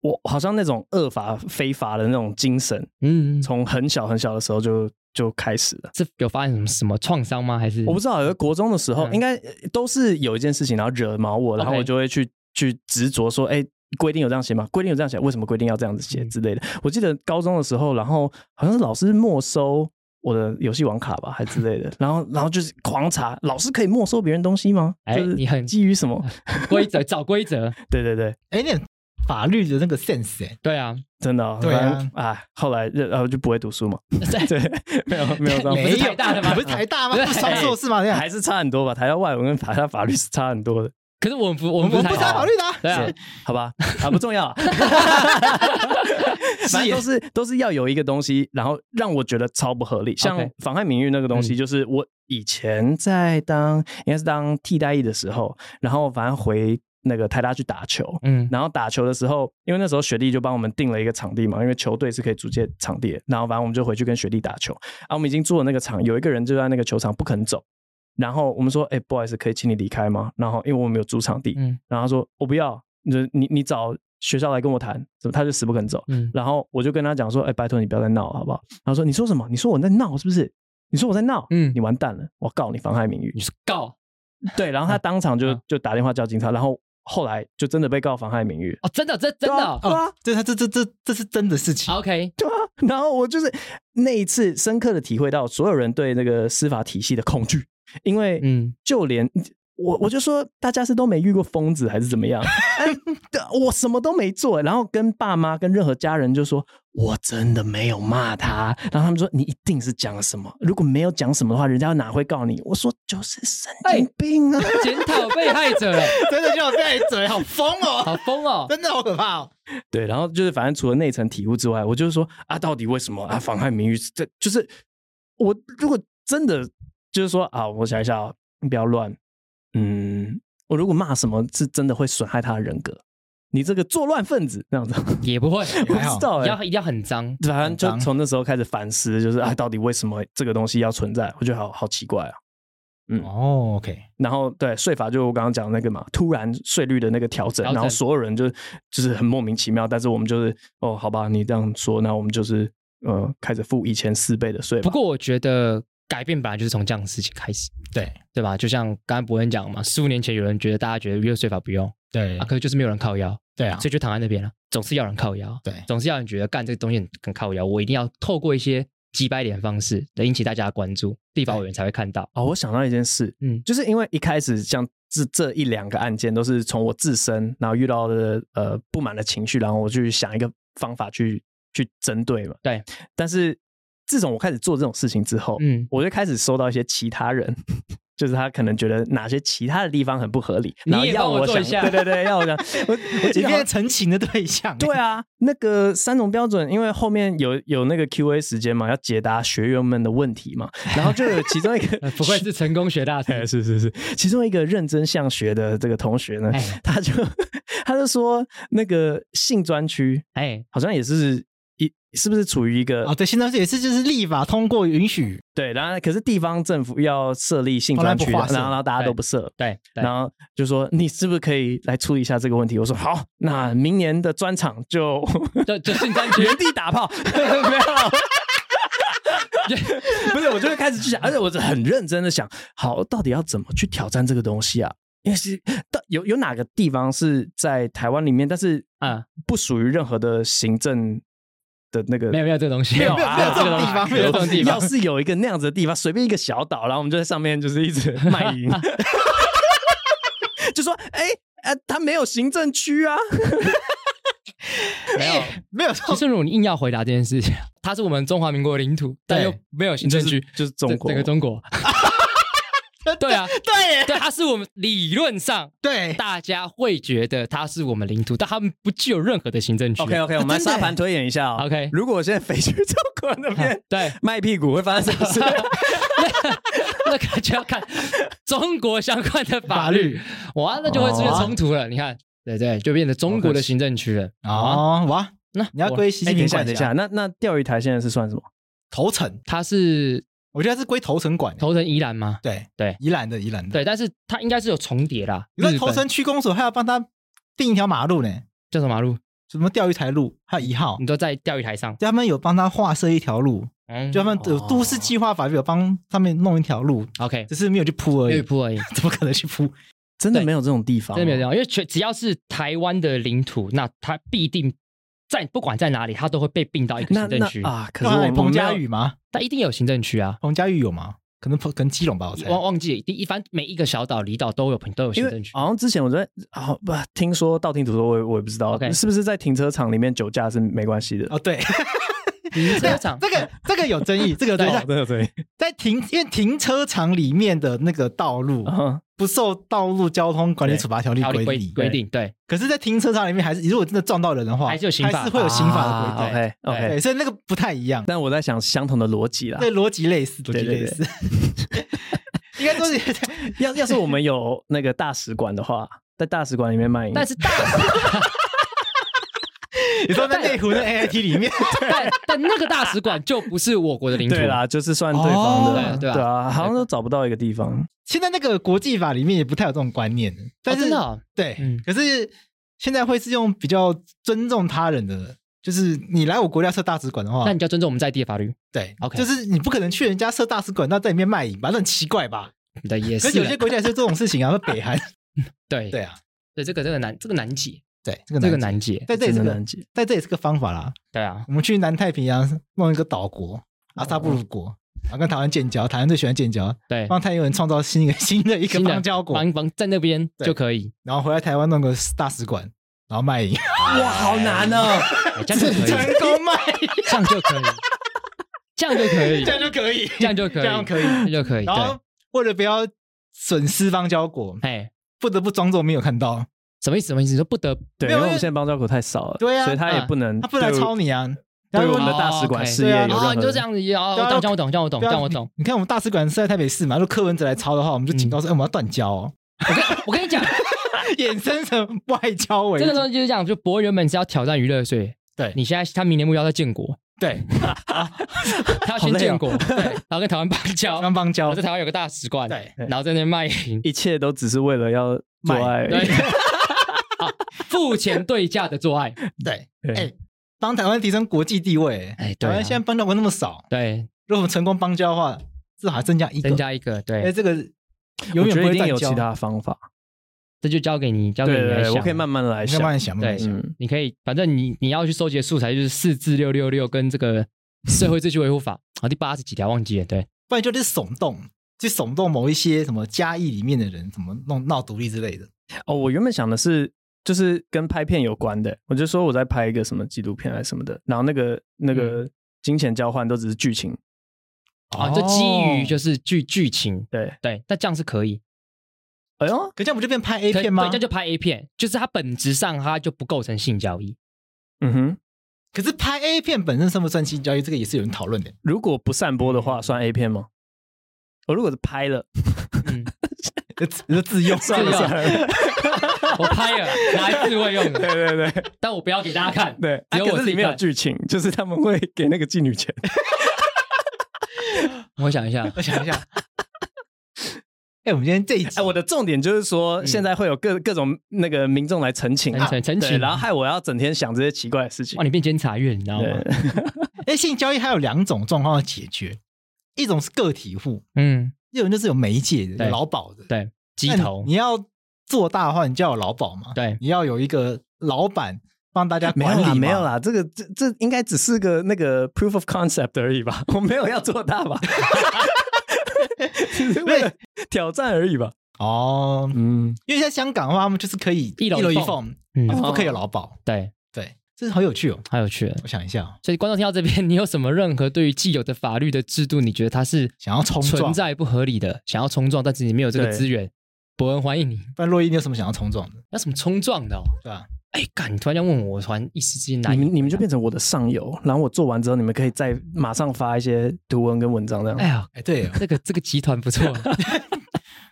[SPEAKER 2] 我好像那种恶法非法的那种精神，
[SPEAKER 4] 嗯，
[SPEAKER 2] 从很小很小的时候就就开始了。
[SPEAKER 4] 是有发现什么什么创伤吗？还是
[SPEAKER 2] 我不知道，有个国中的时候，
[SPEAKER 4] 嗯
[SPEAKER 2] 应该呃都是有一件事情，然后惹毛我，然后
[SPEAKER 4] OK
[SPEAKER 2] 我就会去去执着说，哎，规定有这样写吗？规定有这样写，为什么规定要这样子写
[SPEAKER 4] 嗯
[SPEAKER 2] 之类的？我记得高中的时候，然后好像是老师没收。我的游戏网卡吧，还之 类的，然后然后就是狂查，老师可以没收别人东西吗？
[SPEAKER 4] 哎
[SPEAKER 2] 就是
[SPEAKER 4] 你很
[SPEAKER 2] 基于什么？
[SPEAKER 4] 规则找规则？
[SPEAKER 2] 对对对，
[SPEAKER 3] 哎，你很法律的那个 sense 哎，
[SPEAKER 4] 对啊，
[SPEAKER 2] 真的、哦，
[SPEAKER 3] 对啊
[SPEAKER 2] 反正，哎，后来认然后就不会读书 嘛，对，没有没有这样，
[SPEAKER 4] 没啊
[SPEAKER 3] 没有
[SPEAKER 4] 有哦台大的吗
[SPEAKER 3] 不是台大吗？
[SPEAKER 4] 对
[SPEAKER 3] 不是双硕士吗？这样
[SPEAKER 2] 还是差很多吧。台大外文跟台大法律是差很多的，
[SPEAKER 4] 可是我们不，我
[SPEAKER 3] 我
[SPEAKER 4] 们
[SPEAKER 3] 们
[SPEAKER 4] 不
[SPEAKER 3] 不
[SPEAKER 4] 是
[SPEAKER 3] 查法律的啊，
[SPEAKER 4] 对啊
[SPEAKER 2] 是，好 吧，啊不重要啊，反正都是都是要有一个东西，然后让我觉得超不合理。像
[SPEAKER 4] OK 嗯
[SPEAKER 2] 妨害名誉那个东西，就是我以前在当应该是当替代役的时候，然后反正回那个台大去打球，
[SPEAKER 4] 嗯，
[SPEAKER 2] 然后打球的时候，因为那时候学弟就帮我们订了一个场地嘛，因为球队是可以租借场地的。然后反正我们就回去跟学弟打球。啊，我们已经租了那个场，有一个人就在那个球场不肯走。然后我们说：“哎、不好意思，可以请你离开吗？”然后因为我们有租场地，
[SPEAKER 4] 嗯
[SPEAKER 2] 然后他说：“我不要，你你你找学校来跟我谈。”怎么他就死不肯走。
[SPEAKER 4] 嗯，
[SPEAKER 2] 然后我就跟他讲说：“哎、拜托你不要再闹了，好不好？”他说：“你说什么？你说我在闹是不是？你说我在闹？
[SPEAKER 4] 嗯
[SPEAKER 2] 你完蛋了，我告你妨害名誉。”
[SPEAKER 4] 你是告
[SPEAKER 2] 对，然后他当场就
[SPEAKER 4] 嗯
[SPEAKER 2] 就打电话叫警察，然后后来就真的被告妨害名誉。
[SPEAKER 4] 哦，真的，这真的哦
[SPEAKER 2] 对啊，
[SPEAKER 3] 这他这这这这是真的事情。
[SPEAKER 4] ，OK，嗯
[SPEAKER 2] 然后我就是那一次深刻的体会到所有人对那个司法体系的恐惧，因为
[SPEAKER 4] 嗯，
[SPEAKER 2] 就连我我就说大家是都没遇过疯子还是怎么样，哎对我什么都没做，然后跟爸妈跟任何家人就说我真的没有骂他，然后他们说你一定是讲了什么，如果没有讲什么的话，人家哪会告你？我说就是神经病啊，
[SPEAKER 4] 检讨被害者，
[SPEAKER 3] 真的就有这一嘴，好疯哦，
[SPEAKER 4] 好疯哦，
[SPEAKER 3] 真的好可怕哦。
[SPEAKER 2] 对，然后就是反正除了那层体悟之外，我就是说啊，到底为什么啊妨害名誉？这就是我如果真的就是说啊，我想一下啊，你不要乱，嗯，我如果骂什么是真的会损害他的人格，你这个作乱分子那样子，
[SPEAKER 4] 也不会，
[SPEAKER 2] 我不
[SPEAKER 3] 还好
[SPEAKER 2] 知道哎、
[SPEAKER 4] 要一定要很脏，
[SPEAKER 2] 反正就
[SPEAKER 3] 很脏
[SPEAKER 2] 从那时候开始反思，就是啊，到底为什么这个东西要存在？我觉得好好奇怪啊。
[SPEAKER 3] 哦，OK，
[SPEAKER 2] 然后对税法，就我刚刚讲的那个嘛，突然税率的那个调整，
[SPEAKER 4] 调整
[SPEAKER 2] 然后所有人就就是很莫名其妙，但是我们就是哦，好吧，你这样说，那我们就是呃，开始付以前四倍的税
[SPEAKER 4] 不
[SPEAKER 2] 吧。
[SPEAKER 4] 过我觉得改变本来就是从这样的事情开始，
[SPEAKER 3] 对
[SPEAKER 4] 对吧？就像刚才伯恩讲嘛，十五年前有人觉得大家觉得娱乐税法不用
[SPEAKER 3] 对
[SPEAKER 4] 啊，可是就是没有人靠腰，
[SPEAKER 3] 对啊
[SPEAKER 4] 所以就躺在那边了，总是要人靠腰，
[SPEAKER 3] 对
[SPEAKER 4] 总是要人觉得干这个东西很很靠腰，我一定要透过一些击败点方式来引起大家的关注，立法委员才会看到。
[SPEAKER 2] 哦，我想到一件事，
[SPEAKER 4] 嗯，
[SPEAKER 2] 就是因为一开始像这这一两个案件都是从我自身，然后遇到的呃不满的情绪，然后我去想一个方法去去针对嘛。
[SPEAKER 4] 对，
[SPEAKER 2] 但是自从我开始做这种事情之后，
[SPEAKER 4] 嗯
[SPEAKER 2] 我就开始收到一些其他人，就是他可能觉得哪些其他的地方很不合理，
[SPEAKER 4] 你
[SPEAKER 2] 然后
[SPEAKER 4] 也
[SPEAKER 2] 要
[SPEAKER 4] 帮我
[SPEAKER 2] 我
[SPEAKER 4] 做
[SPEAKER 2] 想，
[SPEAKER 4] 一下
[SPEAKER 2] 对对对，要我想，我我
[SPEAKER 3] 你
[SPEAKER 2] 今
[SPEAKER 3] 变成
[SPEAKER 2] 天。
[SPEAKER 3] 成情的对象。
[SPEAKER 2] 对，啊，那个三种标准，因为后面有有那个 Q&A 时间嘛，要解答学员们的问题嘛，然后就有其中一 个
[SPEAKER 4] 不愧是成功学大
[SPEAKER 2] 哎，
[SPEAKER 4] 师，
[SPEAKER 2] 是是是，其中一个认真向学的这个同学呢，
[SPEAKER 4] 哎
[SPEAKER 2] 他就他就说那个性专区
[SPEAKER 4] 哎，
[SPEAKER 2] 好像也是一是不是处于一个、
[SPEAKER 3] 哦，对，现在也是就是立法通过允许，
[SPEAKER 2] 对，然后可是地方政府要设立性专区，
[SPEAKER 3] 从来
[SPEAKER 2] 然
[SPEAKER 3] 不划
[SPEAKER 2] 后
[SPEAKER 3] 设
[SPEAKER 2] 然后大家都不设。
[SPEAKER 4] 对，对
[SPEAKER 2] 然后就说你是不是可以来处理一下这个问题？我说好，那明年的专场就
[SPEAKER 4] 就就性专区
[SPEAKER 2] 原地打炮，没有啦。不是，我就会开始去想，而且我是很认真的想，好，到底要怎么去挑战这个东西啊？因为是到有有哪个地方是在台湾里面，但是呃
[SPEAKER 4] 啊，
[SPEAKER 2] 不属于任何的行政的那个
[SPEAKER 4] 没有没有这个东西，没
[SPEAKER 2] 有没有没有这种
[SPEAKER 3] 地方
[SPEAKER 4] 没有这种地
[SPEAKER 2] 要
[SPEAKER 4] 方，
[SPEAKER 2] 是有一个那样子的地方，随便一个小岛，然后我们就在上面就是一直卖 淫，就说哎。呃，他没有行政区啊，
[SPEAKER 4] 没有。
[SPEAKER 3] 没有
[SPEAKER 4] 其
[SPEAKER 3] 错，
[SPEAKER 4] 实如果你硬要回答这件事
[SPEAKER 3] 哦
[SPEAKER 4] 情，它是我们中华民国的领土，但又没有行
[SPEAKER 2] 就
[SPEAKER 4] 政
[SPEAKER 2] 是
[SPEAKER 4] 区，
[SPEAKER 2] 就是中国
[SPEAKER 4] 整整个 中国。对啊，
[SPEAKER 3] 对耶
[SPEAKER 4] 对，它是我们理论上
[SPEAKER 3] 对，
[SPEAKER 4] 大家会觉得它是我们领土，但他们不具有任何的行政区。
[SPEAKER 2] OK OK，我们来
[SPEAKER 3] 真的
[SPEAKER 2] 沙
[SPEAKER 3] 耶
[SPEAKER 2] 盘推演一下哦。
[SPEAKER 4] OK
[SPEAKER 2] 如果我现在飞去中国那边
[SPEAKER 4] 嗯 对，
[SPEAKER 2] 卖屁股，会发生什么事？
[SPEAKER 4] 那个就要看中国相关的法律，哇，那就会出
[SPEAKER 3] 哦
[SPEAKER 4] 现冲突了。你看，对对，就变成中国的行政区了。啊，
[SPEAKER 3] 哦，哇，
[SPEAKER 4] 那
[SPEAKER 3] 你要
[SPEAKER 4] 我
[SPEAKER 3] 归习
[SPEAKER 2] 哎
[SPEAKER 3] 近
[SPEAKER 2] 等一
[SPEAKER 3] 平
[SPEAKER 2] 下，
[SPEAKER 3] 管
[SPEAKER 2] 等一
[SPEAKER 3] 辖
[SPEAKER 2] 下，那那钓鱼台现在是算什么？
[SPEAKER 3] 头城，
[SPEAKER 4] 它是
[SPEAKER 3] 我觉得它是归头城管耶。
[SPEAKER 4] 头城宜兰吗？
[SPEAKER 3] 对
[SPEAKER 4] 对
[SPEAKER 3] 宜兰的宜兰的，
[SPEAKER 4] 对，但是它应该是有重叠啦。
[SPEAKER 3] 你说
[SPEAKER 4] 日
[SPEAKER 3] 头
[SPEAKER 4] 本
[SPEAKER 3] 城区公所还要帮他定一条马路呢，
[SPEAKER 4] 叫什么马路？
[SPEAKER 3] 什么钓鱼台路，还有一号
[SPEAKER 4] 嗯你，都在钓鱼台上。
[SPEAKER 3] 他们有帮他划设一条路，
[SPEAKER 4] 嗯
[SPEAKER 3] 就他们有
[SPEAKER 2] 哦
[SPEAKER 3] 都市计划法律有帮上面弄一条路，
[SPEAKER 4] OK，
[SPEAKER 3] 只是没有去铺而
[SPEAKER 4] 没
[SPEAKER 3] 已
[SPEAKER 4] 有。铺而已，
[SPEAKER 3] 怎么可能去铺？
[SPEAKER 2] 真的
[SPEAKER 4] 对
[SPEAKER 2] 没有这种地方，
[SPEAKER 4] 真的没有这样，因为全只要是台湾的领土，那它必定在不管在哪里，它都会被并到一个
[SPEAKER 2] 那
[SPEAKER 4] 行政
[SPEAKER 2] 那
[SPEAKER 4] 区。
[SPEAKER 2] 啊，可
[SPEAKER 3] 刚
[SPEAKER 2] 是我
[SPEAKER 3] 才
[SPEAKER 2] 们
[SPEAKER 3] 彭佳
[SPEAKER 2] 没有
[SPEAKER 3] 宇吗？
[SPEAKER 4] 但一定有行政区啊，
[SPEAKER 3] 彭佳宇有吗？可能彭可能基隆吧，我猜。
[SPEAKER 4] 忘忘记了第一，反正每一个小岛、离岛都有都有
[SPEAKER 2] 因
[SPEAKER 4] 行政
[SPEAKER 2] 为
[SPEAKER 4] 区。
[SPEAKER 2] 好像之前我在啊不听说道听途说，我也我也不知道
[SPEAKER 4] OK
[SPEAKER 2] 是不是在停车场里面酒驾是没关系的。
[SPEAKER 3] 哦，对，
[SPEAKER 4] 停车场
[SPEAKER 3] 这个这个有争 议，这个有争议。
[SPEAKER 2] 对 对，
[SPEAKER 3] 在停，因为停车场里面的那个道路
[SPEAKER 2] 啊
[SPEAKER 3] 不受《道路交通管理处哦罚条例
[SPEAKER 4] 条》例
[SPEAKER 3] 规
[SPEAKER 4] 规
[SPEAKER 3] 定，
[SPEAKER 4] 规定，对，
[SPEAKER 3] 可是，在停车场里面还是，如果真的撞到人的话，
[SPEAKER 4] 还是有刑法
[SPEAKER 3] 还是会有刑法的规定。
[SPEAKER 4] 啊
[SPEAKER 2] ，OK
[SPEAKER 4] 对
[SPEAKER 2] OK，
[SPEAKER 3] 对，所以那个不太一样，
[SPEAKER 2] 但我在想相同的逻辑啦。
[SPEAKER 3] 啊对逻辑类似，逻
[SPEAKER 2] 对
[SPEAKER 3] 辑类
[SPEAKER 2] 对对
[SPEAKER 3] 似。 应该说 是
[SPEAKER 2] 要要是我们有那个大使馆的话，在大使馆里面卖淫，
[SPEAKER 4] 但是大
[SPEAKER 3] 你 说在内湖的 AIT 里面，
[SPEAKER 4] 但但那个大使馆就不是我国的领土
[SPEAKER 2] 对啦，就是算对方的啦，
[SPEAKER 4] 哦对
[SPEAKER 2] 对
[SPEAKER 4] 对啊
[SPEAKER 2] 啊，好像都找不到一个地方。
[SPEAKER 3] 现在那个国际法里面也不太有这种观念，但
[SPEAKER 4] 哦
[SPEAKER 3] 是
[SPEAKER 4] 真的哦
[SPEAKER 3] 对
[SPEAKER 4] 嗯，
[SPEAKER 3] 可是现在会是用比较尊重他人的，就是你来我国家设大使馆的话
[SPEAKER 4] 那，你就要尊重我们在地的法律。
[SPEAKER 3] 对
[SPEAKER 4] OK
[SPEAKER 3] 就是你不可能去人家设大使馆，那在里面卖淫吧，那很奇怪吧？
[SPEAKER 4] 对，也
[SPEAKER 3] 可
[SPEAKER 4] 是
[SPEAKER 3] 是有
[SPEAKER 4] 啦
[SPEAKER 3] 些国家也是这种事情啊，那北 韩，
[SPEAKER 4] 对
[SPEAKER 3] 对啊，
[SPEAKER 4] 对，这个这个难，这个难解，
[SPEAKER 3] 对，这个
[SPEAKER 4] 这个
[SPEAKER 3] 解，
[SPEAKER 4] 难解。
[SPEAKER 3] 在这也是
[SPEAKER 2] 真的
[SPEAKER 3] 个
[SPEAKER 2] 难解，
[SPEAKER 3] 在这也是个方法啦。
[SPEAKER 4] 对啊，
[SPEAKER 3] 我们去南太平洋弄一个岛国，阿萨布鲁国，然后跟台湾建交，台湾最喜欢建交，
[SPEAKER 4] 哦对，啊
[SPEAKER 3] 帮太平洋创造新一个 新的一个
[SPEAKER 4] 新的
[SPEAKER 3] 邦交国，
[SPEAKER 4] 邦邦在那边
[SPEAKER 3] 对
[SPEAKER 4] 就可以，
[SPEAKER 3] 然后回来台湾弄个大使馆，然后卖淫，
[SPEAKER 2] 哇，好难哦！
[SPEAKER 4] 哎这样 就可以，
[SPEAKER 3] 成功卖淫，
[SPEAKER 4] 这样就可以，这样就可以，
[SPEAKER 3] 这样就可以，
[SPEAKER 4] 这样就可
[SPEAKER 3] 这样可以。
[SPEAKER 4] 以，这样就可以。
[SPEAKER 3] 然后
[SPEAKER 4] 对，
[SPEAKER 3] 为了不要损失邦交国，
[SPEAKER 4] 哎，
[SPEAKER 3] 不得不装作没有看到，
[SPEAKER 4] 什么意思？什么意思？你说不得
[SPEAKER 2] 对，
[SPEAKER 3] 没
[SPEAKER 2] 因
[SPEAKER 3] 有
[SPEAKER 2] 为我
[SPEAKER 3] 因
[SPEAKER 2] 们
[SPEAKER 3] 为
[SPEAKER 2] 现在邦交国太少了，
[SPEAKER 3] 对啊
[SPEAKER 2] 所以他也不能
[SPEAKER 3] 他不来
[SPEAKER 2] 对
[SPEAKER 3] 抄你啊！然
[SPEAKER 2] 对
[SPEAKER 3] 后
[SPEAKER 2] 我们的大使
[SPEAKER 4] 哦
[SPEAKER 2] 馆
[SPEAKER 4] ，OK
[SPEAKER 2] 事业有任
[SPEAKER 4] 哦，
[SPEAKER 2] 何
[SPEAKER 4] 你就这样子哦，
[SPEAKER 3] 对啊
[SPEAKER 4] 我懂，这样我懂，这样我懂，
[SPEAKER 3] 对
[SPEAKER 4] 这
[SPEAKER 3] 啊
[SPEAKER 4] 样我懂。
[SPEAKER 3] 你看我们大使馆是在台北市嘛，如果柯文哲来抄的话，我们就警告说，哎、我们要断交哦，
[SPEAKER 4] 我跟我 跟你讲，
[SPEAKER 3] 衍生成外交为
[SPEAKER 4] 这个
[SPEAKER 3] 主
[SPEAKER 4] 东西就是这样，就博原本是要挑战娱乐税，
[SPEAKER 3] 对
[SPEAKER 4] 你现在他明年目标在建国，
[SPEAKER 3] 对，
[SPEAKER 4] 他要先建国，对，然后跟台湾邦 交，然
[SPEAKER 3] 双邦交
[SPEAKER 4] 后在，台湾有个大使馆，
[SPEAKER 3] 哦嗯对
[SPEAKER 4] 然后在那边卖淫，
[SPEAKER 2] 一切都只是为了要做爱而
[SPEAKER 4] 对
[SPEAKER 2] 已。，
[SPEAKER 4] 啊付钱对价的做爱，
[SPEAKER 3] 对，
[SPEAKER 2] 对，
[SPEAKER 3] 嗯帮台湾提升国际地位。
[SPEAKER 4] 哎对
[SPEAKER 3] 台
[SPEAKER 4] 啊
[SPEAKER 3] 湾现在邦交国那么少，
[SPEAKER 4] 对，
[SPEAKER 3] 如果我们成功邦交的话，至少还增加一个，
[SPEAKER 4] 增加一个，
[SPEAKER 3] 哎，
[SPEAKER 4] 对，
[SPEAKER 3] 这个
[SPEAKER 2] 我
[SPEAKER 3] 永远
[SPEAKER 2] 觉
[SPEAKER 3] 不会
[SPEAKER 2] 得一定
[SPEAKER 3] 断
[SPEAKER 2] 有
[SPEAKER 3] 交
[SPEAKER 2] 其。他方法。
[SPEAKER 4] 这就交给你，交给
[SPEAKER 2] 对
[SPEAKER 4] 你
[SPEAKER 2] 对
[SPEAKER 4] 来
[SPEAKER 2] 对，
[SPEAKER 4] 想，
[SPEAKER 2] 我可以慢慢来
[SPEAKER 3] 你要
[SPEAKER 2] 想
[SPEAKER 3] 慢。慢想，慢
[SPEAKER 4] 对
[SPEAKER 3] 慢想。
[SPEAKER 2] 嗯，
[SPEAKER 4] 你可以，反正你你要去收集的素材就是四至六六六跟这个社会秩序维护法，啊，第八十几条忘记了，对，
[SPEAKER 3] 不然就是耸动，去耸动某一些什么嘉义里面的人，怎么弄闹独立之类的。，
[SPEAKER 2] 哦，我原本想的是，就是跟拍片有关的。我就说我在拍一个什么纪录片还是什么的，然后那个那个金钱交换都只是剧情。
[SPEAKER 4] 啊，这基于就是是剧剧情，
[SPEAKER 2] 对，
[SPEAKER 4] 对，那这样是可以。
[SPEAKER 2] 哎呦，
[SPEAKER 3] 可这样不就变拍 A
[SPEAKER 4] 可以
[SPEAKER 3] 片吗？
[SPEAKER 4] 对，这就拍 A 片，就是它本质上它就不构成性交易。
[SPEAKER 2] 嗯哼，
[SPEAKER 3] 可是拍 A 片本身算不算性交易？这个也是有人讨论的。
[SPEAKER 2] 如果不散播的话，算 A 片吗？我如果是拍了，
[SPEAKER 4] 嗯，
[SPEAKER 3] 你说自用算
[SPEAKER 4] 了
[SPEAKER 3] 不
[SPEAKER 4] 算
[SPEAKER 2] 啊
[SPEAKER 3] 算？
[SPEAKER 4] 我拍了拿来自慰用的，
[SPEAKER 2] 对对对
[SPEAKER 4] 但我不要给大家看。
[SPEAKER 2] 对，啊
[SPEAKER 4] 只有我
[SPEAKER 2] 可
[SPEAKER 4] 自
[SPEAKER 2] 是
[SPEAKER 4] 己
[SPEAKER 2] 里面有
[SPEAKER 4] 看
[SPEAKER 2] 剧情，就是他们会给那个妓女钱。
[SPEAKER 4] 我想一下，
[SPEAKER 3] 我想一下， 哎，我们今天这一集
[SPEAKER 4] 啊
[SPEAKER 2] 哎，我的重点就是说，现在会有各各种那个民众来陈情嗯啊，
[SPEAKER 4] 陈陈
[SPEAKER 2] 对
[SPEAKER 4] 情
[SPEAKER 2] 然后害我要整天想这些奇怪的事情
[SPEAKER 4] 哇，。你变监察院，你知道吗
[SPEAKER 2] 对？，
[SPEAKER 3] 哎，性交易还有两种状况要解决，一种是个体户，
[SPEAKER 4] 嗯，
[SPEAKER 3] 一种就是有媒介的、
[SPEAKER 4] 对
[SPEAKER 3] 有劳保的。
[SPEAKER 4] 对，鸡
[SPEAKER 3] 那你
[SPEAKER 4] 头
[SPEAKER 3] 你，要做大的话，你就要有劳保嘛。
[SPEAKER 4] 对
[SPEAKER 3] 你要有一个老板帮大家
[SPEAKER 2] 没有
[SPEAKER 3] 管理
[SPEAKER 2] 啦，
[SPEAKER 3] 嘛
[SPEAKER 2] 没有。啦，这个这这应该只是个那个 proof of concept 而已吧， 我没有要做大吧， 只是 为了挑战而已吧。
[SPEAKER 3] 哦，
[SPEAKER 2] 嗯，
[SPEAKER 3] 因为在香港的话，他们就是可以
[SPEAKER 4] 一楼
[SPEAKER 3] 楼
[SPEAKER 4] 一
[SPEAKER 3] 一
[SPEAKER 4] 凤
[SPEAKER 3] 凤，
[SPEAKER 4] 嗯
[SPEAKER 3] 但是不可以有劳保。
[SPEAKER 4] 对，
[SPEAKER 3] 对，这是好有趣哦。
[SPEAKER 4] 太有趣了。
[SPEAKER 3] 我想一下、哦，
[SPEAKER 4] 所以观众听到这边，你有什么任何对于既有的法律的制度，你觉得它是
[SPEAKER 3] 想要冲撞
[SPEAKER 4] 存在不合理的，想要冲撞，但是你没有这个
[SPEAKER 2] 对
[SPEAKER 4] 资源，伯恩欢迎你。
[SPEAKER 3] 不然洛伊，你有什么想要冲撞的？
[SPEAKER 4] 那什么冲撞的哦？
[SPEAKER 3] 对吧、
[SPEAKER 4] 哎，干，你突然这样问我，我突然一时之间难
[SPEAKER 2] 你
[SPEAKER 4] 以
[SPEAKER 2] 们你们就变成我的上游，然后我做完之后，你们可以再马上发一些图文跟文章这样。
[SPEAKER 4] 哎呀，
[SPEAKER 3] 哎， 对哦，
[SPEAKER 4] 这个这个集团不错，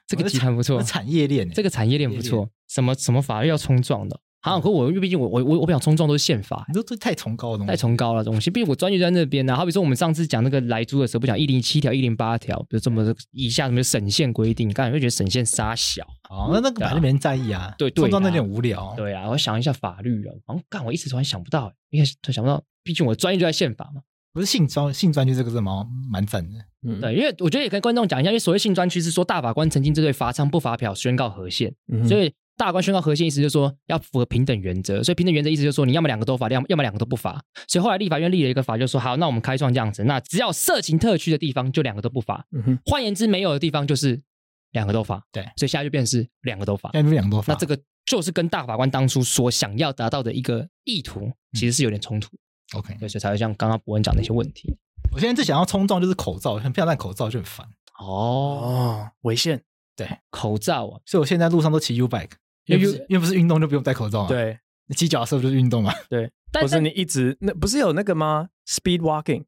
[SPEAKER 4] 这个集团不错
[SPEAKER 3] 这，产业链，
[SPEAKER 4] 这
[SPEAKER 3] 个
[SPEAKER 4] 个产业链不错。什么什么法律要冲撞的？好，可我因为毕竟我我我我不想冲撞都是宪法
[SPEAKER 3] 你，说这太崇高的东西，
[SPEAKER 4] 太崇高了东西。毕竟我专业在那边呢、好比说我们上次讲那个莱猪的时候，不讲一零七条、一零八条，比如这么以下什么省县规定，刚才会觉得省县杀小。
[SPEAKER 3] 哦，那那个本来就没人在意啊，
[SPEAKER 4] 对对啊
[SPEAKER 3] 冲撞那有点无聊，
[SPEAKER 4] 对哦欸啊，我想一下法律哦，好像干，我一时突然想不到，一开始突然想不到，毕竟我专业就在宪法嘛。
[SPEAKER 3] 不是性专性专区这个字蛮蛮赞的，
[SPEAKER 2] 嗯，
[SPEAKER 4] 对，因为我觉得也跟观众讲一下，因为所谓性专区是说大法官曾经针对罚娼不罚嫖宣告和宪，
[SPEAKER 2] 嗯，
[SPEAKER 4] 所以大法官宣告和宪意思就是说要符合平等原则，所以平等原则意思就是说你要么两个都罚，要么要么两个都不罚。所以后来立法院立了一个法，就说好，那我们开创这样子，那只要色情特区的地方就两个都不罚，
[SPEAKER 2] 嗯哼，
[SPEAKER 4] 换言之没有的地方就是两个都罚。
[SPEAKER 3] 对
[SPEAKER 4] 所以现在就变成是两个都罚。
[SPEAKER 3] 现在不是两多法。
[SPEAKER 4] 那这个就是跟大法官当初所想要达到的一个意
[SPEAKER 2] 嗯
[SPEAKER 4] 图，其实是有点冲突，
[SPEAKER 3] OK，
[SPEAKER 4] 对，所以才会像刚刚博文讲的一些问题。
[SPEAKER 3] 我现在最想要冲撞就是口罩，很漂亮口罩就很烦，
[SPEAKER 4] 哦，
[SPEAKER 2] 哦，违宪，
[SPEAKER 4] 口罩啊，
[SPEAKER 3] 所以我现在路上都骑 U bike，因为不是因为不是运动就不用戴口罩啊。，
[SPEAKER 2] 对，
[SPEAKER 3] 骑脚踏车不就是运 动嘛？
[SPEAKER 4] 但
[SPEAKER 2] 不是
[SPEAKER 4] 是
[SPEAKER 2] 你一直那不是有那个吗？Speed walking，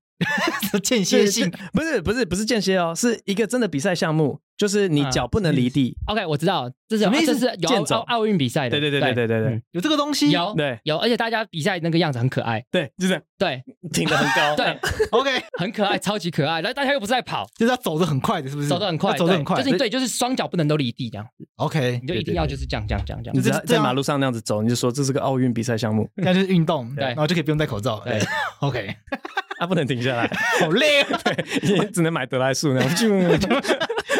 [SPEAKER 3] 间歇性
[SPEAKER 2] 对不是不是不是间歇哦，是一个真的比赛项目，就是你
[SPEAKER 4] 啊
[SPEAKER 2] 脚不能离地，
[SPEAKER 4] OK，我知道，这是
[SPEAKER 2] 什么
[SPEAKER 4] 啊
[SPEAKER 2] 意思
[SPEAKER 4] 这是有
[SPEAKER 2] 健
[SPEAKER 4] 奥
[SPEAKER 2] 走
[SPEAKER 4] 奥奥运比赛的，
[SPEAKER 2] 对对对对对对对
[SPEAKER 3] 有这个东西。
[SPEAKER 4] 有
[SPEAKER 2] 对
[SPEAKER 4] 有，而且大家比赛那个样子很可爱，
[SPEAKER 2] 对，就这样
[SPEAKER 4] 对
[SPEAKER 2] 挺得很高，
[SPEAKER 4] 对，
[SPEAKER 3] OK，
[SPEAKER 4] 很可爱，超级可爱。然后大家又不是在跑，
[SPEAKER 3] 就是要走得很快的，是不是？
[SPEAKER 4] 走得很快，
[SPEAKER 3] 要走得
[SPEAKER 4] 对
[SPEAKER 3] 很快，
[SPEAKER 4] 就是你对，就是双脚不能都离地这样，
[SPEAKER 3] OK，
[SPEAKER 4] 你就一定要就是这样这样这样这
[SPEAKER 2] 你
[SPEAKER 4] 样。
[SPEAKER 2] 只
[SPEAKER 3] 这
[SPEAKER 2] 要
[SPEAKER 3] 是这
[SPEAKER 2] 在
[SPEAKER 3] 样
[SPEAKER 2] 马路上那样子走，你就说这是个奥运比赛项目，
[SPEAKER 3] 这样就是运动，
[SPEAKER 4] 对
[SPEAKER 3] 然后就可以不用戴口罩。
[SPEAKER 4] 对
[SPEAKER 3] OK，
[SPEAKER 2] 啊，不能停下 来，
[SPEAKER 3] 好累啊！
[SPEAKER 2] 你只能买德莱素那样， 就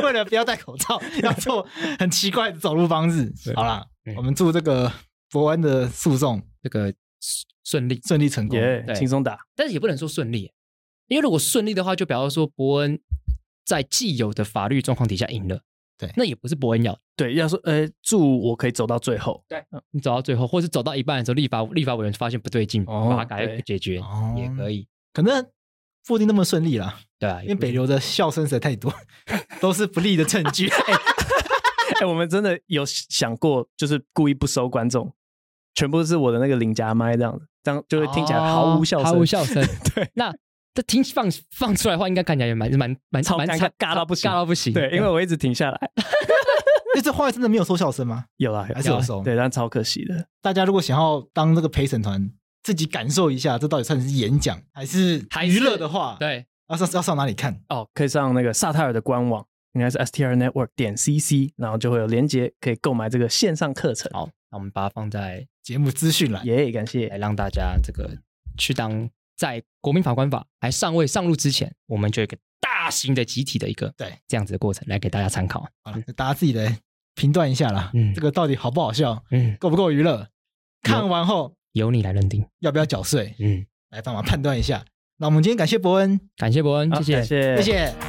[SPEAKER 3] 为了不要戴口罩，要做很奇怪的走路方 式。好啦，
[SPEAKER 4] 嗯
[SPEAKER 3] 我们祝这个伯恩的诉讼
[SPEAKER 4] 这个顺顺利，
[SPEAKER 3] 顺利成功。
[SPEAKER 2] 耶
[SPEAKER 4] 对
[SPEAKER 2] 轻松打，
[SPEAKER 4] 但是也不能说顺利，因为如果顺利的话，就表示说伯恩在既有的法律状况底下赢了。
[SPEAKER 3] 对
[SPEAKER 4] 那也不是伯恩要，
[SPEAKER 2] 对，要说呃，祝我可以走到最后，
[SPEAKER 4] 你走到最后，或是走到一半的时候，立法立法委员发现不对劲，
[SPEAKER 2] 哦
[SPEAKER 4] 把它改
[SPEAKER 2] 对
[SPEAKER 4] 解决
[SPEAKER 3] 哦
[SPEAKER 4] 也可以。
[SPEAKER 3] 可能不一定那么顺利啦，
[SPEAKER 4] 对啊，
[SPEAKER 3] 因为北流的笑声实在太多， 都是不利的证据。
[SPEAKER 2] 哎、我们真的有想过，就是故意不收观众，全部是我的那个领夹麦这样子，这样就会听起来毫无笑
[SPEAKER 4] 哦
[SPEAKER 2] 声，
[SPEAKER 4] 毫无笑声。
[SPEAKER 2] 对
[SPEAKER 4] 那这听放放出来的话，应该看起来也蛮蛮蛮
[SPEAKER 2] 超
[SPEAKER 4] 蛮
[SPEAKER 2] 尴尬
[SPEAKER 4] 惨
[SPEAKER 2] 尬到不行
[SPEAKER 4] 尬到不行。
[SPEAKER 2] 对，因为我一直停下来，
[SPEAKER 3] 那这画面真的没有收笑声吗？
[SPEAKER 2] 有啦，
[SPEAKER 3] 还是有收
[SPEAKER 2] 对，但超可惜的，
[SPEAKER 3] 大家如果想要当这个陪审团，自己感受一下，这到底算是演讲还是
[SPEAKER 4] 还是
[SPEAKER 3] 娱乐的话，，
[SPEAKER 4] 对
[SPEAKER 3] 要上要上哪里看？
[SPEAKER 2] 哦，可以上那个萨泰尔的官网。应该是 STR Network 点 CC，然后就会有连接可以购买这个线上课程。
[SPEAKER 4] 好，那我们把它放在
[SPEAKER 3] 节目资讯栏，
[SPEAKER 2] 耶，感谢
[SPEAKER 4] 来让大家这个去当在国民法官法还尚未上路之前，我们就有一个大型的集体的一个
[SPEAKER 3] 对
[SPEAKER 4] 这样子的过程来给大家参考。
[SPEAKER 3] 好了，大家自己来评断一下啦，
[SPEAKER 4] 嗯
[SPEAKER 3] 这个到底好不好笑，
[SPEAKER 4] 嗯，
[SPEAKER 3] 够不够娱乐？看完后
[SPEAKER 4] 由你来认定。
[SPEAKER 3] 要不要缴税？
[SPEAKER 4] 嗯，
[SPEAKER 3] 来帮忙判断一下。那我们今天感谢伯恩，
[SPEAKER 4] 感谢伯恩，
[SPEAKER 2] 好
[SPEAKER 4] 谢谢
[SPEAKER 2] 感。谢，
[SPEAKER 3] 谢谢。